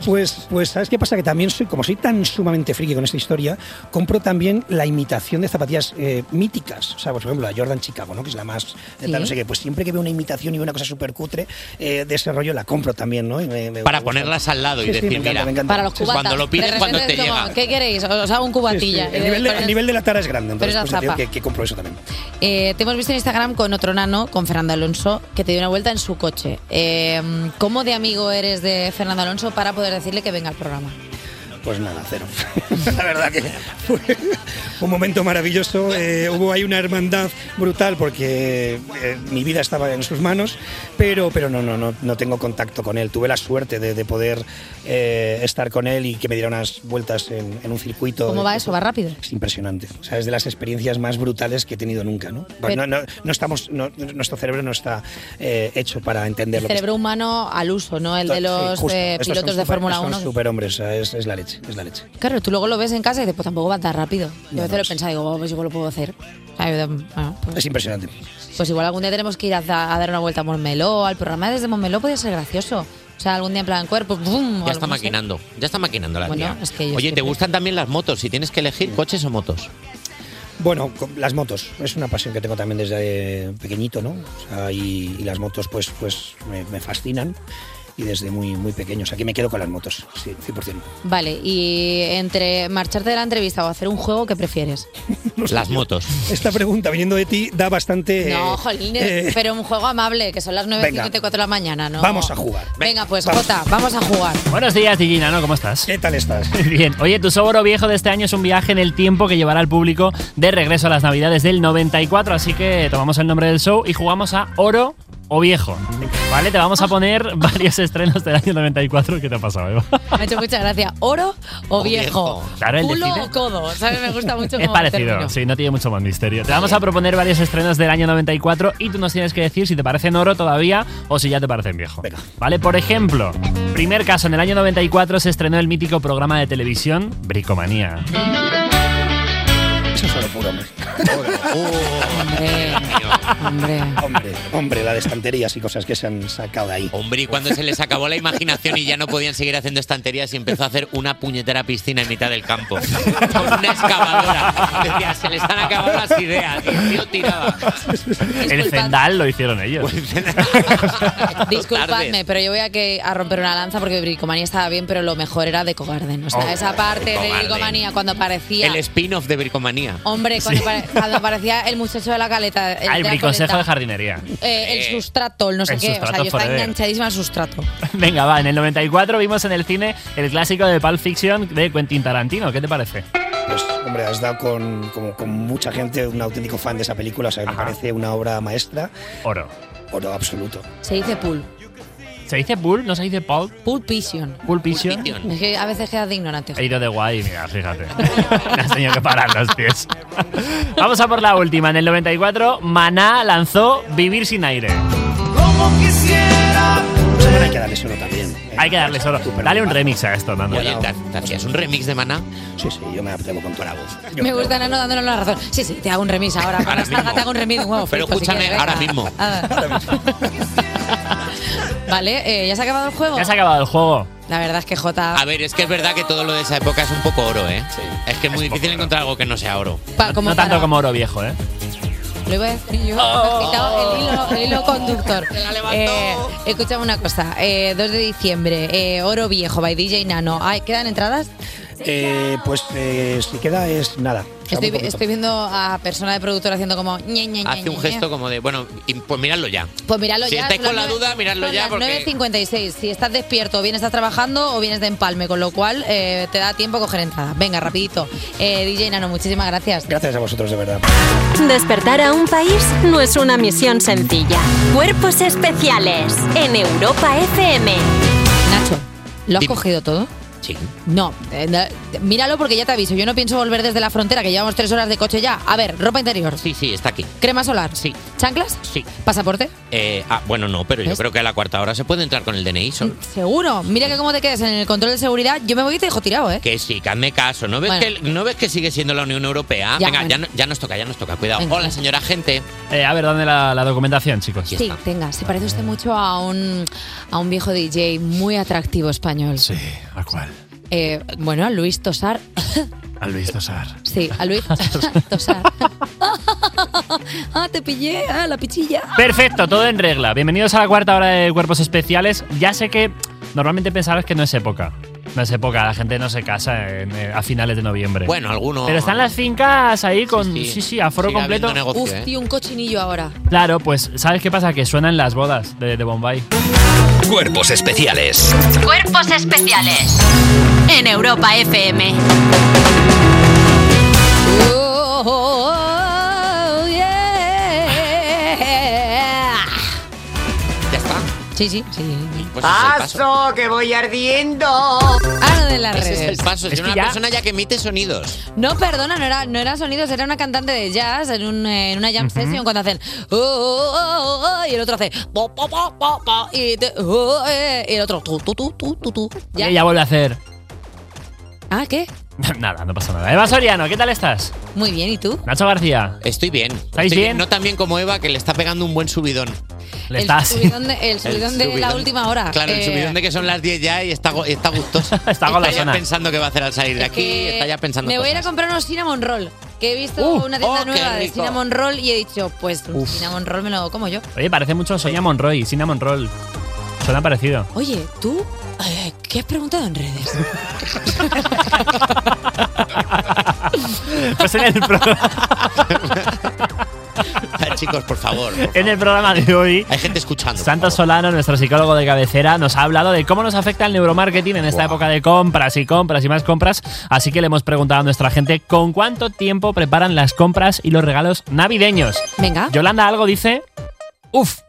S13: Pues, pues, ¿sabes qué pasa? Que también soy, como soy tan sumamente friki con esta historia, compro también la imitación de zapatillas eh, míticas. O sea, pues, por ejemplo, la Jordan Chicago, ¿no? Que es la más. eh, tal,
S2: Sí.
S13: no sé qué. Pues siempre que veo una imitación y veo una cosa súper cutre eh, de ese rollo, la compro también, ¿no? Y me- me-
S2: Para
S13: me gusta.
S2: ponerlas al lado y
S13: Sí, sí,
S2: decir,
S13: me encanta,
S2: mira,
S13: me encanta.
S1: Para los
S13: Sí, sí.
S1: cubatas.
S2: Cuando lo pides,
S1: De
S2: cuando
S1: repente
S2: te
S1: es como,
S2: llega.
S1: ¿Qué queréis? Os os hago un cubatilla. Eh,
S13: Sí, sí. El, nivel de, el nivel de la tara es grande,
S1: pero es
S13: entonces
S1: la
S13: pues, te digo
S1: zapa.
S13: que, que compro eso también.
S1: Eh, te hemos visto en Instagram con otro nano, con Fernando Alonso, que te dio una vuelta en su coche. Eh, ¿Cómo de amigo eres de Fernando Alonso para poder decirle que venga al programa?
S13: Pues nada, cero. (laughs) la verdad que fue un momento maravilloso. eh, hubo ahí una hermandad brutal porque eh, mi vida estaba en sus manos, pero, pero no, no, no, no tengo contacto con él. Tuve la suerte de, de poder eh, estar con él y que me diera unas vueltas en, en un circuito.
S1: ¿Cómo va eso? ¿Va rápido?
S13: Es impresionante. O sea, es de las experiencias más brutales que he tenido nunca, ¿no? Porque
S1: Pero-
S13: no, no- no estamos, no- nuestro cerebro no está eh, hecho para entender
S1: El
S13: lo que
S1: cerebro humano al uso, ¿no? El de
S13: Sí,
S1: los
S13: justo.
S1: eh,
S13: Estos son
S1: pilotos de
S13: super-
S1: Fórmula
S13: estos
S1: 1.
S13: Son superhombres, o sea, es, es la leche, es la leche.
S1: Claro, tú luego lo ves en casa y dices, pues tampoco va tan rápido. Yo
S13: No,
S1: a
S13: no
S1: veces lo he pensado, digo, oh, pues igual lo puedo hacer. O sea, yo, bueno, pues,
S13: Es impresionante.
S1: pues igual algún día tenemos que ir a, da- a dar una vuelta a Montmeló, al programa desde Montmeló podría ser gracioso. O sea, algún día en plan cuerpo, ¡bum! o
S2: Ya está
S1: algún-
S2: maquinando, ya está maquinando la
S1: Bueno,
S2: tía.
S1: es que yo
S2: Oye, ¿te
S1: siempre-
S2: gustan también las motos? Si tienes que elegir coches o motos.
S13: Bueno, con- las motos, es una pasión que tengo también desde eh, pequeñito, ¿no? O sea, y, y las motos pues, pues me, me fascinan. y desde muy, muy pequeño. O sea, que me quedo con las motos, sí, 100%.
S1: Vale, y entre marcharte de la entrevista o hacer un juego, ¿qué prefieres?
S2: Las motos.
S13: Esta pregunta viniendo de ti da bastante...
S1: no,
S13: eh,
S1: jolines,
S13: eh,
S1: pero un juego amable, que son las 9
S13: venga.
S1: y 4 de la mañana, ¿no?
S13: Vamos a jugar.
S1: Venga, pues
S3: Vamos.
S1: Jota, vamos a jugar.
S3: Buenos días, Digina, ¿no? ¿Cómo estás?
S13: ¿Qué tal estás?
S3: (laughs) Bien. Oye, tu soboro viejo de este año es un viaje en el tiempo que llevará al público de regreso a las Navidades del 94, así que tomamos el nombre del show y jugamos a Oro o Viejo. ¿Vale? Te
S1: Ah.
S3: vamos a poner (laughs) varios estrenos del año 94. ¿Qué te ha pasado, Eva?
S1: Me ha hecho mucha gracia. ¿Oro
S3: (laughs)
S1: o viejo?
S3: Claro, él
S1: ¿Culo
S3: decide.
S1: o codo? ¿Sabes? Me gusta mucho
S3: Es
S1: como
S3: parecido,
S1: término.
S3: sí, no tiene mucho más misterio. Te vamos a proponer varios estrenos del año 94 y tú nos tienes que decir si te parecen oro todavía o si ya te parecen viejo. Vale, por ejemplo, primer caso, en el año 94 se estrenó el mítico programa de televisión Bricomanía.
S13: Eso es oro puro, hombre.
S2: Oh,
S1: hombre. Hombre.
S13: Hombre, la de estanterías y cosas que se han sacado de ahí.
S2: Hombre, y cuando se les acabó la imaginación y ya no podían seguir haciendo estanterías y empezó a hacer una puñetera piscina en mitad del campo. Con una excavadora. Decía, se les han acabado las ideas. Y el tío tiraba. Pues
S3: El Zendal lo hicieron ellos.
S2: (laughs)
S1: Disculpadme, pero yo voy a, que, a romper una lanza porque Bricomanía estaba bien, pero lo mejor era Deco Garden. O sea,
S2: Oh,
S1: esa parte de
S2: Decogarden.
S1: Bricomanía cuando parecía.
S2: El spin-off de Bricomanía.
S1: Hombre, cuando,
S2: Sí.
S1: pare- cuando aparecía el muchacho de la caleta. El,
S3: Ah, el
S1: de la
S3: briconsejo
S1: coleta.
S3: de jardinería.
S1: Eh, el sustrato, el no sé
S3: El
S1: qué. O sea,
S3: sustrato
S1: yo estaba
S3: forever.
S1: enganchadísima al sustrato.
S3: Venga, va, en el 94 vimos en el cine el clásico de Pulp Fiction de Quentin Tarantino. ¿Qué te parece?
S13: Pues, hombre, has dado con, como, con mucha gente, un auténtico fan de esa película. O sea, me parece una obra maestra.
S3: Oro.
S13: Oro absoluto.
S1: Se dice pool.
S3: ¿Se dice Bull? ¿No se dice Paul?
S1: Pulpition.
S3: Pulpition.
S1: Es que a veces quedas de ignorante.
S3: He ido de guay, mira, fíjate. Me has tenido que parar los pies. Vamos a por la última. En el 94, Maná lanzó Vivir sin aire.
S25: Como quisiera.
S13: Hay que darle solo también.
S3: Hay que darle solo. Dale un remix a esto, Nando.
S13: Oye, ¿te-
S2: un remix de Maná?
S13: Sí, sí, yo me apego con toda la voz.
S1: Me gusta Nano dándonos la razón. Sí, sí, te hago un remis ahora. Para esta te hago un remis de un huevo
S2: Pero
S1: frito, si
S2: escúchame
S1: quieres, venga. Ah.
S2: (laughs) ahora mismo.
S1: (laughs) Vale, eh, ¿ya se ha acabado el juego?
S2: Ya se ha acabado el Ah, juego.
S1: La verdad es que Jota,
S2: A ver, es que es verdad que todo lo de esa época es un poco oro, ¿eh? Es que es muy difícil encontrar algo que no sea oro.
S1: Pa- como
S2: no
S1: tanto para-
S3: como oro viejo, ¿eh?
S1: lo iba a decir yo, me has quitado el hilo, el hilo conductor. Eh, escúchame una cosa, eh, 2 de diciembre, eh, Oro Viejo by DJ Nano. Ay, ¿Quedan entradas?
S13: Eh, pues eh, si queda es nada. O sea, muy
S1: Estoy, vi-
S13: poquito.
S1: estoy viendo a persona de productor haciendo como... Ñe, Ñe, Ñe,
S2: Hace un
S1: Ñe,
S2: gesto como de, bueno, y- pues miradlo ya.
S1: Pues miradlo
S2: Si
S1: ya.
S2: estáis
S1: son
S2: con
S1: las
S2: la
S1: nueve-
S2: duda, miradlo
S1: son
S2: ya,
S1: las
S2: porque-
S1: 9.56. Si estás despierto, o bien estás trabajando o vienes de empalme, con lo cual eh, te da tiempo a coger entrada. Venga, rapidito. Eh, DJ Nano, muchísimas gracias.
S13: Gracias a vosotros, de verdad.
S5: Despertar a un país no es una misión sencilla. Cuerpos especiales en Europa FM.
S1: Nacho, ¿lo has cogido todo?
S2: Sí.
S1: No, eh, no, míralo porque ya te aviso. Yo no pienso volver desde la frontera, que llevamos tres horas de coche ya. A ver, ropa interior.
S2: Sí, sí, está aquí.
S1: ¿Crema solar? Sí. ¿Chanclas?
S2: Sí.
S1: ¿Pasaporte?
S2: Eh, ah, bueno, no, pero yo creo que a la cuarta hora se puede entrar con el DNI solo.
S1: Seguro. Mira que como te quedes en el control de seguridad, yo me voy y te dejo tirado, ¿eh?
S2: Que sí, que hazme caso. ¿No ves,
S1: Bueno.
S2: que, ¿No ves que sigue siendo la Unión Europea?
S1: Ya,
S2: Venga,
S1: bueno.
S2: ya, no- ya nos toca, ya nos toca. Cuidado. Hola, señora gente.
S3: Eh, a ver, ¿dónde la, la documentación, chicos?
S1: Sí, tenga, se parece usted mucho a un, a un viejo DJ muy atractivo español. Sí,
S3: ¿a cuál?
S1: bueno, a Luis (laughs) Tosar.
S3: Al Luis Tosar.
S1: Sí, a (laughs) Luis Tosar. (laughs) ah, te pillé, ah, la pichilla.
S3: Perfecto, todo en regla. Bienvenidos a la cuarta hora de Cuerpos Especiales. Ya sé que normalmente pensarás que no es época. No es época, la gente no se casa en, eh, a finales de noviembre.
S2: Bueno, alguno-
S3: Pero están las fincas ahí con. Sí, sí, aforo
S2: Sigue
S3: completo.
S2: habiendo negocio, ¿eh?
S1: Tío, un cochinillo ahora.
S3: Claro, pues, ¿sabes qué pasa? Que suenan las bodas de, de Bombay.
S4: Cuerpos especiales.
S5: Cuerpos especiales en Europa FM. oh,
S1: Oh, yeah.
S2: ¿Ya está?
S1: Sí, sí, sí.
S2: Pues ese es el paso.
S1: que voy ardiendo. Ah, lo de las
S2: Ese
S1: redes.
S2: es el paso.
S1: Es
S2: Es
S1: que
S2: una
S1: ya-
S2: persona ya que emite sonidos.
S1: No, perdona, no era, no era sonidos, era una cantante de jazz en, un, eh, en una jam session cuando hacen "Oh, oh, oh, oh, oh", y el otro hace "Po, po, po, po, po", y, te- "Oh, eh", y el otro tu, tu, tu, tu, tu, tu. Ya.
S3: Y ella vuelve a hacer. (laughs)
S1: Ah, ¿qué?
S3: nada, no pasa nada. Eva Soriano, ¿qué tal estás?
S1: Muy bien, ¿y tú?
S3: Nacho García.
S2: Estoy bien.
S3: ¿Estáis
S2: Estoy
S3: bien?
S2: No tan bien como Eva, que le está pegando un buen subidón.
S3: Le está
S1: El
S3: (laughs)
S1: subidón
S2: (laughs)
S1: de, el subidón de la
S2: subidón.
S1: última hora.
S2: Claro, el
S1: Eh,
S2: subidón de que son las 10 ya y está, go-
S3: (laughs)
S2: está gustosa. está
S3: golosona.
S2: ya pensando qué va a hacer al salir de aquí.
S1: que
S2: Está ya pensando
S1: Me voy a ir a
S2: cosas.
S1: comprar unos cinnamon roll, que he visto una tienda
S2: oh, qué
S1: nueva de
S2: rico.
S1: cinnamon roll y he dicho, pues un
S3: Uf.
S1: cinnamon roll me lo como yo.
S3: Oye, parece mucho Sonia Monroy, Sina Monroy. Suena parecido.
S1: Oye, ¿tú eh, qué has preguntado en redes? (laughs)
S3: (laughs) Pues en
S2: (laughs)
S3: el pro-
S2: Chicos, por favor.
S3: En el programa de hoy.
S2: Hay gente escuchando.
S3: Santos Solano, nuestro psicólogo de cabecera, nos ha hablado de cómo nos afecta el neuromarketing en esta época de compras y compras y más compras. Así que le hemos preguntado a nuestra gente con cuánto tiempo preparan las compras y los regalos navideños.
S1: Venga.
S3: Yolanda algo dice. Uf.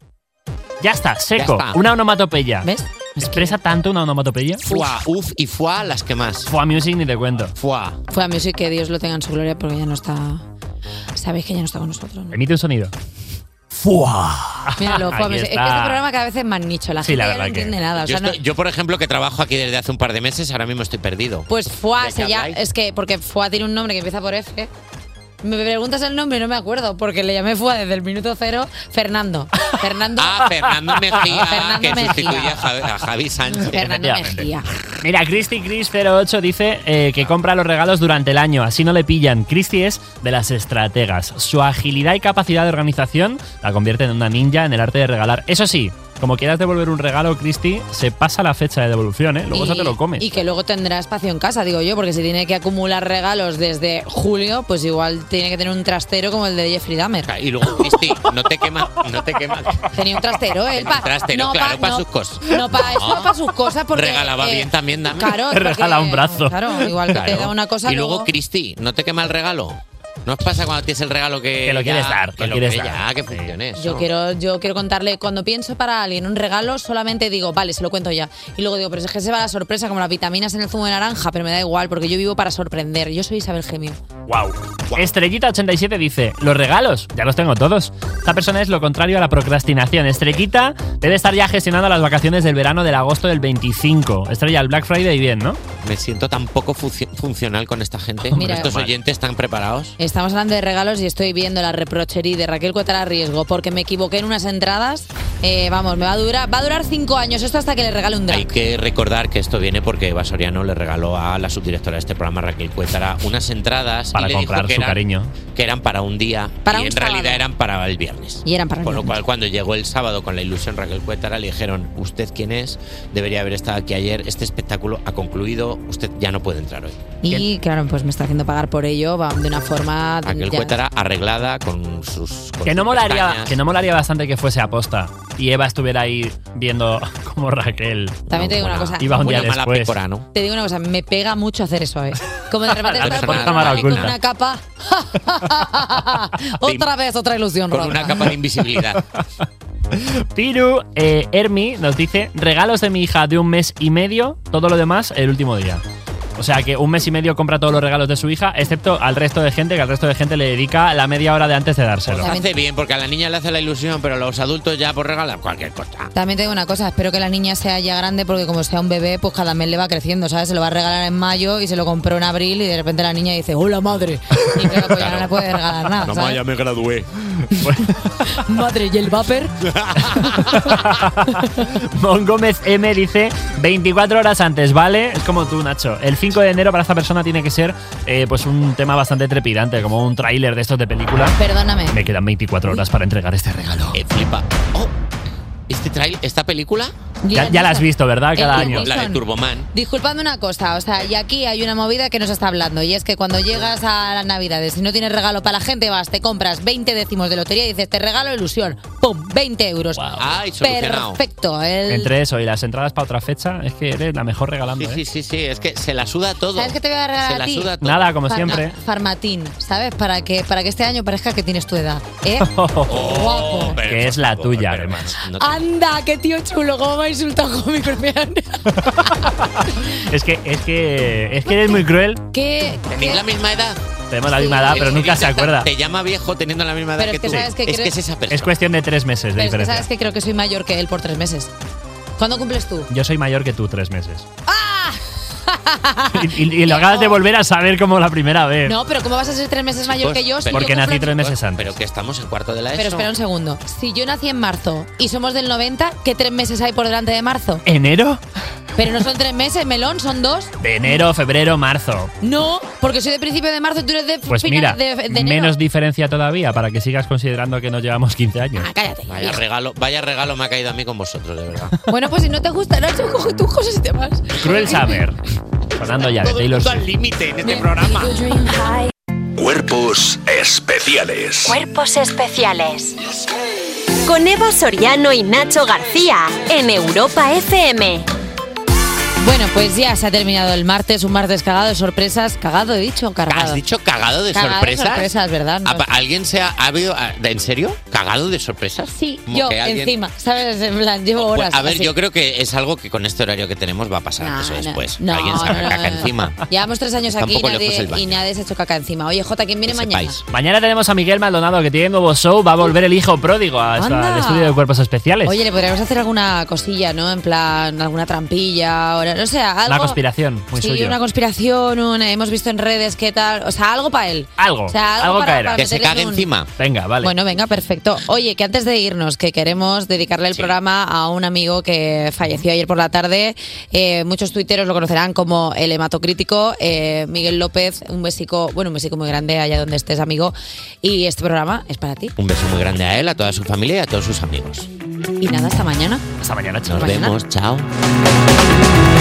S3: Ya está, seco.
S2: está.
S3: Una onomatopeya. ¿Ves? ¿Expresa tanto una onomatopeya?
S2: Fua, uf y fua las que más.
S3: Fua music ni te cuento.
S2: Fua.
S1: Fue a Music, que Dios lo tenga en su gloria porque ya no está. Sabéis que ya no está
S2: (laughs)
S1: con nosotros. ¿no?
S3: Emite un sonido. Fua.
S1: (laughs) Míralo, Fue a
S2: Aquí
S1: Music. Es que
S2: está.
S1: este programa cada vez es más nicho. La
S2: Sí, la
S1: gente ya no
S2: verdad que-
S1: entiende nada. O
S2: yo,
S1: sea, no-
S2: estoy- yo, por ejemplo, que trabajo aquí desde hace un par de meses, ahora mismo estoy perdido.
S1: Pues Fua
S2: ¿De
S1: se
S2: qué
S1: ya.
S2: habláis?
S1: Es que porque Fua tiene un nombre que empieza por F. Me preguntas el nombre y no me acuerdo porque le llamé Fua desde el minuto cero
S2: (laughs)
S1: Fernando. Fernando.
S2: Ah, (laughs)
S1: (laughs)
S2: Fernando Mejía,
S1: Fernando
S2: que
S1: Mejía.
S2: sustituye a Javi, a Javi Sánchez.
S1: Fernando Mejía.
S3: Mira, Christy Chris 08 dice eh, que compra los regalos durante el año, así no le pillan. Christy es de las estrategas. Su agilidad y capacidad de organización la convierte en una ninja en el arte de regalar. Eso sí, como quieras devolver un regalo, Christy, se pasa la fecha de devolución, ¿eh? Luego
S1: Y-
S3: eso te lo comes.
S1: Y que luego tendrá espacio en casa, digo yo, porque si tiene que acumular regalos desde julio, pues igual tiene que tener un trastero como el de Jeffrey Dahmer.
S2: Y luego, Cristi, no te quema, no te quema.
S1: Tenía
S2: (laughs)
S1: un trastero, él
S2: Un trastero, claro, para sus cosas. Ah.
S1: No, para eso, para sus cosas, (laughs) porque.
S2: Regalaba
S1: eh,
S2: bien también, dame.
S1: claro, Te regala porque- un
S2: brazo.
S1: Claro, igual que te da una cosa,
S2: Y luego,
S1: luego-
S2: Cristi, ¿no te quema el regalo? ¿No os pasa cuando tienes el regalo que.
S3: Que lo
S2: ya-
S3: quieres dar,
S2: Que
S3: lo
S2: lo
S3: quieres
S2: que
S3: dar.
S2: ya, que funcione eso.
S1: Yo quiero, yo quiero contarle, cuando pienso para alguien un regalo, solamente digo, vale, se lo cuento ya. Y luego digo, pero es que se va la sorpresa, como las vitaminas en el zumo de naranja, pero me da igual, porque yo vivo para sorprender. Yo soy Isabel Gemio.
S3: Wow. Estrellita87 dice, los regalos, ya los tengo todos. Esta persona es lo contrario a la procrastinación. Estrellita debe estar ya gestionando las vacaciones del verano del agosto del 25. Estrella, el Black Friday bien, ¿no?
S2: Me siento tan poco funci- funcional con esta gente.
S1: Mira-
S2: ¿Estos
S1: Mal.
S2: oyentes están preparados?
S1: Estamos hablando de regalos y estoy viendo la reprochería de Raquel Cuatara Riesgo porque me equivoqué en unas entradas. Eh, vamos, me va a durar, va a durar cinco años esto hasta que le regale un drag.
S2: Hay que recordar que esto viene porque Eva Soriano le regaló a la subdirectora de este programa, Raquel Cuétara, unas entradas. y
S3: Para
S2: le dijo
S3: comprar
S2: que
S3: su
S2: eran-
S3: cariño.
S2: Que eran para un día
S1: Para
S2: y
S1: un
S2: en
S1: sábado.
S2: realidad eran para el viernes.
S1: Y eran para
S2: Con
S1: mí.
S2: lo cual, cuando llegó el sábado con la ilusión Raquel Cuétara, le dijeron, ¿usted quién es? Debería haber estado aquí ayer, este espectáculo ha concluido, usted ya no puede entrar hoy.
S1: Y claro, pues me está haciendo pagar por ello va, de una forma.
S2: Raquel
S1: ya-
S2: Cuétara arreglada con sus... con
S3: Que no,
S2: sus
S3: molaría,
S2: pestañas.
S3: que no molaría bastante que fuese aposta y Eva estuviera ahí viendo (laughs) como Raquel
S1: También te digo una cosa.
S3: iba un día
S1: Una mala
S3: después.
S2: pecora, ¿no?
S1: Te digo una cosa, me pega mucho hacer eso, ¿eh? Como
S2: (laughs)
S1: de repente
S2: No
S1: te
S2: pasa
S1: pones
S2: nada,
S1: ahí con
S2: oculta.
S1: una (laughs) capa. otra vez, otra ilusión.
S2: Con
S1: Rafa.
S2: una capa de
S3: (laughs)
S2: invisibilidad.
S3: Piru eh, Hermi nos dice regalos de mi hija de un mes y medio, todo lo demás el último día. O sea que un mes y medio compra todos los regalos de su hija, excepto al resto de gente, que al resto de gente le dedica la media hora de antes de dárselo.
S2: Lo hace bien porque a la niña le hace la ilusión, pero a los adultos ya por regalar cualquier cosa.
S1: También te digo una cosa, espero que la niña sea ya grande porque como sea un bebé, pues cada mes le va creciendo, ¿sabes? Se lo va a regalar en mayo y se lo compró en abril y de repente la niña dice, hola madre. Y claro, pues ya no le puede regalar nada. ¿sabes?
S24: ya me gradué.
S1: Madre, ¿y el vapor?
S3: (laughs) Mon Gómez M dice 24 horas antes, ¿vale? Es como tú, Nacho. El 5 de enero para esta persona tiene que ser eh, pues un tema bastante trepidante, como un tráiler de estos de película.
S1: Perdóname.
S3: Me quedan 24 horas para entregar este regalo.
S2: flipa. ¿Este trail, esta película?
S3: Ya, ya la has visto, ¿verdad? Cada año.
S2: La de Turboman.
S1: (laughs) Disculpadme una cosa, o sea, y aquí hay una movida que nos está hablando y es que cuando llegas a las navidades, si no tienes regalo para la gente, vas, te compras 20 décimos de lotería y dices, te regalo ilusión, ¡pum! 20 euros.
S2: Ay, solucionado.
S1: Perfecto. El...
S3: Entre eso y las entradas para otra fecha, es que eres la mejor regalando.
S2: Sí,
S3: ¿eh?
S2: sí, sí, sí, es que se la suda todo.
S1: ¿Sabes qué te voy a regalar
S2: Se
S1: a
S2: la
S1: ti?
S2: suda todo.
S3: Nada, como
S1: Farma-
S3: siempre.
S1: Farmatín, ¿sabes? Para que, para que este año parezca que tienes tu edad.
S3: (laughs)
S1: ¿eh?
S3: Oh, que es la tuya, además.
S1: Anda, qué tío chulo, cómo me ha insultado con mi propia.
S3: Es que, es que, es que eres muy cruel.
S1: ¿Qué?
S2: Tenéis la misma edad.
S3: Tenemos la misma edad, pero nunca se acuerda.
S2: Te llama viejo teniendo la misma edad
S1: Pero es
S2: que
S1: que
S2: tú.
S1: sabes que
S2: es
S1: creo-
S2: que es esa persona.
S3: Es cuestión de tres meses de
S1: Pero es que
S3: diferencia.
S1: sabes que creo que soy mayor que él por tres meses. ¿Cuándo cumples tú?
S3: Yo soy mayor que tú tres meses.
S1: ¡Ah!
S3: (laughs) y, y- y lo
S1: (laughs)
S3: acabas de volver a saber como la primera vez.
S1: No, pero ¿cómo vas a ser tres meses mayor que yo? si
S3: Eh. porque
S1: yo cumplo
S3: nací
S1: en-
S3: tres meses antes.
S2: Pero que estamos en cuarto de la Pues, ESO.
S1: Pero espera un segundo. Si yo nací en marzo y somos del 90, ¿qué tres meses hay por delante de marzo?
S3: ¿Enero?
S1: Pero no son tres meses, melón, son dos.
S3: De enero, febrero, marzo.
S1: No, porque soy de principio de marzo, tú eres de
S3: Pues mira,
S1: finales de, de enero.
S3: menos diferencia todavía para que sigas considerando que nos llevamos 15 años.
S1: Ah,
S2: Vaya regalo, vaya regalo me ha caído a mí con vosotros, de verdad.
S1: Bueno, pues si no te gusta, Nacho, coge tus cosas y te vas.
S3: Cruel Summer. Sonando ya de Taylor Swift.
S2: límite en
S3: este programa.
S6: Cuerpos especiales.
S5: Cuerpos especiales. Con Evo Soriano y Nacho García en Europa FM.
S1: Bueno, pues ya se ha terminado el martes, un martes cagado de sorpresas. Cagado, he dicho, cargado.
S2: ¿Has dicho cagado de
S1: Cagado
S2: sorpresas?
S1: sorpresas, ¿verdad? No.
S2: ¿A- ¿Alguien se ha, ha habido, a- en serio? ¿Cagado de sorpresas?
S1: Sí,
S2: Como
S1: yo
S2: que alguien-
S1: encima, ¿sabes? En plan, llevo
S2: Pues,
S1: horas.
S2: a ver,
S1: así.
S2: yo creo que es algo que con este horario que tenemos va a pasar antes o
S1: No, no,
S2: después.
S1: no,
S2: Alguien se haga
S1: no,
S2: caca
S1: no.
S2: encima.
S1: Llevamos tres años
S2: Está un
S1: aquí y
S2: poco lejos
S1: nadie,
S2: el baño.
S1: y nadie se choca acá encima. Oye, Jota, ¿quién viene mañana?
S3: Mañana tenemos a Miguel Maldonado que tiene nuevo show. Va a volver el hijo pródigo a- hasta
S1: Anda.
S3: el estudio de cuerpos especiales.
S1: Oye, le podríamos hacer alguna cosilla, ¿no? En plan, alguna trampilla, o no sé, algo.
S3: Una conspiración, muy
S1: sí,
S3: suyo.
S1: una conspiración, un- hemos visto en redes qué tal. O sea, algo para él.
S3: Algo,
S1: O sea, algo,
S3: algo
S1: para-
S3: caerá.
S1: para meterle un-
S3: Venga, vale.
S1: Bueno, venga, perfecto. Oye, que antes de irnos, que queremos dedicarle el programa a un amigo que falleció ayer por la tarde. Eh, muchos tuiteros lo conocerán como el hematocrítico. Eh, Miguel López, un besico, bueno, un besico muy grande allá donde estés, amigo. Y este programa es para ti.
S2: Un beso muy grande a él, a toda su familia y a todos sus amigos.
S1: Y nada, hasta mañana.
S3: Hasta mañana,
S2: Nos
S1: Mañana.
S2: vemos, chao.